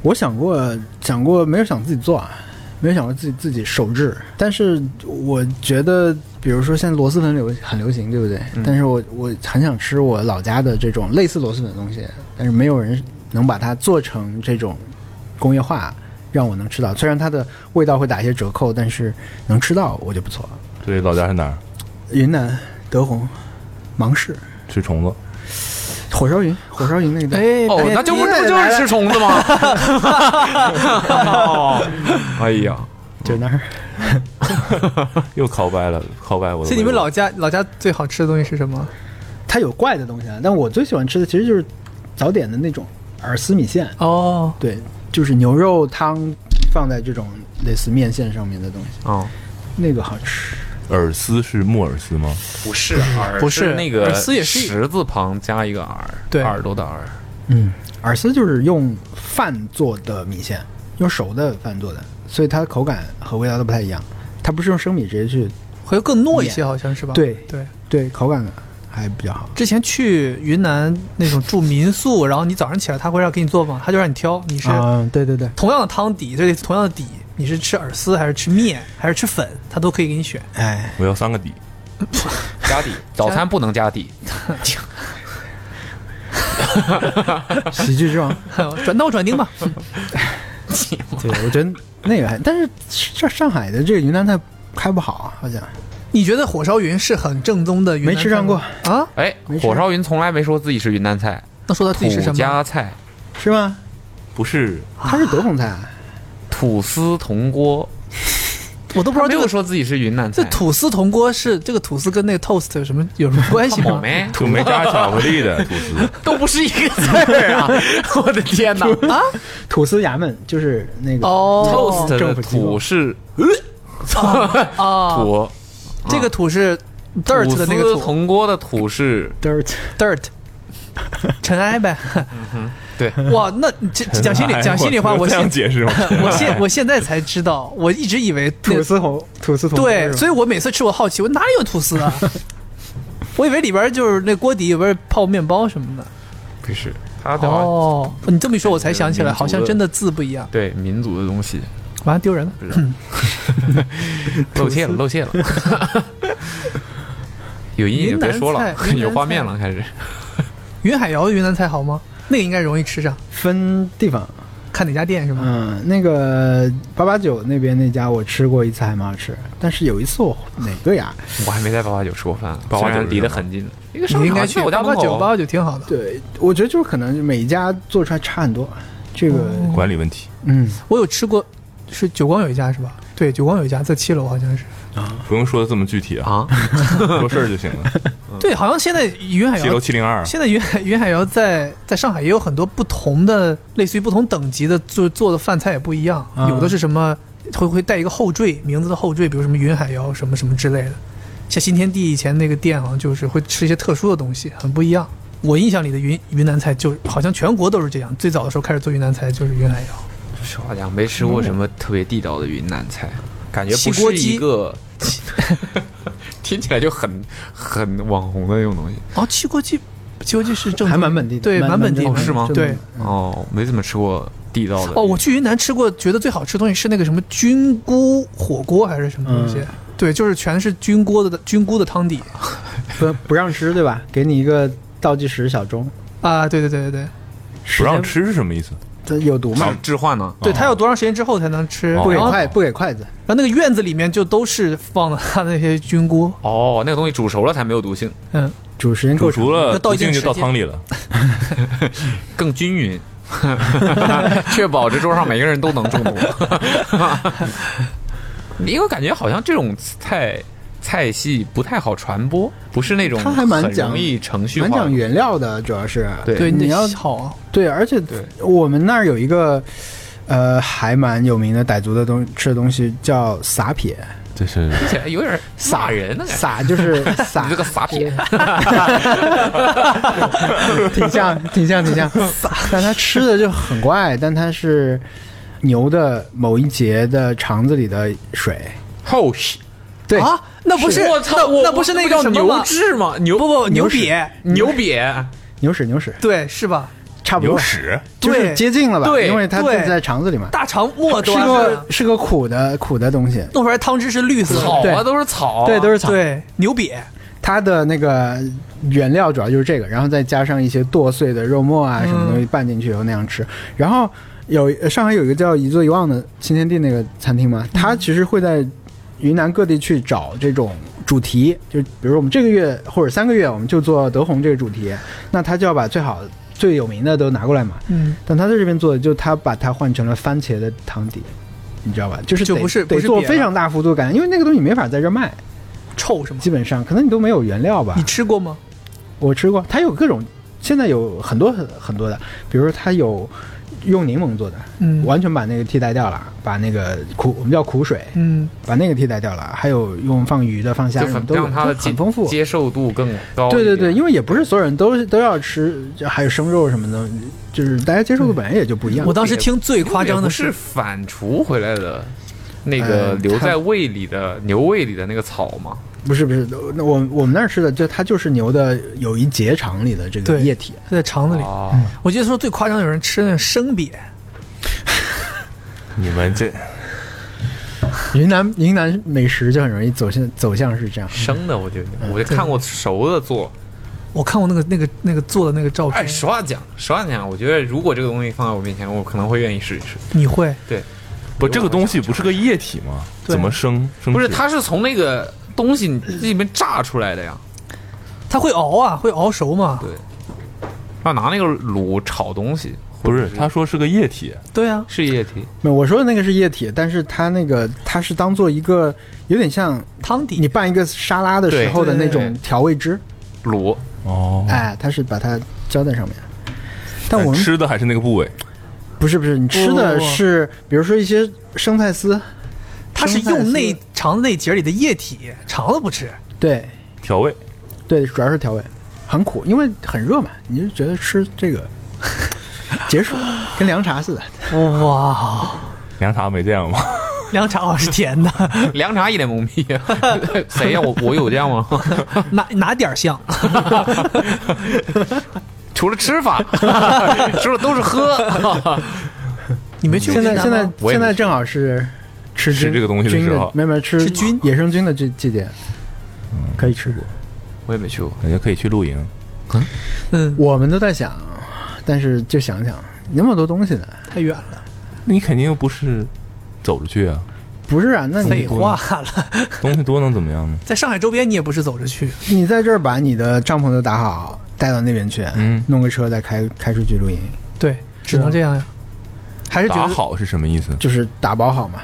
我想过想过，没有想自己做啊，没有想过自己自己手制。但是我觉得，比如说现在螺蛳粉流很流行，对不对？但是我我很想吃我老家的这种类似螺蛳粉的东西，但是没有人能把它做成这种工业化，让我能吃到。虽然它的味道会打一些折扣，但是能吃到我就不错。所以老家是哪儿？云南德宏芒市吃虫子。火烧云，火烧云那个地方。哎，哦哎，那这第不一这代不就来了是吃虫子吗？哦，哎呀，就那儿，又 call back 了，call back 我的微博。所以你们老家老家最好吃的东西是什么？它有怪的东西啊。但我最喜欢吃的其实就是早点的那种饵丝米线，哦，对，就是牛肉汤放在这种类似面线上面的东西，哦，那个好吃。饵丝是木饵丝吗？不是耳，不是那个耳丝也是十字旁加一个耳，对耳朵的耳，嗯，饵丝就是用饭做的米线，用熟的饭做的，所以它的口感和味道都不太一样。它不是用生米直接去，会更糯一些，好像是吧？对对。对口感还比较好。之前去云南那种住民宿，然后你早上起来他会让给你做吗？他就让你挑，你是啊、对对对，同样的汤底，对，同样的底，你是吃饵丝还是吃面还是吃粉，他都可以给你选。 哎，我要三个底。加底，早餐不能加底，喜剧之王。转刀转钉 吧。对，我觉得那个还，但是这上海的这个云南菜开不好啊，好像你觉得火烧云是很正宗的云南没吃上过菜吗啊？哎，没事火烧云从来没说自己是云南菜，那说他自己是土什么？家菜，是吗？不是它是德宏菜啊，土司铜锅，我都不知道他没这有个说自己是云南这菜。吐司铜锅是这个吐司跟那个 toast 有什么有什么关系好吗？没，就没加巧克力 的吐司， 都不是一个字儿 啊！我的天 哪哦啊土司衙门就是那个哦，toast 的政府机构土是啊，土这个土是土 dirt 的那个司土铜锅的土是 dirt， dirt，尘埃呗。对，哇，那这讲心里讲心里话，我哎这样现解 释吗？我现我现在才知道，我一直以为那土司红，土司红。对，所以以我每次吃我好奇，我哪里有吐司啊？我以为里边儿就是那锅底里边儿泡面包什么的。不是他的话哦，你这么一说，我才想起来，民族好像的真的字不一样，对民族的东西完了丢人了。露怯了，露怯了。 有阴影云南别说了 菜，云南有画菜面了，开始。云海肴的云南菜好吗？那个应该容易吃上，分地方，看哪家店是吗？嗯，那个八八九那边那家我吃过一次，还蛮好吃。但是有一次我哪个呀？我还没在八八九吃过饭，八八九虽然是离得什么很近。一个你应该去我家八门八九，口八八九挺好的。对，我觉得就是可能每一家做出来差很多。这个，哦管理问题，嗯，我有吃过，是九光有一家是吧？对，九光有一家在七楼好像是。不用说的这么具体啊，啊，说事儿就行了。对，好像现在云海嗯七楼肴，七零二，哎啊现在云海云海肴在在上海也有很多不同的，类似于不同等级的做做的饭菜也不一样，嗯啊有的是什么会会带一个后缀名字的后缀，比如什么云海肴什么什么之类的。像新天地以前那个店好像就是会吃一些特殊的东西，很不一样。我印象里的云云南菜就好像全国都是这样，最早的时候开始做云南菜就是云海肴。实话讲，没吃过什么特别地道的云南菜，感觉不汽锅是鸡一个 听起来就很很网红的那种东西。哦，汽锅鸡，汽锅鸡是正宗还蛮本地的，对，蛮本地的哦是吗对，哦，没怎么吃过地道的。哦，我去云南吃过，觉得最好吃的东西是那个什么菌菇火锅还是什么东西？嗯对，就是全是菌锅的菌菇的汤底不不让吃对吧？给你一个倒计时小钟，啊！对对对对对，哦不让吃是什么意思？它有毒置嘛？置换呢？对它要多长时间之后才能吃？哦不给然后筷，不给筷子。然后那个院子里面就都是放了它的那些菌菇，哦，那个东西煮熟了才没有毒性，嗯，主持人煮够长熟了，那倒不一定进就倒时间汤里了。更均 匀，确保这桌上每个人都能中毒。因为我感觉好像这种菜菜系不太好传播，不是那种它还蛮很讲容易程序蛮化讲的。原料的，主要是对对，你得要好啊，对，而且我们那儿有一个呃还蛮有名的傣族的东吃的东西叫撒撇，这是听起来有点撒人的感觉。撒就是 撒你这，个撒撇， 挺像挺像挺像，但它吃的就很怪，但它是牛的某一节的肠子里的水，后续对，啊，那不是我操，那我那不是那个叫什么牛吗？至吗？牛不不牛屎瘪，牛瘪，牛屎牛屎，对是吧？差不有多，屎，就是对接近了吧？对因为它就对在肠子里嘛，大肠末是端个是个苦的苦的东西，弄出来汤汁是绿色草的，啊对都是草啊，对，都是草。对牛瘪，它的那个原料主要就是这个，然后再加上一些剁碎的肉末啊，什么东西拌进去以后那样吃。然后有呃上海有一个叫“一座一望”的新天地那个餐厅嘛，它其实会在云南各地去找这种主题，就比如我们这个月或者三个月我们就做德宏这个主题，那他就要把最好最有名的都拿过来嘛。嗯，但他在这边做的，就他把它换成了番茄的汤底。你知道吧？就是就得不是得不是做别的非常大幅度感，因为那个东西没法在这儿卖，臭是吗？基本上可能你都没有原料吧。你吃过吗？我吃过，它有各种，现在有很多很很多的，比如说它有用柠檬做的，嗯完全把那个替代掉了，把那个苦我们叫苦水，嗯，把那个替代掉了，还有用放鱼的、放虾就什么很都有，让它的都接很丰富。接受度更高一对点。对对，因为也不是所有人都都要吃，就还有生肉什么的，就是大家接受度本来也就不一样。我当时听最夸张的也不是反刍回来的，那个呃留它在胃里的、牛胃里的那个草嘛。不是不是，那我我们那儿吃的就它就是牛的有一结肠里的这个对液体，它在肠子里。哦，我记得说最夸张有人吃那种生瘪，你们这云南云南美食就很容易走向走向是这样。生的我就我就看过熟的做，我看过那个那个那个做的那个照片哎，，实话讲，实话讲，我觉得如果这个东西放在我面前，我可能会愿意试一试。你会对，不，这个东西不是个液体吗？对怎么生？生不是，吃它是从那个东西里面炸出来的呀。它会熬啊，会熬熟嘛？对要拿那个卤炒东西，不是？他说是个液体，对啊，是液体，没有，我说的那个是液体，但是它那个它是当做一个有点像汤底你拌一个沙拉的时候的那种调味汁，卤哦，哎，它是把它浇在上面。但但我们哎吃的哦还是那个部位，不是不是，你吃的是比如说一些生菜丝，它是生菜丝用内肠子内节里的液体，肠子不吃。对调味。对，主要是调味，很苦，因为很热嘛，你就觉得吃这 个解暑，跟凉茶似的。哇，凉茶没这样吗？ 凉茶好像是甜的， 凉茶一脸懵逼，啊 谁呀？我我有这样吗？ 哪哪点儿像？除了吃法， 除了都是喝。 你没去过现在云南现在吗我也现没在吃正好是吃吃菌这个东西的菌时候没有没有吃吃菌野生菌的季季节，嗯可以吃。我也没去过，感觉可以去露营。嗯，我们都在想，但是就想想那么多东西呢，太远了，你肯定不是走着去啊，不是啊？那你废话了，东西多能怎么样呢？在上海周边你也不是走着去，你在这儿把你的帐篷都打好，带到那边去，嗯弄个车再开开出去露营，对，只能这样呀。还是觉打得好是什么意思？就是打包好嘛。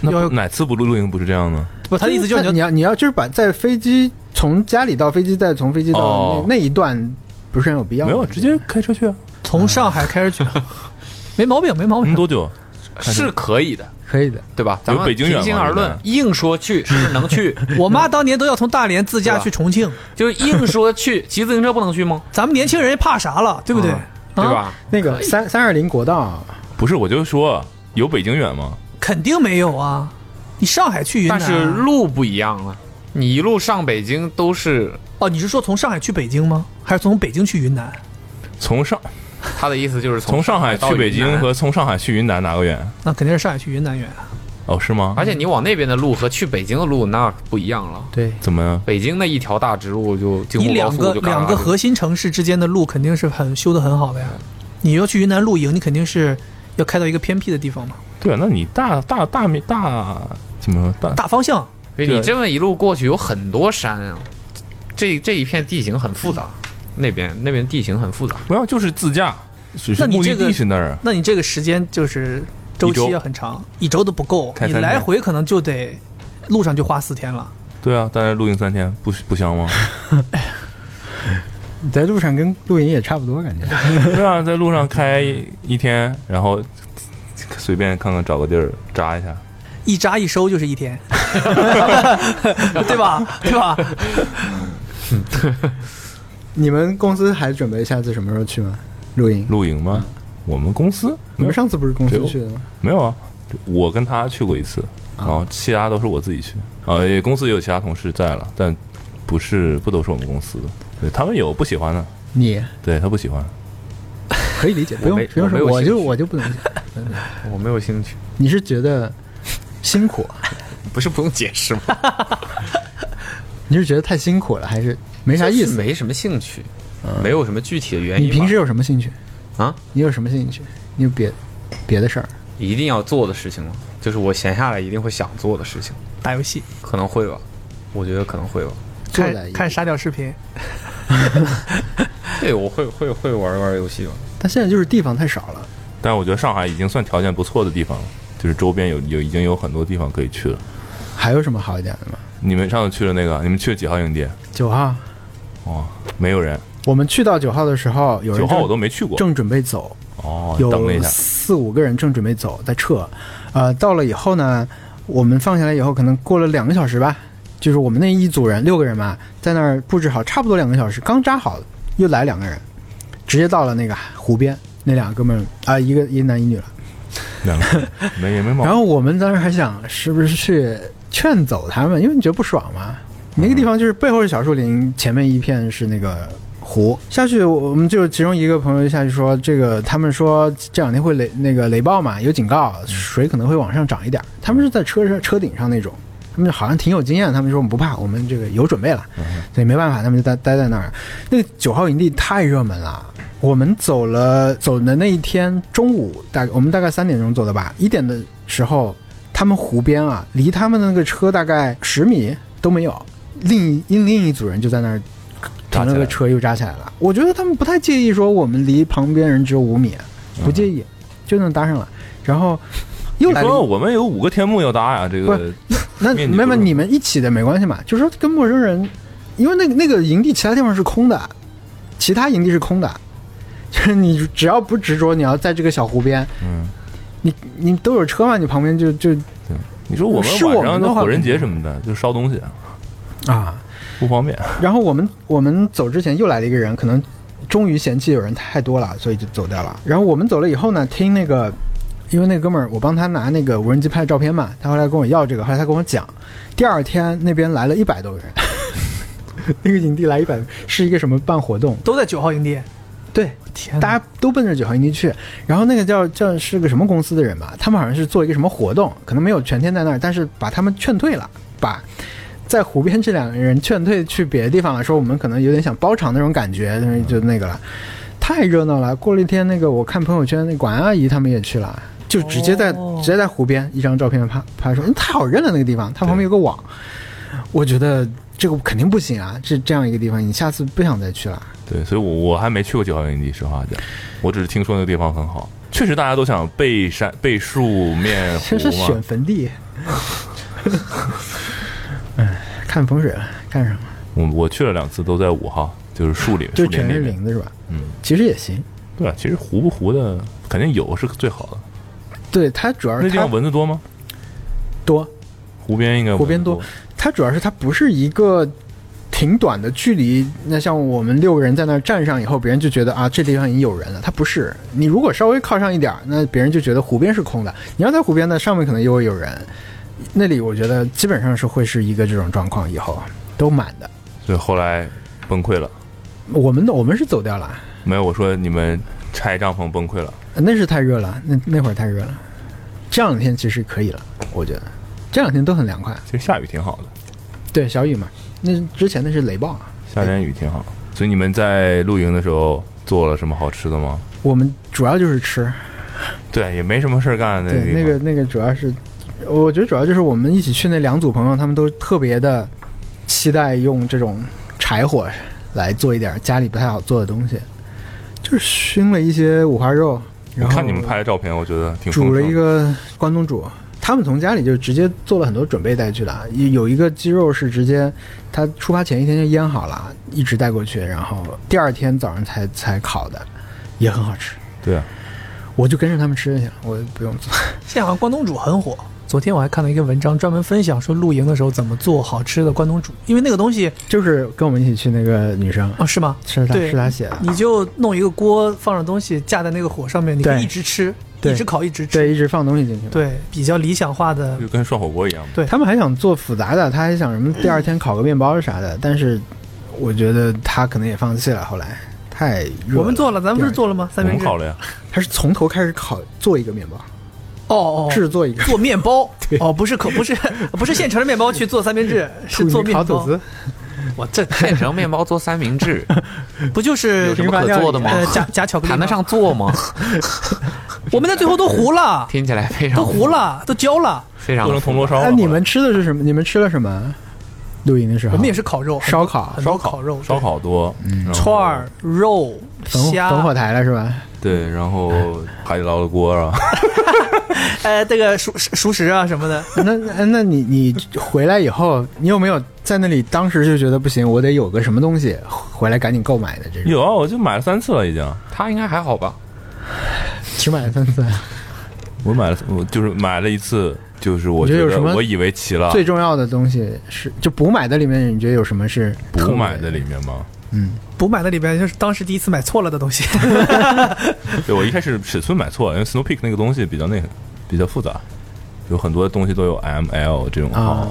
那要不哪次不露露营不是这样呢？不，他的意思就是你你要要你要就是把在飞机从家里到飞机，再从飞机到那、哦那一段，不是很有必要没吗。有，直接开车去啊。从上海开始 去，没毛病，没毛嗯，病。多久？啊是可以的，可以的。对吧？咱们北京远平吗心而论现，在硬说去是能去，我妈当年都要从大连自驾对吧去重庆，就是硬说去，骑自行车不能去吗？咱们年轻人怕啥了，对不对？嗯对啊？吧？那个三三二零国道，不是，我就说有北京远吗？肯定没有啊！你上海去云但南，啊是路不一样了，你一路上北京都是哦，你是说从上海去北京吗？还是从北京去云南？从上他的意思就是从上海到去北云京南和从上海去云南哪个远？那肯定是上海去云南远。啊哦，是吗？而且你往那边的路和去北京的路那不一样了。对，怎么北京那一条大直路就京你沪高两速个就嘎嘎两个就核心城市之间的路肯定是很修的很好的呀。你要去云南露营，你肯定是要开到一个偏僻的地方嘛，对啊，那你大大大面大怎么说大大方向。所以你这么一路过去有很多山啊，这这一片地形很复杂，那边那边地形很复杂。不要就是自驾，只是那你目的这个地是那儿啊。那你这个时间就是周期要很长，一周都不够，开你三天来回可能就得路上就花四天了。对啊，大家露营三天不不香 吗？你在路上跟露营也差不多感 觉。对啊，在路上开一天，然后随便看看找个地儿扎一下。一扎一收就是一天， 对吧？对吧？你们公司还准备下次什么时候去吗？露营？露营吗？嗯我们公司你们没有上次不是公司对去的吗？没有啊，我跟他去过一次，啊然后其他都是我自己去。啊，也公司也有其他同事在了，但不是不都是我们公司的。对他们有不喜欢的，你对他不喜欢。可以理解，不我用没不用我没说，有我兴就趣我就不能理解。我没有兴趣，你是觉得辛苦，啊 不是不用解释吗？你是觉得太辛苦了，还是没啥意就是思？没什么兴趣，没有什么具体的原因你吧。平时有什么兴趣啊？你有什么兴趣？你有别别的事儿？一定要做的事情吗？就是我闲下来一定会想做的事情，打游戏，可能会吧，我觉得可能会吧。坐在看看沙雕视频，对，我会会会玩玩游戏吧。但现在就是地方太少了。但我觉得上海已经算条件不错的地方了，就是周边有有已经有很多地方可以去了。还有什么好一点的吗？你们上次去了那个，你们去了几号营地？九号，哦，没有人，我们去到九号的时候，有人正九号我都没去过。正准备走，哦，等了一有下，四五个人正准备走，在撤。呃，到了以后呢，我们放下来以后，可能过了两个小时吧，就是我们那一组人六个人嘛，在那儿布置好，差不多两个小时，刚扎好，又来两个人，直接到了那个湖边，那两个哥们儿啊、一个一男一女了。两个没也没毛然病。后我们当时还想，是不是去劝走他们，因为你觉得不爽嘛。那个地方就是背后是小树林，前面一片是那个湖。下去，我们就其中一个朋友下去说，这个他们说这两天会雷那个雷暴嘛，有警告，水可能会往上涨一点。他们是在车上车顶上那种，他们好像挺有经验，他们说我们不怕，我们这个有准备了，所以没办法，他们就待待在那儿。那个九号营地太热门了，我们走了走的那一天中午，大我们大概三点钟走的吧，一点的时候，他们湖边啊，离他们的那个车大概十米都没有，另一另另一组人就在那儿停了个车又扎起来了。我觉得他们不太介意说我们离旁边人只有五米，不介意，就能搭上了。然后又你来了说一，我们有五个天幕要搭呀，这不个是那面积没不没是你们一起的没关系嘛，就说跟陌生人，因为那个那个营地其他地方是空的，其他营地是空的， 就是你只要不执着你要在这个小湖边，嗯，你你都有车嘛，你旁边就就你说我们是我晚们上的的话火人节什么的，就烧东西啊，不方便。然后我们我们走之前又来了一个人，可能终于嫌弃有人太多了，所以就走掉了。然后我们走了以后呢，听那个，因为那哥们儿我帮他拿那个无人机拍的照片嘛，他后来跟我要这个，后来他跟我讲，第二天那边来了一百多个人， 那个营地来一百，是一个什么办活动？都在九号营地。对，天哪，大家都奔着九号营地去。然后那个叫叫是个什么公司的人吧，他们好像是做一个什么活动，可能没有全天在那儿，但是把他们劝退了，把在湖边这两个人劝退去别的地方了，说我们可能有点想包场那种感觉，但是就那个了，太热闹了。过了一天，那个我看朋友圈，那管阿姨他们也去了。就直接在、哦直接在湖边一张照片拍拍说，嗯太好认了那个地方，它旁边有个网，我觉得这个肯定不行啊，这这样一个地方，你下次不想再去了。对，所以我我还没去过九号营地，实话讲，我只是听说那个地方很好，确实大家都想背山背树面湖这是嘛选。坟地。哎，看风水了，看什么？我嗯我去了两次，都在五号，就是树里 就树全林里是面。林子是吧？嗯，其实也行。对啊，其实湖不湖的肯定有是最好的。对，它主要那是地它方蚊子多吗？多，湖边应该湖边蚊子多，它主要是它不是一个挺短的距离。那像我们六个人在那儿站上以后，别人就觉得啊，这地方已经有人了。它不是，你如果稍微靠上一点儿，那别人就觉得湖边是空的。你要在湖边呢，上面可能又会有人。那里我觉得基本上是会是一个这种状况，以后都满的。所以后来崩溃了。我们的我们是走掉了。没有，我说你们拆帐篷崩溃了。那是太热了，那那会儿太热了。这两天其实可以了，我觉得这两天都很凉快。其实下雨挺好的，对，小雨嘛，那之前那是雷暴啊。下点雨挺好。所以你们在露营的时候做了什么好吃的吗？我们主要就是吃，对，也没什么事儿干的对，地那方个那个主要是，我觉得主要就是我们一起去那两组朋友，他们都特别的期待用这种柴火来做一点家里不太好做的东西，就是熏了一些五花肉，然我后看你们拍的照片，我觉得挺丰煮了盛一个关东煮，他们从家里就直接做了很多准备带去的。有有一个鸡肉是直接，他出发前一天就腌好了，一直带过去，然后第二天早上才才烤的，也很好吃。对啊，我就跟着他们吃就行了，我不用 做。现在好像关东煮很火。昨天我还看了一个文章，专门分享说露营的时候怎么做好吃的关东煮，因为那个东西就是跟我们一起去那个女生，哦，是吗？是她对是她啊写的，你就弄一个锅，放上东西，架在那个火上面，你可以对一直吃，对一直烤，一直吃，对，一直放东西进去。，对，比较理想化的就跟涮火锅一样嘛。他们还想做复杂的，他还想什么第二天烤个面包啥的，但是我觉得他可能也放弃了，后来太热我们做了，咱们不是做了吗？我三明们治。烤了呀，他是从头开始烤做一个面包，哦哦，制作一个。做面 包。哦，不是可不是不是现成的面包去做三明治，是做面烤吐包。司，我这现成面包做三明治，不就是有什么可做的吗？呃夹夹巧克力？谈得？上做吗？我们那最后都糊了，听起来非常都糊，了，都焦了。非常做成铜锣烧啊那、了。你们吃的是什么？你们吃了什么？露营的时候，我们也是烤肉、烧烤很多烤肉、烧烤多，然后串儿、肉、焚虾。焚火台了是吧？对，然后海底捞的锅啊，呃，这个熟熟熟食啊什么的，那 那那你你回来以后，你有没有在那里当时就觉得不行，我得有个什么东西回来赶紧购买的这种？ 有啊，我就买了三次了，已经。他应该还好吧？只买了三次，我买了，我就是买了一次，就是我你觉得有什么我以为齐了，最重要的东西是就补买的里面，你觉得有什么是特不别买的里面吗？补买的里边就是当时第一次买错了的东西。 对，我一开始尺寸买错了，因为 Snow Peak 那个东西比较那个，比较复杂，有很多东西都有 M、L 这种号啊，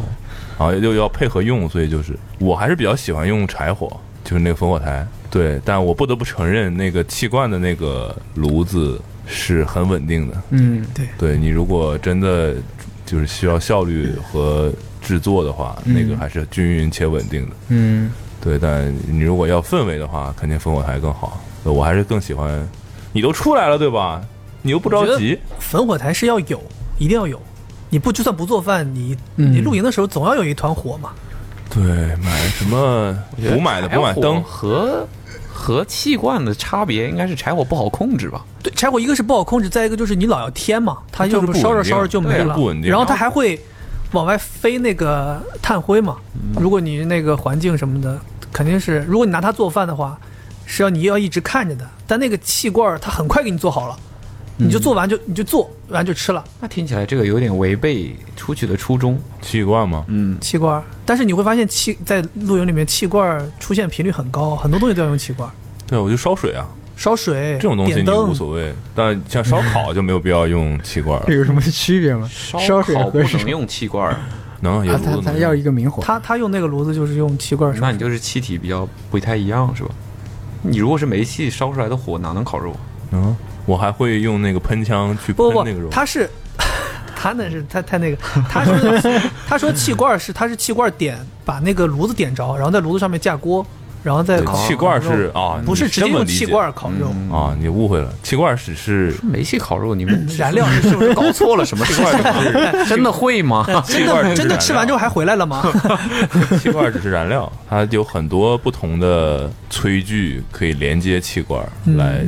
然后又要配合用，所以就是我还是比较喜欢用柴火，就是那个烽火台。对，但我不得不承认，那个气罐的那个炉子是很稳定的。嗯，对你如果真的就是需要效率和制作的话，那个还是均匀且稳定的。嗯，对，但你如果要氛围的话，肯定烽火台更好。对我还是更喜欢，你都出来了对吧？你又不着急，焚火台是要有，一定要有。你不就算不做饭，你你露营的时候总要有一团火嘛。对，买什么不买的不买哎柴火灯，和和气罐的差别应该是柴火不好控制吧？对，柴火一个是不好控制，再一个就是你老要添嘛，它就是要不烧着稳定烧着就没对啊了，不稳定然后它还会往外飞那个炭灰嘛。嗯如果你那个环境什么的，肯定是如果你拿它做饭的话，是要你要一直看着的。但那个气罐儿它很快给你做好了，你嗯就做完就你就做完就吃了那听起来这个有点违背出去的初衷。奇怪吗？嗯，气罐儿。但是你会发现气在露营里面气罐儿出现频率很高，很多东西都要用气罐儿。对，我就烧水啊，烧水这种东西点你灯无所谓，但像烧烤就没有必要用气罐了这，有什么区别吗？烧水烤不和能用气罐儿，能有啊，炉他子他能要一个明火，他他用那个炉子就是用气罐儿烧，那你就是气体比较不太一样是吧？你如果是煤气烧出来的火，哪能烤肉？嗯，我还会用那个喷枪去喷不不那个肉不，，他是 他那是他太那个， 他说他说气罐儿是他是气罐儿点把那个炉子点着，然后在炉子上面架锅，然后再对烤气罐儿是烤肉啊不是你直接这么用理气解罐儿烤肉，啊，你误会了，气罐只是煤气烤肉，你们燃料是嗯是 不是搞错了什么事情？真的会吗？气真罐只的是啊真的燃吃完之料后还回来 了吗？气罐只是燃料，它有很多不同的炊具可以连接气罐来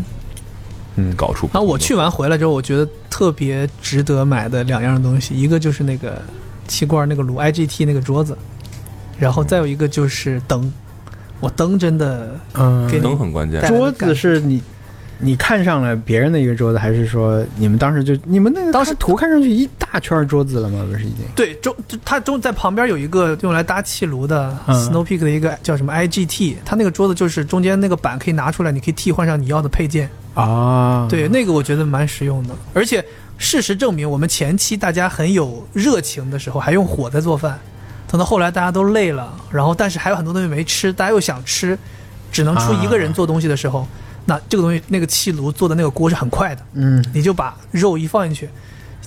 嗯搞出不同的。啊然后我去完回来之后，我觉得特别值得买的两样东西，一个就是那个气罐那个炉 IGT 那个桌子，然后再有一个就是灯。我灯真的嗯，给你灯很关键带，桌子是你你看上了别人的一个桌子，还是说你们当时就你们那个当时看图看上去一大圈桌子了吗？不是已经对，中就它中在旁边有一个用来搭气炉的嗯 Snow Peak 的一个叫什么 IGT，它那个桌子就是中间那个板可以拿出来，你可以替换上你要的配件。啊，对，那个我觉得蛮实用的。而且事实证明，我们前期大家很有热情的时候，还用火在做饭。等到后来大家都累了，然后但是还有很多东西没吃，大家又想吃，只能出一个人做东西的时候，那这个东西那个气炉做的那个锅是很快的，嗯，你就把肉一放进去，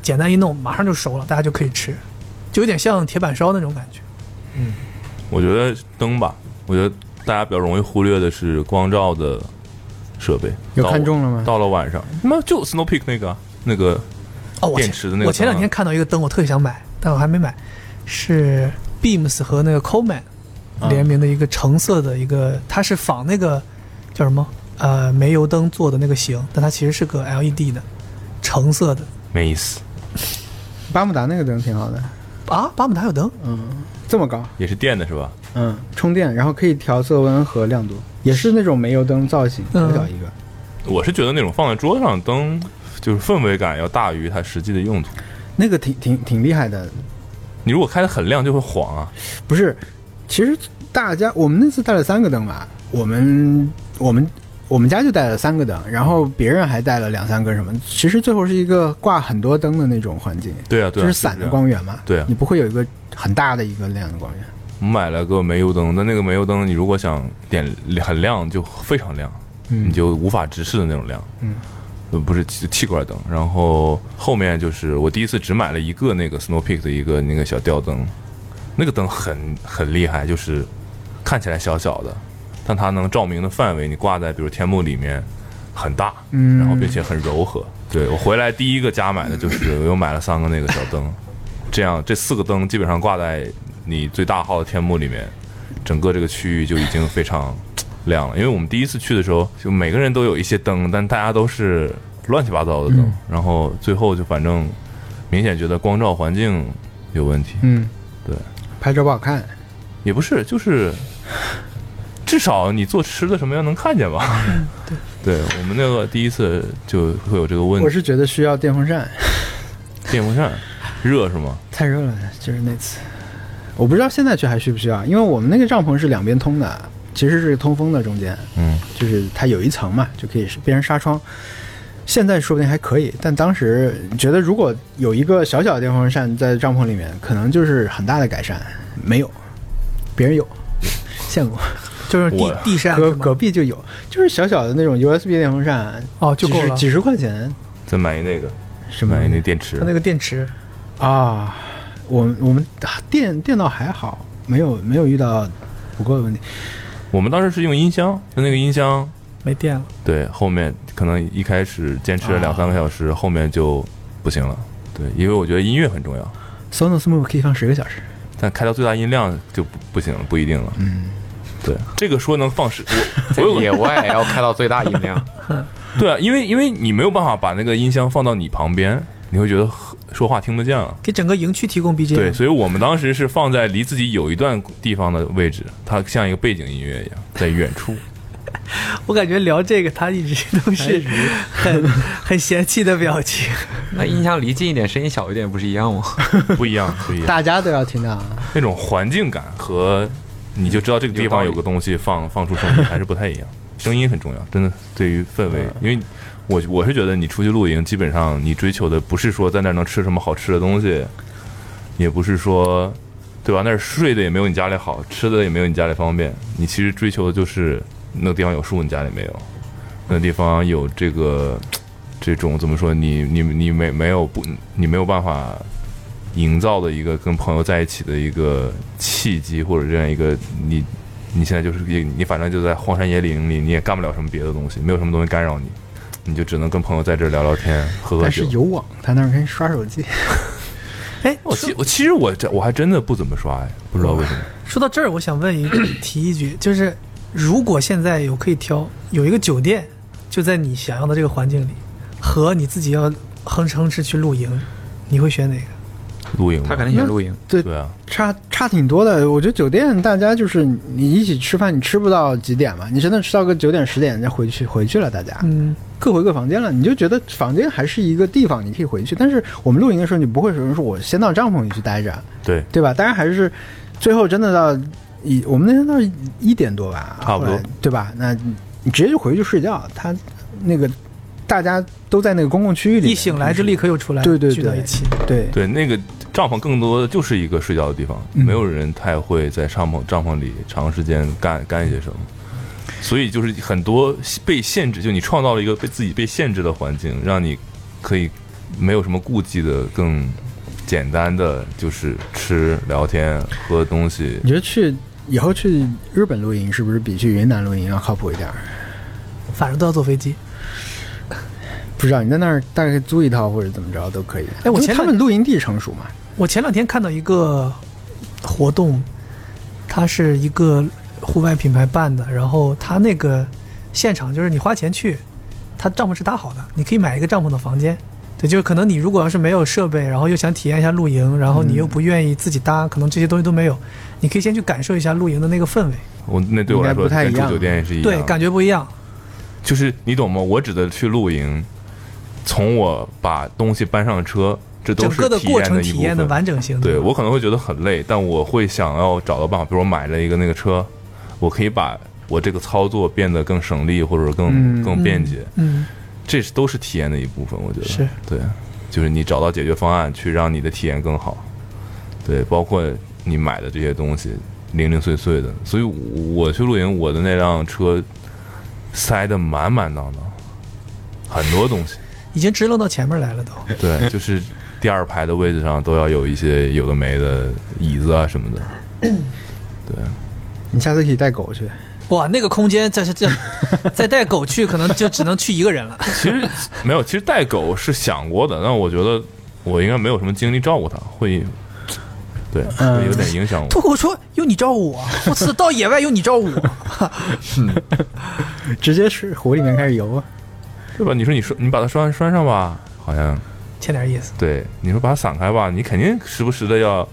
简单一弄，马上就熟了，大家就可以吃，就有点像铁板烧那种感觉。我觉得灯吧，我觉得大家比较容易忽略的是光照的设备，有到看中了吗到了晚上，那就 Snow Peak 那个那个哦，我前电池的那个我前两灯啊天看到一个灯，我特别想买，但我还没买，是 Beams 和那个 Coleman 啊联名的一个橙色的一个，它是仿那个叫什么呃煤油灯做的那个型，但它其实是个 LED 的橙色的没意思，巴慕达那个灯挺好的，啊，巴姆达有灯，这么高，也是电的是吧？嗯，充电，然后可以调色温和亮度，也是那种煤油灯造型，嗯小小一个。我是觉得那种放在桌上的灯，就是氛围感要大于它实际的用途。那个挺挺挺厉害的，你如果开的很亮，就会晃啊。不是，其实大家我们那次带了三个灯吧，我们我们我们家就带了三个灯，然后别人还带了两三个什么，其实最后是一个挂很多灯的那种环境，对啊，对就啊，是散的光源嘛，对啊你不会有一个很大的一个亮的光源，我买了个煤油灯，但那个煤油灯，你如果想点很亮，就非常亮，你就无法直视的那种亮。嗯呃，不是气气罐灯。然后后面就是我第一次只买了一个那个 Snow Peak 的一个那个小吊灯，那个灯很很厉害，就是看起来小小的，但它能照明的范围，你挂在比如天幕里面很大，嗯然后并且很柔和。对我回来第一个家买的就是我又买了三个那个小灯，这样这四个灯基本上挂在你最大号的天幕里面，整个这个区域就已经非常亮了。因为我们第一次去的时候，就每个人都有一些灯，但大家都是乱七八糟的灯，然后最后就反正明显觉得光照环境有问题，嗯，对，拍照不好看，也不是，就是至少你做吃的什么样能看见吧？对，我们那个第一次就会有这个问我题。是觉得需要电风扇，电风扇热是吗？太热了，就是那次，我不知道现在去还需不需要，因为我们那个帐篷是两边通的，其实是通风的中间，嗯，就是它有一层嘛，就可以是变成纱窗。现在说不定还可以，但当时觉得如果有一个小小的电风扇在帐篷里面，可能就是很大的改善。没有，别人有，见过，就是地我地扇隔是吗隔？壁就有，就是小小的那种 USB 电风扇，哦，就够几十了。几十块钱，再买一那个，什么买一那电池它。那个电池啊，我们我们啊电电脑还好，没有没有遇到不够的问题。我们当时是用音箱，就那个音箱，没电了，对，后面可能一开始坚持了两三个小时，后面就不行了。对，因为我觉得音乐很重要， Sonos Move 可以放十个小时，但开到最大音量就不不行了，不一定了。嗯，对，这个说能放十，我 在我有野外要开到最大音量，对啊，因为因为你没有办法把那个音箱放到你旁边，你会觉得很说话听不见了。给整个营区提供 BGM。对，所以我们当时是放在离自己有一段地方的位置，它像一个背景音乐一样，在远处。我感觉聊这个他一直都是很很嫌弃的表情。 那音箱离近一点，声音小一点，不是一样吗？不一样，不一样，大家都要听到。啊那种环境感和你就知道这个地方有个东西放放出声音 还是不太一样。声音很重要，真的对于氛围，因为我我是觉得你出去露营，基本上你追求的不是说在那儿能吃什么好吃的东西，也不是说对吧？那儿睡的也没有你家里好，吃的也没有你家里方便。你其实追求的就是那个地方有树，你家里没有；那个地方有这个这种怎么说？你你你没没有不你没有办法营造的一个跟朋友在一起的一个契机，或者这样一个你你现在就是你你反正就在荒山野岭里，你也干不了什么别的东西，没有什么东西干扰你，你就只能跟朋友在这儿聊聊天、喝喝但酒是。有网，他那儿可以刷手机。 哎，我说其我其实我这我还真的不怎么刷哎，不知道为什么。说到这儿，我想问一个提一句，就是如果现在有可以挑，有一个酒店就在你想要的这个环境里，和你自己要哼哧哼哧去露营，你会选哪个？露营吗， 他肯定喜欢露营，对，对啊，差差挺多的。我觉得酒店大家就是你一起吃饭，你吃不到几点嘛？你真的吃到个九点十点，再回去回去了，大家嗯，各回各房间了，你就觉得房间还是一个地方，你可以回去。但是我们露营的时候，你不会有人说我先到帐篷里去待着，对，对吧？当然还是最后真的到一，我们那天到一点多吧，差不多后来，对吧？那你直接就回去睡觉。他那个大家都在那个公共区域里面，一醒来就立刻又出来，对对对聚到一起。对对，那个帐篷更多的就是一个睡觉的地方，嗯没有人太会在帐篷帐篷里长时间干干一些什么，所以就是很多被限制，就你创造了一个被自己被限制的环境，让你可以没有什么顾忌的更。简单的就是吃、聊天、喝东西，你觉得去以后去日本露营是不是比去云南露营要靠谱一点儿？反正都要坐飞机。不知道你在那儿大概租一套或者怎么着都可以。哎因我为前他两们露营地成熟嘛，我前两天看到一个活动，它是一个户外品牌办的，然后它那个现场就是你花钱去，它帐篷是搭好的，你可以买一个帐篷的房间。对，就是可能你如果要是没有设备，然后又想体验一下露营，然后你嗯又不愿意自己搭，可能这些东西都没有，你可以先去感受一下露营的那个氛围，我那对我来说应该不太跟一住样酒店也是一样的。对，感觉不一样。就是你懂吗？我指的去露营，从我把东西搬上车，这都整是个的体过验程的一体部验的分。完整性。对我可能会觉得很累，但我会想要找到办法，比如我买了一个那个车，我可以把我这个操作变得更省力，或者更、更便捷，嗯，这是都是体验的一部分。我觉得是对，就是你找到解决方案，去让你的体验更好。对，包括你买的这些东西，零零碎碎的。所以我我去露营，我的那辆车塞得满满当当，很多东西。已经支棱到前面来了都。 对，就是第二排的位置上都要有一些有的没的椅子啊什么的。嗯你下次可以带狗去。哇，那个空间，这是这再带狗去，可能就只能去一个人了。其实没有，其实带狗是想过的，但我觉得我应该没有什么精力照顾它，会对嗯会有点影响我。脱口说：“有你照顾我，我次到野外有你照顾我。直接是湖里面开始游啊。对吧？你说你拴，你把它拴拴上吧，好像”欠点意思，对。你说把它散开吧，你肯定时不时的要，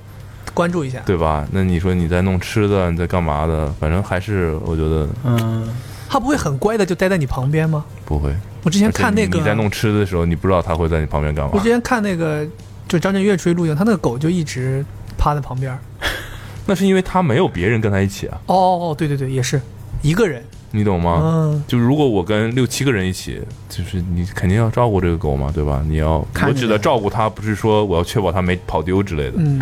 关注一下。对吧？那你说你在弄吃的，你在干嘛的？反正还是我觉得嗯，他不会很乖的就待在你旁边吗？不会。我之前看那而且个，你你在弄啊吃的时候，你不知道它会在你旁边干嘛我之。前看那个，就张震岳出去露营，他那个狗就一直趴在旁边。那是因为它没有别人跟它一起啊，哦哦哦，对对对，也是一个人。你懂吗？嗯，就如果我跟六七个人一起，就是你肯定要照顾这个狗嘛，对吧？你要看着我指的它照顾它，不是说我要确保它没跑丢之类的，嗯，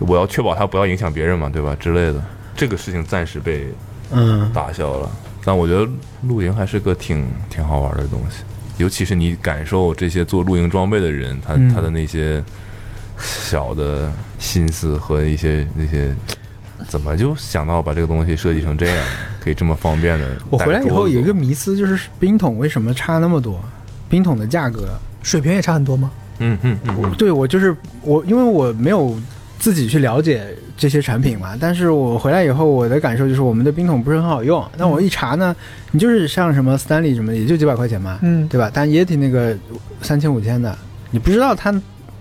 我要确保它不要影响别人嘛，对吧？之类的，这个事情暂时被嗯，打消了。但我觉得露营还是个挺挺好玩的东西，尤其是你感受这些做露营装备的人，他、嗯他的那些小的心思和一些那些，怎么就想到把这个东西设计成这样，可以这么方便的？我回来以后有一个，迷思，就是冰桶为什么差那么多？冰桶的价格，水平也差很多吗？嗯嗯嗯嗯，对我就是我，因为我没有自己去了解这些产品嘛，但是我回来以后，我的感受就是我们的冰桶不是很好用。那我一查呢，你就是像什么 Stanley 什么的，也就几百块钱嘛，嗯对吧？但 Yeti 那个三千五千的，你不知道它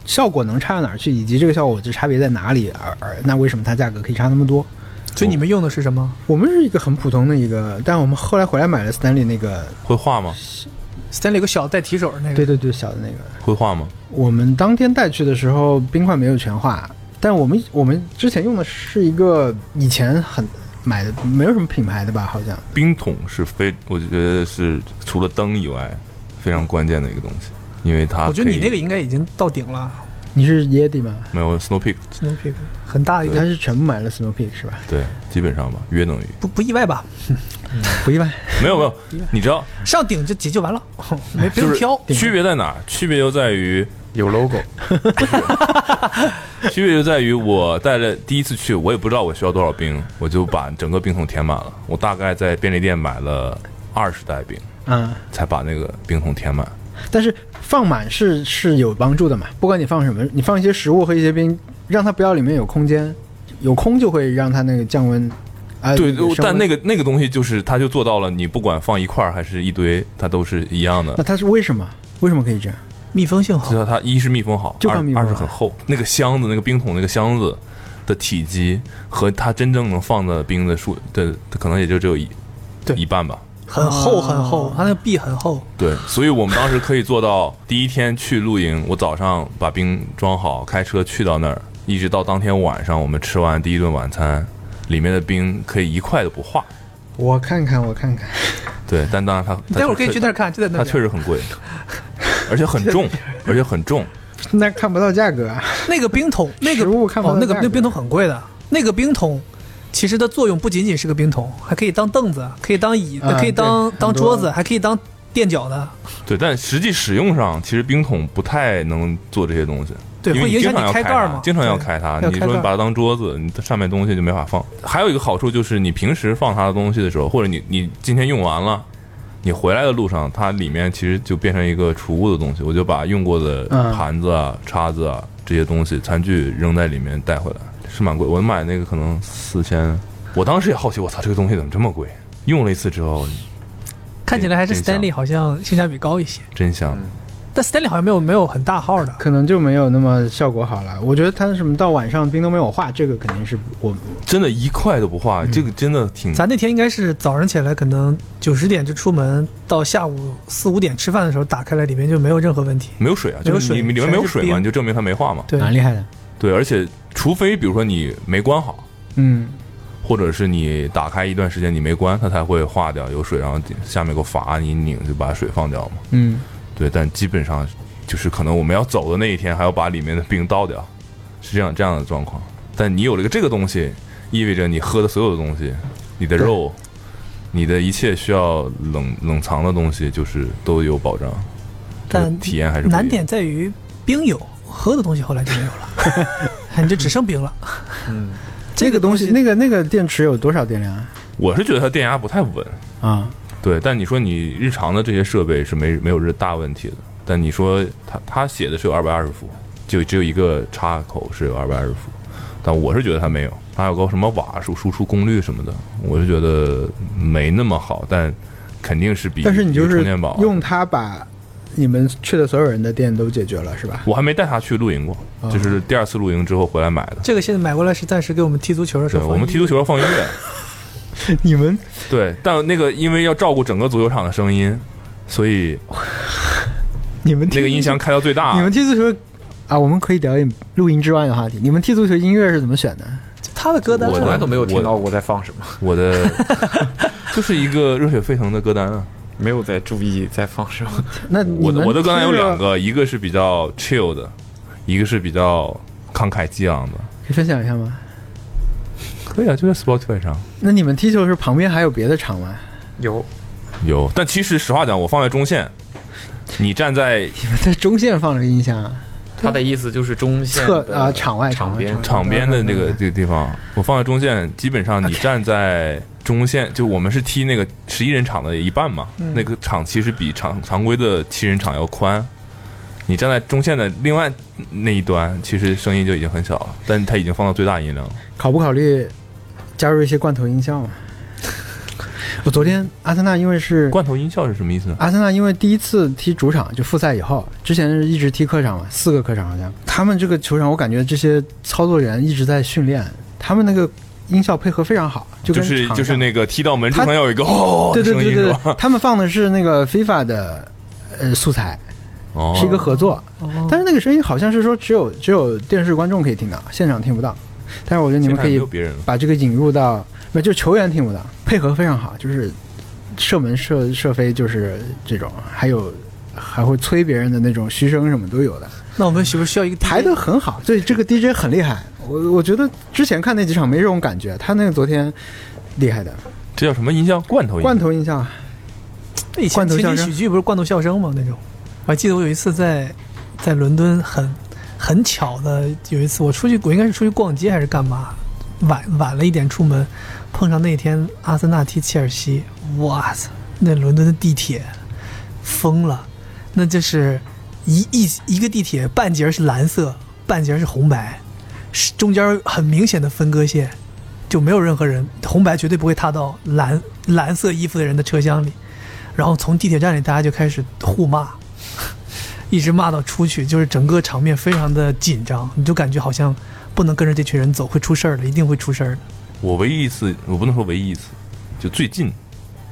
效果能差到哪儿去，以及这个效果之差别在哪里，而而那为什么它价格可以差那么多？所以你们用的是什么我们是一个很普通的一个，但我们后来回来买了 Stanley 那个，会画吗？ ？Stanley 有个小带提手的那个，对对对，小的那个。会画吗？我们当天带去的时候，冰块没有全化，但我们我们之前用的是一个以前很买的，没有什么品牌的吧，好像冰桶是非，我觉得是除了灯以外非常关键的一个东西，因为它我觉得你啊可以那个应该已经到顶了你是 Yeti 吗？没有 Snow Peak， ，Snow Peak 很大一他个，是全部买了 Snow Peak 是吧？对，基本上吧，约等于不不意外吧？不意外，没 有没有，你知道上顶就解就完了，没不就用是挑。区别在哪儿？区别就在于有 logo， 区别就在于我带了第一次去，我也不知道我需要多少冰，我就把整个冰桶填满了。我大概在便利店买了二十袋冰，嗯，才把那个冰桶填满。但是放满是是有帮助的嘛，不管你放什么，你放一些食物和一些冰，让它不要里面有空间，有空就会让它那个降温。啊、哎对，升温但那个那个东西就是，它就做到了，你不管放一块儿还是一堆，它都是一样的那。它是为什么？为什么可以这样？密封性好就，是它一是密封好，就二放密封二好是很厚。那个箱子，那个冰桶那个箱子的体积和它真正能放的冰的数的，它可能也就只有一对一半吧。很厚很厚，它那个壁很厚。对，所以我们当时可以做到第一天去露营，我早上把冰装好，开车去到那儿，一直到当天晚上我们吃完第一顿晚餐，里面的冰可以一块都不化。我看看，我看看，对，但当然它，你待会儿可以去那儿看，就在那它儿。确实很贵，而且很重，而且很重。 那看不到价格啊。那个 冰桶，那个食物看不到哦，那个价那格个冰桶很贵的。那个冰桶其实它作用不仅仅是个冰桶，还可以当凳子，可以当椅子，啊可以当对当很多桌子，还可以当垫脚的。对，但实际使用上，其实冰桶不太能做这些东西，对因为会影响经常你要开开盖儿嘛它经常要对开它。要你开说你盖儿把它当桌子，你上面东西就没法放。还有一个好处就是，你平时放它的东西的时候，或者你你今天用完了，你回来的路上，它里面其实就变成一个储物的东西。我就把用过的嗯盘子啊、叉子啊这些东西、餐具扔在里面带回来，是蛮贵。我买那个可能四千，我当时也好奇，我操，这个东西怎么这么贵？用了一次之后，看起来还是真香 Stanley 好像性价比高一些，真香。嗯但 Stanley 好像没有没有很大号的。嗯可能就没有那么效果好了。我觉得它什么到晚上冰都没有化，这个肯定是我真的一块都不化，这个真的挺嗯咱那天应该是早上起来，可能九十点就出门，到下午四五点吃饭的时候打开来，里面就没有任何问题。没有水啊，就没有是水你里面全没有是水嘛，冰你就证明它没化嘛。对，蛮厉害的。对，而且除非比如说你没关好，嗯，或者是你打开一段时间你没关，它才会化掉，有水，然后下面有个阀你一拧就把水放掉嘛。嗯，对，但基本上就是可能我们要走的那一天还要把里面的冰倒掉，是这样这样的状况。但你有了个这个东西，意味着你喝的所有的东西，你的肉，你的一切需要冷冷藏的东西，就是都有保障。这个但体验还是不一样难点在于冰有，喝的东西后来就没有了， 哎你就只剩冰了。这个东西，那个那个电池有多少电量啊？我是觉得它电压不太稳，啊，对，但你说你日常的这些设备是没没有这大问题的，但你说他他写的是有二百二十伏，就只有一个插口是有二百二十伏，但我是觉得它没有，它还有个什么瓦数输出功率什么的，我是觉得没那么好，但肯定是比但是你就比充是电宝啊用。它把你们去的所有人的电都解决了，是吧？我还没带他去露营过，啊就是第二次露营之后回来买的。这个现在买过来是暂时给我们踢足球的时对，候放，我们踢足球放音乐， 你们对，但那个因为要照顾整个足球场的声音，所以你们踢那个音响，开到最 大。你们踢足球啊？我们可以聊一录音之外的话题。你们踢足球音乐是怎么选的？他的歌单我从的来都没有听到过在放什么，我 的就是一个热血沸腾的歌单啊。没有在注意在放什么。那你我的们我的歌单有听着两，个，一个是比较 chill 的，一个是比较慷慨激昂的。可以分享一下吗？可以啊，就在 Spotify 上那你们踢球是旁边还有别的场 吗？有有，但其实实话讲，我放在中线，你站在你们在中线放了个音箱啊？ 他的意思就是中线侧的啊场外场边外呃场边的这个嗯这个地方，我放在中线，基本啊上你站在中线，就我们是踢那个十一人场的一半嘛，嗯那个场其实比常常规的七人场要宽。你站在中线的另外那一端，其实声音就已经很小了，但它已经放到最大音量了。考不考虑加入一些罐头音效啊？ 我昨天阿森纳因为是罐头音效是什么意思呢？阿森纳因为第一次踢主场就复赛以后，之前是一直踢客场嘛，四个客场好像。他们这个球场，我感觉这些操作人一直在训练，他们那个音效配合非常好，就就跟是场上就是那个踢到门柱它上要有一个哦对对声音对是对吧？对，他们放的是那个 FIFA 的呃素材，哦，是一个合作，但是那个声音好像是说只有只有电视观众可以听到，现场听不到。但是我觉得你现们场可没以有别人了。把这个引入到，不就球员听不到，配合非常好，就是射门射射飞就是这种，还有还会催别人的那种嘘声什么都有的，嗯那我们是不是需要一个 DJ 排的很好。对，这个 DJ 很厉害，我我觉得之前看那几场没这种感觉，他那个昨天厉害的这叫什么音效？罐头音罐头印象，那以前罐头情景笑声喜剧不是罐头笑声吗？那种，我还记得我有一次在在伦敦很很巧的有一次，我出去我应该是出去逛街还是干嘛，晚晚了一点出门，碰上那天阿森纳踢切尔西，哇塞，那伦敦的地铁疯了，那就是一一一个地铁半截儿是蓝色，半截儿是红白，是中间儿很明显的分割线。就没有任何人，红白绝对不会踏到蓝蓝色衣服的人的车厢里。然后从地铁站里大家就开始互骂， 一直骂到出去，就是整个场面非常的紧张，你就感觉好像不能跟着这群人走，会出事儿的，一定会出事儿的。我唯一一次，我不能说唯一一次，就最近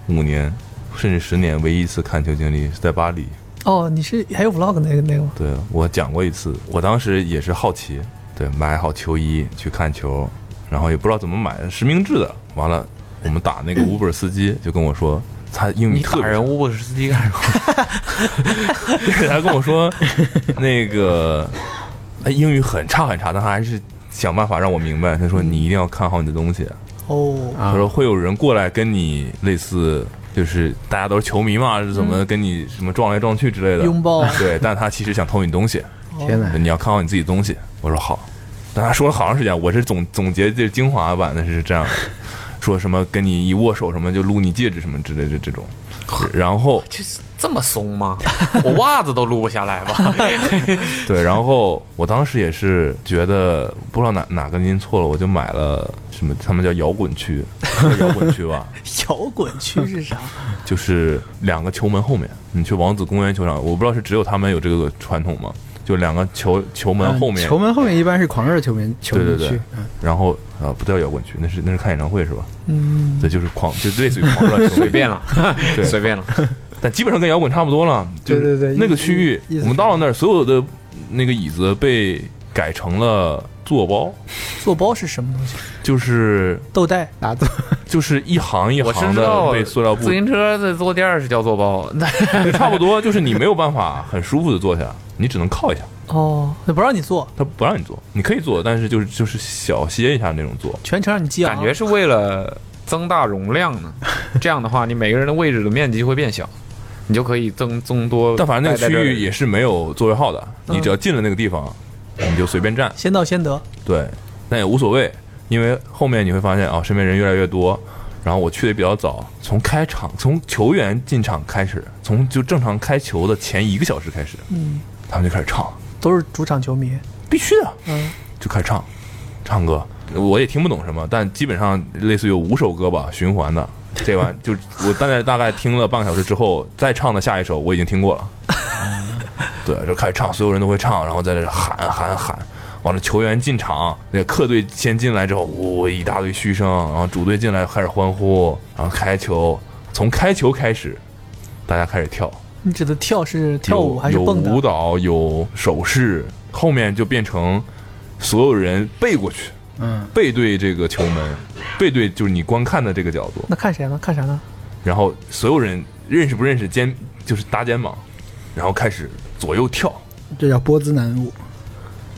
五年甚至十年唯一一次看球经历是在巴黎。哦，你是还有 vlog 那个那个吗？对我讲过一次，我当时也是好奇，对，买好球衣去看球，然后也不知道怎么买，实名制的。完了，我们打 那个 Uber 司机就跟我说，他英语你特打别人乌布斯基干什么？ 对，他跟我说那个哎英语很差很差，但他还是想办法让我明白。他说你一定要看好你的东西，哦，他说会有人过来跟你类似，就是大家都是球迷嘛，是怎么跟你什么撞来撞去之类的嗯拥抱对，但他其实想偷你东西， 天哪！你要看好你自己东西。我说好，但他说了好长时间，我是总总结这精华版的是这 样的，说什么跟你一握手什么就撸你戒指什么之类的这种，然后 这这么松吗？ 我袜子都撸不下来 吧？对，然后我当时也是觉得不知道哪哪根筋错了，我就买了什么，他们叫摇滚 区，是摇滚区吧，摇滚区是啥？就是两个球门后面，你去王子公园球场，我不知道是只有他们有这个传统吗？就两个球球门后面，球门后面一般是狂热球迷啊球迷对区，对对嗯然后啊、不叫摇滚区，那是那是看演唱会 是吧？嗯，对，就是狂，就类似于狂热球随随便，了， 对随便了。但基本上跟摇滚差不多了。就是对对对那个意区域意意，思我们到了那儿，所有的那个椅子被改成了坐包，做包是什么东西？就是豆袋打坐就是一行一我是行知的道被塑料布自，行车的坐垫儿是叫坐包，那就差不多，就是你没有办法很舒服的坐下，你只能靠一下。哦，那不让你做，他不让你坐，你可以坐，但是就是就是小歇一下那种坐。全程让你系啊。感觉是为了增大容量 呢。这样的话，你每个人的位置的面积会变小，你就可以增增多。但反正那个区域也是，是没有座位号的，嗯你只要进了那个地方，你就随便站，先到先得，对，但也无所谓，因为后面你会发现啊，身边人越来越多。然后我去的比较早，从开场，从球员进场开始，从就正常开球的前一个小时开始，嗯，他们就开始唱，都是主场球迷。必须的，嗯，就开始唱，唱歌，我也听不懂什么，但基本上类似于有五首歌吧，循环的。这完就我大概大概听了半个小时之后，再唱的下一首我已经听过了。对，就开始唱，所有人都会唱，然后在这喊喊喊。完了，球员进场，那个客队先进来之后，呜、一大堆嘘声，然后主队进来开始欢呼，然后开球，从开球开始，大家开始跳，你指的跳是跳舞有还是有蹦舞的？蹈，有手势，后面就变成所有人背过去，嗯，背对这个球门，背对就是你观看的这个角度，那看谁呢？看啥呢？然后所有人认识不认识肩就是搭肩膀，然后开始左右跳，这叫波兹南舞。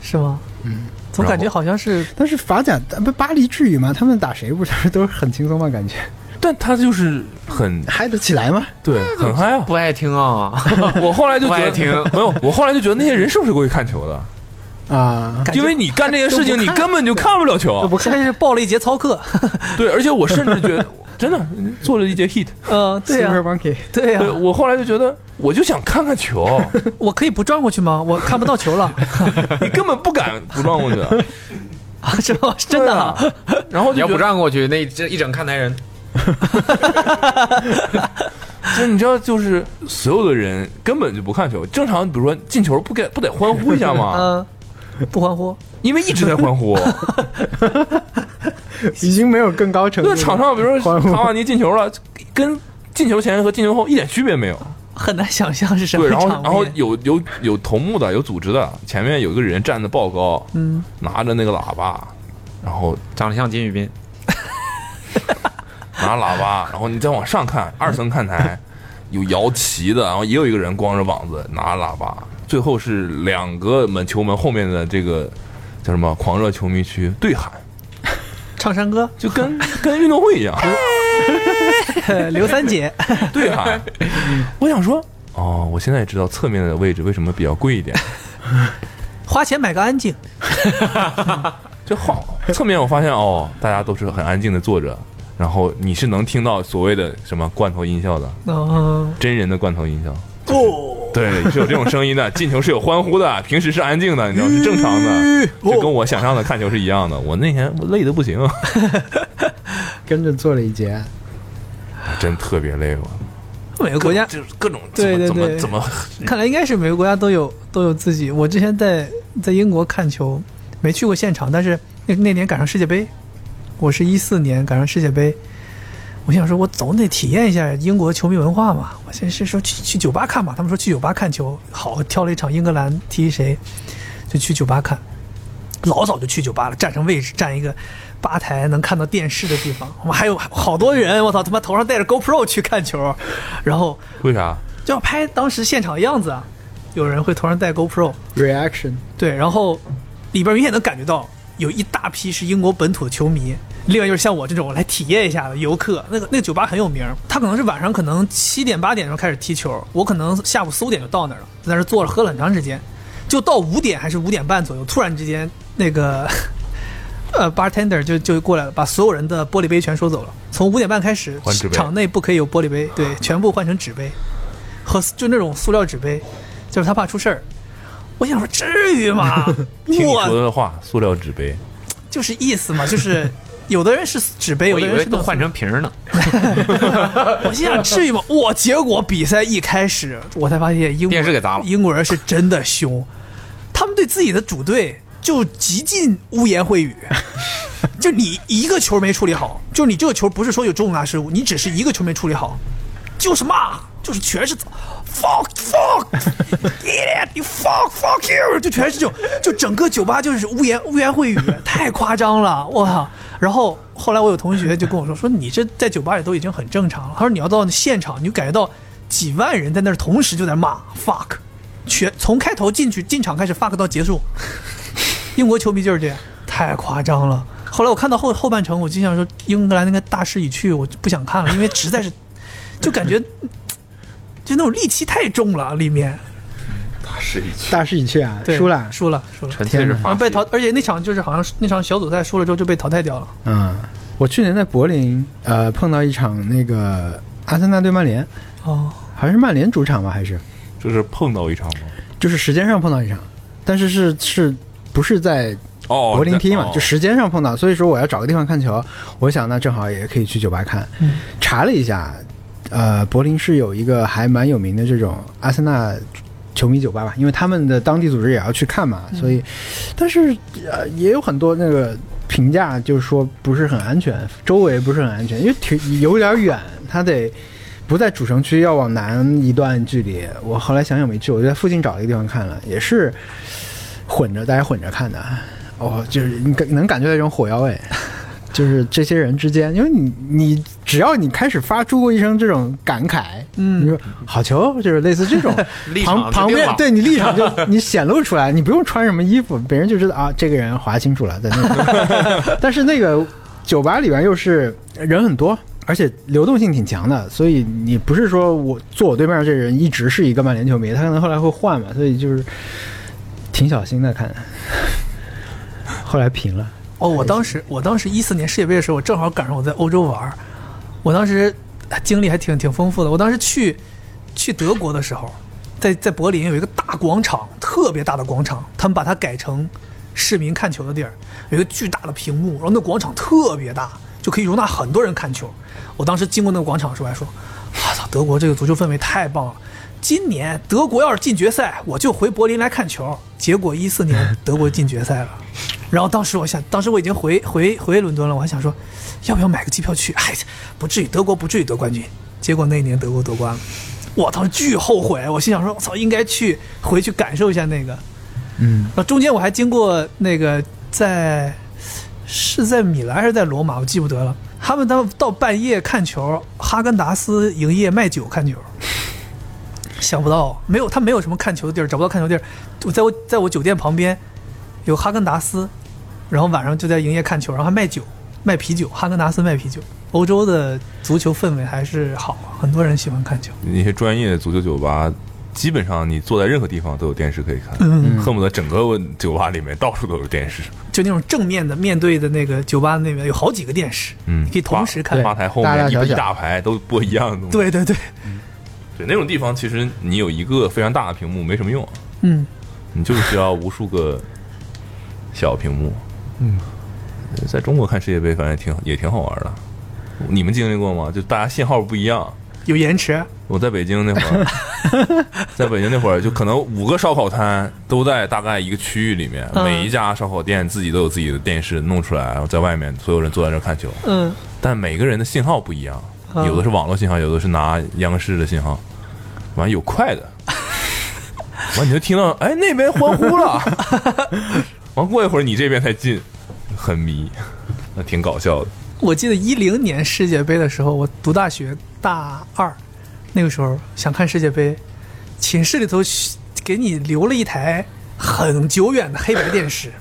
是吗？嗯，总感觉好像是但是法甲不巴黎至于吗？他 们打谁不是都是很轻松吗？感觉但他就是很嗨得起来吗？对很嗨啊！不爱听啊。 我后来就不觉爱得听没有，我后来就觉得那些人是不是过去看球的？啊，感觉因为你干这些事情，你根本就看不了球都啊。不看真是报了一节操 课。对，而且我甚至觉得，真的做了一节 hit。嗯， 对啊呀、 Super Monkey，对呀、对我后来就觉得，我就想看看球，我可以不转过去吗？我看不 到球了，你根本不敢不撞过去，啊是吗？是 真的、啊。对 啊。然后你就要觉不得转过去，那这一整看台人，就是你知道，就是所有的人根本就不看球。正常，比如说进球不给不得欢呼一下吗？嗯，不欢呼，因为一直在欢 呼。已经没有更高程度那的。场上，比如说欢呼卡瓦尼进球了，跟进球前和进球后一点区别没有。很难想象是什么对，然后场面。然后有有有头目的，有组织的，前面有一个人站的爆高，嗯，拿着那个喇叭，然后长得像金宇彬，拿喇叭，然后你再往上看，二层看台有摇旗的，然后也有一个人光着膀子拿喇叭。最后是两个门球门后面的这个叫什么狂热球迷区对喊，唱山歌，就跟跟运动会一样呃刘三姐，对喊。我想说，哦，我现在也知道侧面的位置为什么比较贵一点，花钱买个安静。就好。侧面我发现哦，大家都是很安静的坐着，然后你是能听到所谓的什么罐头音效的，嗯，真人的罐头音效。哦，对，是有这种声音的。 进球是有欢呼的，平时是安静的，你知道是正常的，就跟我想象的看球是一样的。我那天我累的不行，跟着做了一节，真特别累我。每个国家就是各种怎对么对怎么对怎么看来应该是每个国家都有都有自己。我之前在在英国看球，没去过现场，但是那那年赶上世界杯，我是一四年赶上世界杯，我想说我总得体验一下英国球迷文化嘛。我先是说去去酒吧看吧，他们说去酒吧看球好，挑了一场英格兰踢谁，就去酒吧看。老早就去酒吧了，占上位置，占一个吧台能看到电视的地方。我们还有好多人，我操他妈头上戴着 GoPro 去看球，然后 为啥？就要拍当时现场的样子啊。有人会头上戴 GoPro， reaction 对，然后里边明显能感觉到有一大批是英国本土的球迷，另外就是像我这种来体验一下的游客。那个那个酒吧很有名，他可能是晚上可能七点八点的时候开始踢球，我可能下午四五点就到那儿了，在那儿坐着喝了很长时间，就到五点还是五点半左右，突然之间那个呃 bartender 就就过来了，把所有人的玻璃杯全收走了。从五点半开始换纸，杯啊场内不可以有玻璃杯，对，全部换成纸杯和就那种塑料纸杯，就是他怕出事儿。我想说，至于 吗？听你我说的话，塑料纸杯，就是意思嘛，就是有的人是纸杯，有我的以人为是都弄换成瓶儿呢。我心想至于 吗？我结果比赛一开始，我才发现英国 电视给砸了英国人是真的凶，他们对自己的主队就极尽污言 秽语。就你一个球没处理好，就你这个球不是说有重大失误，你只是一个球没处理好，就是骂，就是全是 fuck fuck idiot you fuck fuck you，就全是这种，就整个酒吧就是污言污言秽语，太夸张了，我靠！然后后来我有同学就跟我说，说你这在酒吧里都已经很正常了，他说你要到现场，你就感觉到几万人在那儿同时就在骂 fuck，全从开头进去进场开始 fuck 到结束，英国球迷就是这样，太夸张了。后来我看到后后半程，我就想说英格兰那个大势已去，我就不想看了，因为实在是就感觉就那种戾气太重了，啊里面大势已去啊，对输了，输了输了，纯粹是然发后泄被淘，而且那场就是好像是那场小组赛输了之后就被淘汰掉了。嗯，我去年在柏林，呃，碰到一场那个阿森纳对曼联，哦，好像是曼联主场吧，还是这是碰到一场吗？就是时间上碰到一场，但是是是不是在哦，柏林踢嘛，哦就时间上碰到，所以说我要找个地方看球，我想那正好也可以去酒吧看。查了一下，呃，柏林是有一个还蛮有名的这种阿森纳球迷酒吧吧，因为他们的当地组织也要去看嘛，所以，但是呃也有很多那个评价就是说不是很安全，周围不是很安全，因为挺有点远，它得。不在主城区，要往南一段距离。我后来想想没去，我就在附近找了一个地方看了，也是混着，大家混着看的。哦，就是你感能感觉到一种火药味， 就是这些人之间，因为你你只要你开始发出过一声这种感慨，嗯，你说好球，就是类似这种 立场旁就旁定边了对你立 场就你显露出来，你不用穿什么衣服，别人就知道啊，这个人划清楚了在那 里。但是那个酒吧里边又是人很多。而且流动性挺强的，所以你不是说我坐我对面这人一直是一个曼联球迷，他可能后来会换嘛，所以就是挺小心的看， 后来平了。哦，我当时我当时一四年世界杯的时候，我正好赶上我在欧洲玩儿，我当时经历还挺挺丰富的。我当时去去德国的时候，在在柏林有一个大广场，特别大的广场，他们把它改成市民看球的地儿，有一个巨大的屏幕，然后那广场特别大，就可以容纳很多人看球。我当时经过那个广场的时候，还说：“我操，德国这个足球氛围太棒了！今年德国要是进决赛，我就回柏林来看球。”结果一四年德国进决赛了，然后当时我想，当时我已经回回回伦敦了，我还想说，要不要买个机票去？哎，不至于，德国不至于得冠军。结果那一年德国夺冠了，我当时巨后悔，我心想说：“我操，应该去回去感受一下那个。”嗯，然后中间我还经过那个在是在米兰还是在罗马，我记不得了。他们到到半夜看球，哈根达斯营业卖酒看球，想不到没有他没有什么看球的地儿，找不到看球地儿。我在我在我酒店旁边有哈根达斯，然后晚上就在营业看球，然后还卖酒卖啤酒，哈根达斯卖啤酒。欧洲的足球氛围还是好，很多人喜欢看球。那些专业的足球酒吧，基本上你坐在任何地方都有电视可以看，恨不得整个酒吧里面到处都有电视。就那种正面的面对的那个酒吧那边有好几个电视，嗯你可以同时看。吧台后大面大一小一小大排都播一样的东西。对对对，对，那种地方其实你有一个非常大的屏幕没什么用，啊嗯，你就是需要无数个小屏幕。嗯，在中国看世界杯，反正挺也挺好玩的。你们经历过吗？就大家信号不一样。有延迟。我在北京那会 儿，在北京那会儿，就可能五个烧烤摊都在大概一个区域里面，嗯每一家烧烤店自己都有自己的电视弄出来，然后在外面所有人坐在这儿看球，嗯，但每个人的信号不一样，嗯有的是网络信号，有的是拿央视的信号，完有快 的，完你就听到哎那边欢呼了， 完过一会儿你这边才进，很迷，那挺搞笑的。我记得一零年世界杯的时候，我读大学大二，那个时候想看世界杯，寝室里头给你留了一台很久远的黑白电视。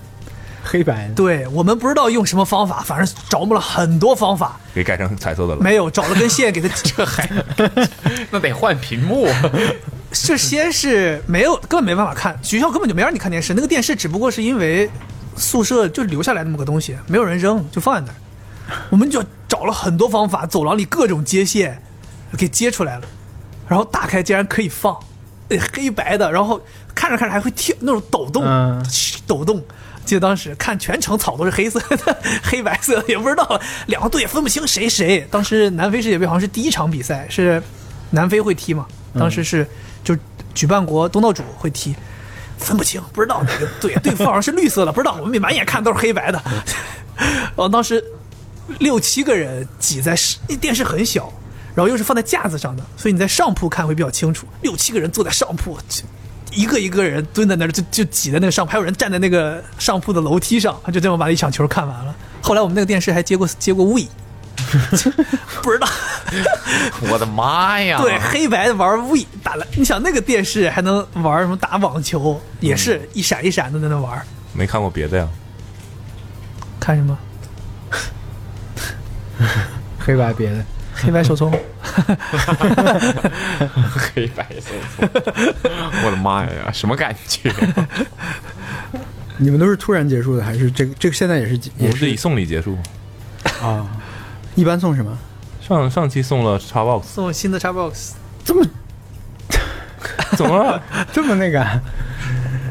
黑白的对我们不知道用什么方法，反正着摸了很多方法，给改成彩色的了，没有找了根线给它 这还那得换屏幕。这先是没有，根本没办法看，学校根本就没让你看电视，那个电视只不过是因为宿舍就留下来那么个东西，没有人扔，就放在那儿。我们就找了很多方法，走廊里各种接线给接出来了，然后打开竟然可以放，呃黑白的，然后看着看着还会跳那种抖动，嗯抖动。记得当时看全程草都是黑色的，黑白色的，也不知道两个队也分不清谁谁。当时南非世界杯好像是第一场比赛，是南非会踢嘛？当时是就举办国东道主会踢，分不清，不知道哪个队对方好像是绿色的，不知道，我们满眼看都是黑白的。然哦后当时六七个人挤在室那电视很小，然后又是放在架子上的，所以你在上铺看会比较清楚。六七个人坐在上铺，就一个一个人蹲在那儿，就就挤在那个上铺，还有人站在那个上铺的楼梯上，就这么把一场球看完了。后来我们那个电视还接过接过 We，不知道。 我的妈呀！对，黑白的玩 We 打了，你想那个电视还能玩什么打网球，也是一闪一闪的在那玩，没看过别的呀。看什么黑白别的，黑白 手冲，黑白色， 我的妈呀，什么感 觉？你们都是突然结束的，还是这个这个现在也是我也们是是以送礼结束，啊？一般送什么？上上期送了 Xbox，送新的 Xbox，这么怎么了？这么那 个啊？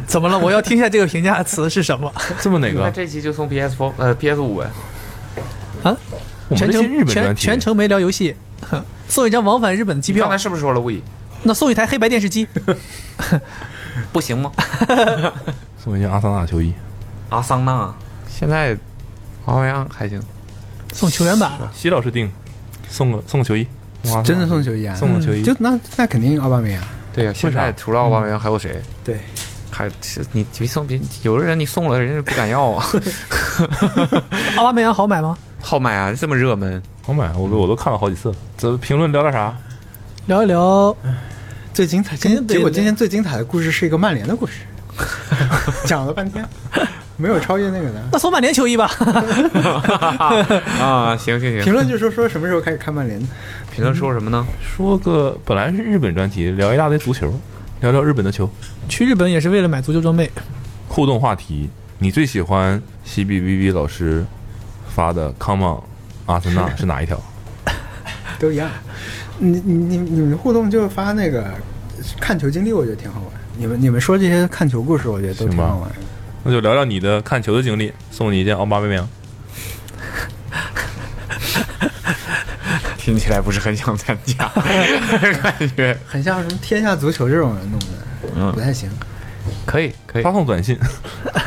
怎么了？我要听一下这个评价词是什么？这么哪那 个？这期就送 PS 4呃 PS 五呗。 我们全这些程日本专全题全程没聊游戏，哼送一张往返日本的机你刚票才，是不是说了 We？那送一台黑白电视机，不行吗？送一件阿桑纳球衣，阿桑纳现在好像还行，送球员版，西老师定，送个送个球衣，哇真的送球衣啊？送个球衣，就那那肯定奥巴梅啊扬。对呀、现在除了奥巴梅扬还有谁？对，还是你你送别有的人你送了人家不敢要啊， 奥巴梅扬好买吗？好买啊，这么热门，好买，我都我都看了好几次了。咱们评论聊点啥？聊一聊最精彩，今天今结果对今天最精彩的故事是一个曼联的 故事，讲了半天，没有超越那个的。那送曼联球衣吧，啊，行行评行，论就说说什么时候开始看曼联的，评论说什么呢？说个本来是日本专题，聊一大堆足球，聊聊日本的球。去日本也是为了买足球装备，互动话题，你最喜欢西比 VV 老师发的 “Come on，阿森纳”是哪一条？都一样。你你你你们互动就发那个看球经历，我觉得挺好玩。你们你们说这些看球故事，我觉得都挺好玩的。那就聊聊你的看球的经历，送你一件奥巴梅扬。听起来不是很想参 加，感觉很像什么天下足球这种人弄的，嗯不太行。可以可以发。送短信，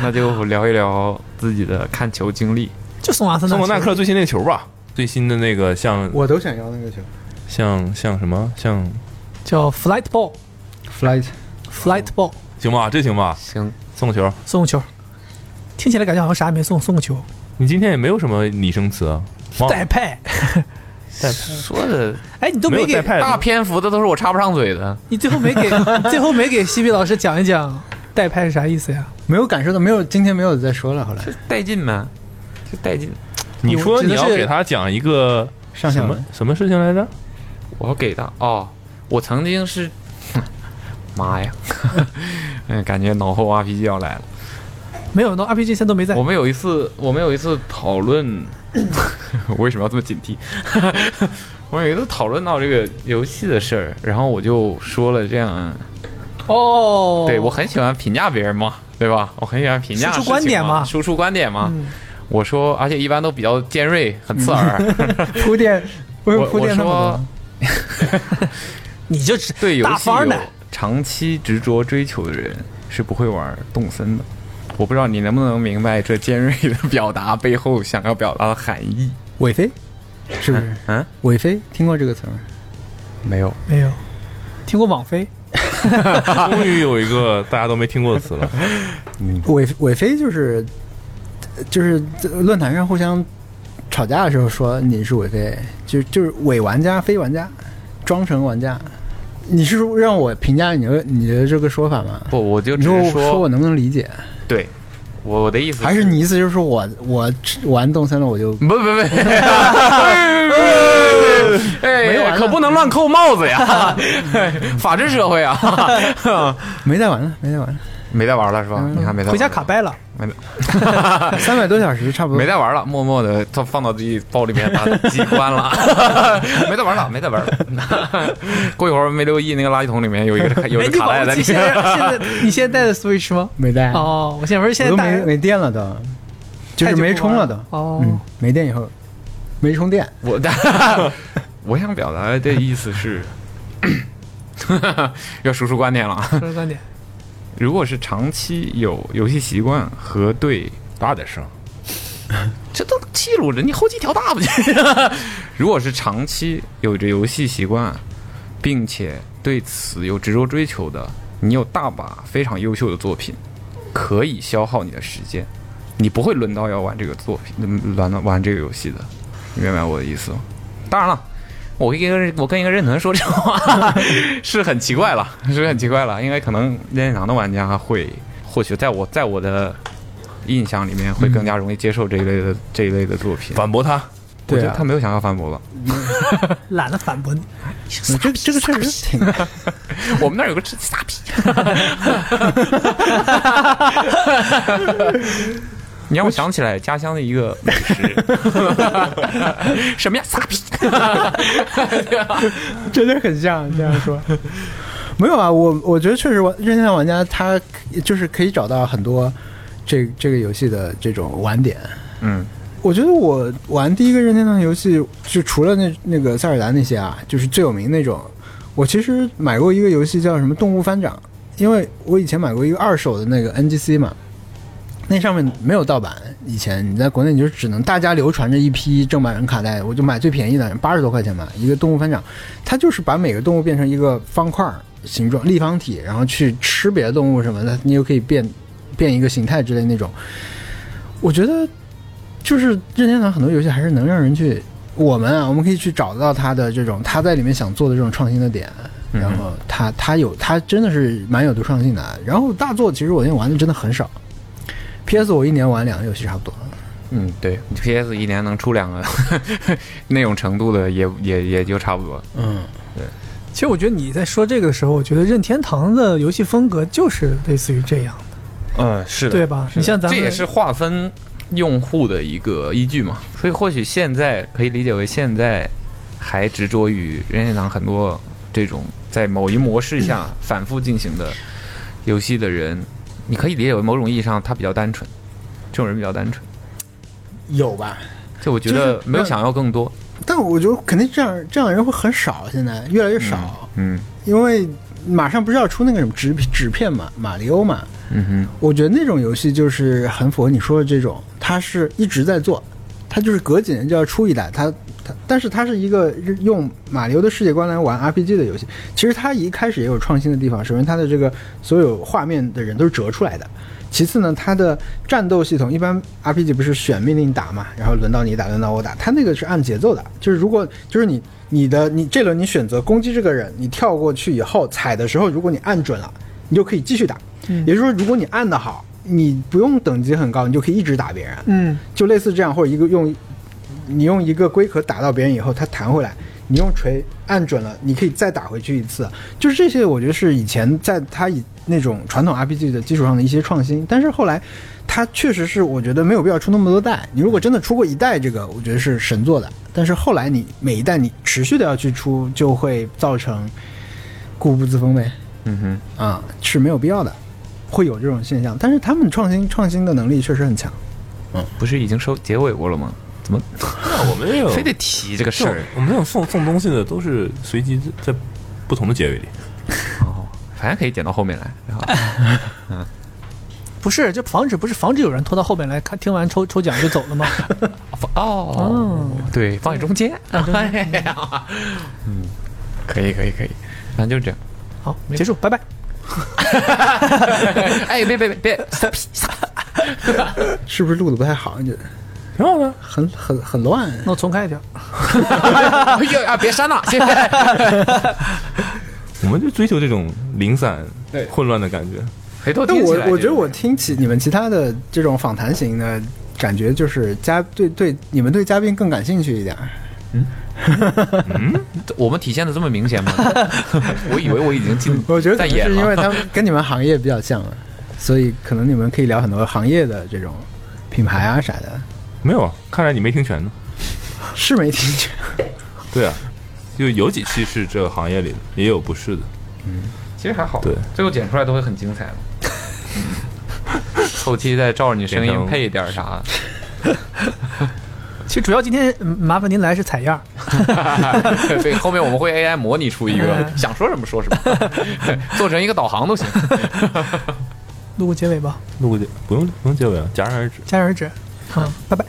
那就聊一聊自己的看球经历。就送阿森纳送球。我耐克最新那个球吧，最新的那个像我都想要那个球像像什么像叫 Flight Ball，Flight ，flight Ball 行吧，这行吧，行，送球。送个球，听起来感觉好像啥也没送，送个球，你今天也没有什么拟声词啊，忘带派。说的哎，你都没有给带派大篇幅的都是我插不上嘴的。你最后 没给，你最后没给西比老师讲一讲代拍是啥意思呀？没有感受到，没有今天没有再说了。后来这带劲吗？这带劲！你说你要指的是给他讲一个上什下么文什么事情来 着？我给的哦，我曾经是，妈 呀，嗯，感觉脑后 RPG 要来了。没有，那 RPG 现在都没在我。们有一次，我们有一次 讨论，我为什么要这么警惕？ 我有一次讨论到这个游戏的事儿，然后我就说了这样，哦，对我很喜欢评价别人嘛，对吧？我很喜欢评价输出观点嘛嘛，输出观点嘛。嗯我说，而且一般都比较尖锐，很 刺耳。铺垫， 不我用铺我垫那么说多。， 你就只对游大戏方有的，长期执着追求的人是不会玩动森的。我不知道你能不能明白这尖锐的表达背后想要表达的含义。韦飞是不是？嗯，韦飞听过这个词吗？没有，没有听过网飞，终于有一个大家都没听过的词了。嗯韦韦飞就是就是论坛上互相吵架的时候说你是韦飞，就就是伪玩家、非玩家，装成玩家。你是让我评价你的你的这个说法吗？不，我就你只说是我说我能不能理解？对，我我的意思还是你意思就是说我我玩动森了我就 不不不， 哎，完了可不能乱扣帽子 呀！法治社会啊，没再玩了，没再玩了，没在玩了是吧？你看没在回家卡掰了。三百多小时差不多没。在玩了，默默的他放到自己包里面，把自己关了，没在玩了，没在玩了。 过一会儿没留意那个垃圾桶里面有一个有哎，一你个卡带网在机里现在面。现在你现在带的 Switch 吗？没带，哦，我想说现嗯我都在带没没电了都，就是没充了都。哦，嗯，没电以后没充电， 我 的，我想表达的意思是， 要输出观点了 啊。说说观点。如果是长期有游戏习惯和对大点声，这都记录着，你后期调大不就？ 如果是长期有着游戏习惯，并且对此有执着追求的，你有大把非常优秀的作品，可以消耗你的时间，你不会轮到要玩这个作品，嗯玩到玩这个游戏的，你明白我的意思吗？当然了。我跟一个我跟一个任腾说这话是很奇怪了，是很奇怪了，因为可能任天堂的玩家会，或许在我在我的印象里面会更加容易接受这一类的、这一类的作品。反驳他。我对觉得啊他没有想要反驳吧？懒得反驳你，这这个确实挺我们那儿有个傻逼，你让我想起来家乡的一个美食，什么呀？傻逼！真的很像这样说。没有啊，我我觉得确实玩任天堂玩家他就是可以找到很多这这个游戏的这种玩点。嗯，我觉得我玩第一个任天堂游戏，就除了那那个塞尔达那些啊，就是最有名那种。我其实买过一个游戏叫什么《动物翻掌》，因为我以前买过一个二手的那个 NGC 嘛，那上面没有盗版。以前你在国内你就只能大家流传着一批正版卡带，我就买最便宜的，八十多块钱吧，一个动物翻掌，它就是把每个动物变成一个方块儿形状立方体，然后去吃别的动物什么的，你又可以变变一个形态之类那种。我觉得就是任天堂很多游戏还是能让人去，我们啊，我们可以去找到他的这种他在里面想做的这种创新的点，嗯然后他他有他真的是蛮有独创性的。然后大作其实我现在玩的真的很少，PS 我一年玩两个游戏差不多。嗯，对，PS 一年能出两个 那种程度的也，也也就差不多。嗯，其实我觉得你在说这个的时候，我觉得任天堂的游戏风格就是类似于这样的，嗯，是的，对吧？你像咱这们也是划分用户的一个依据嘛。所以或许现在可以理解为现在还执着于任天堂很多这种在某一模式下反复进行的游戏的人，你可以理解为某种意义上他比较单纯，这种人比较单纯，有吧？就我觉就得是没有想要更多，但我觉得肯定这样这样的人会很少，现在越来越少，嗯因为马上不是要出那个什么纸纸片嘛，马里欧嘛，嗯哼，我觉得那种游戏就是很符合你说的这种，它是一直在做，它就是隔几年就要出一代，它它，但是它是一个用马里奥的世界观来玩 RPG 的游戏。其实它一开始也有创新的地方，首先它的这个所有画面的人都是折出来的，其次呢，它的战斗系统一般 RPG 不是选命令打嘛，然后轮到你打，轮到我打，它那个是按节奏的，就是如果就是你你的你这轮你选择攻击这个人，你跳过去以后踩的时候，如果你按准了，你就可以继续打。也就是说，如果你按的好，你不用等级很高，你就可以一直打别人，嗯，就类似这样，或者一个用你用一个龟壳打到别人以后，它弹回来，你用锤按准了，你可以再打回去一次。就是这些，我觉得是以前在它以那种传统 RPG 的基础上的一些创新，但是后来它确实是我觉得没有必要出那么多代。你如果真的出过一代，这个我觉得是神作的，但是后来你每一代你持续的要去出，就会造成固步自封呗。嗯啊是没有必要的，会有这种现象。但是他们创新创新的能力确实很强。哼，不是已经收结尾过了吗？怎么那我们这种非得提这个这事种儿？我们这种送送东西的都是随机在不同的结尾里。哦，反正可以剪到后面来，然 后不是，这防止不是防止有人拖到后面来看，听完抽抽奖就走了吗？哦，对，放在中间，哎呀嗯，可以可以可以，反正就这样。好，结束，拜拜。哎，别别别别，是不是录的不太好？你觉得挺好的，很很很 乱？那我重开一条。 哎呦啊，别删了，谢谢。我们就追求这种零散、混乱的感觉。回头但听起我来我就觉得我听起你们其他的这种访谈型的感觉，就是嘉对对你们对嘉宾更感兴趣一点。 我们体现的这么明显吗？ 我以为我已经进， 我觉得可在能演是因为了。他们跟你们行业比较像了，所以可能你们可以聊很多行业的这种品牌啊啥的。没有，啊，看来你没听全呢。是没听见？对啊，就有几期是这个行业里的，也有不是的。其实还好，对最后剪出来都会很精彩的。后期再照着你声音配一点 啥，其实主要今天嗯麻烦您来是采样，对，后面我们会 AI 模拟出一 个想说什么说什么，做成一个导航都行。录个结尾吧，录个结不用不用结尾啊，戛然而止。戛然而止。嗯，拜拜。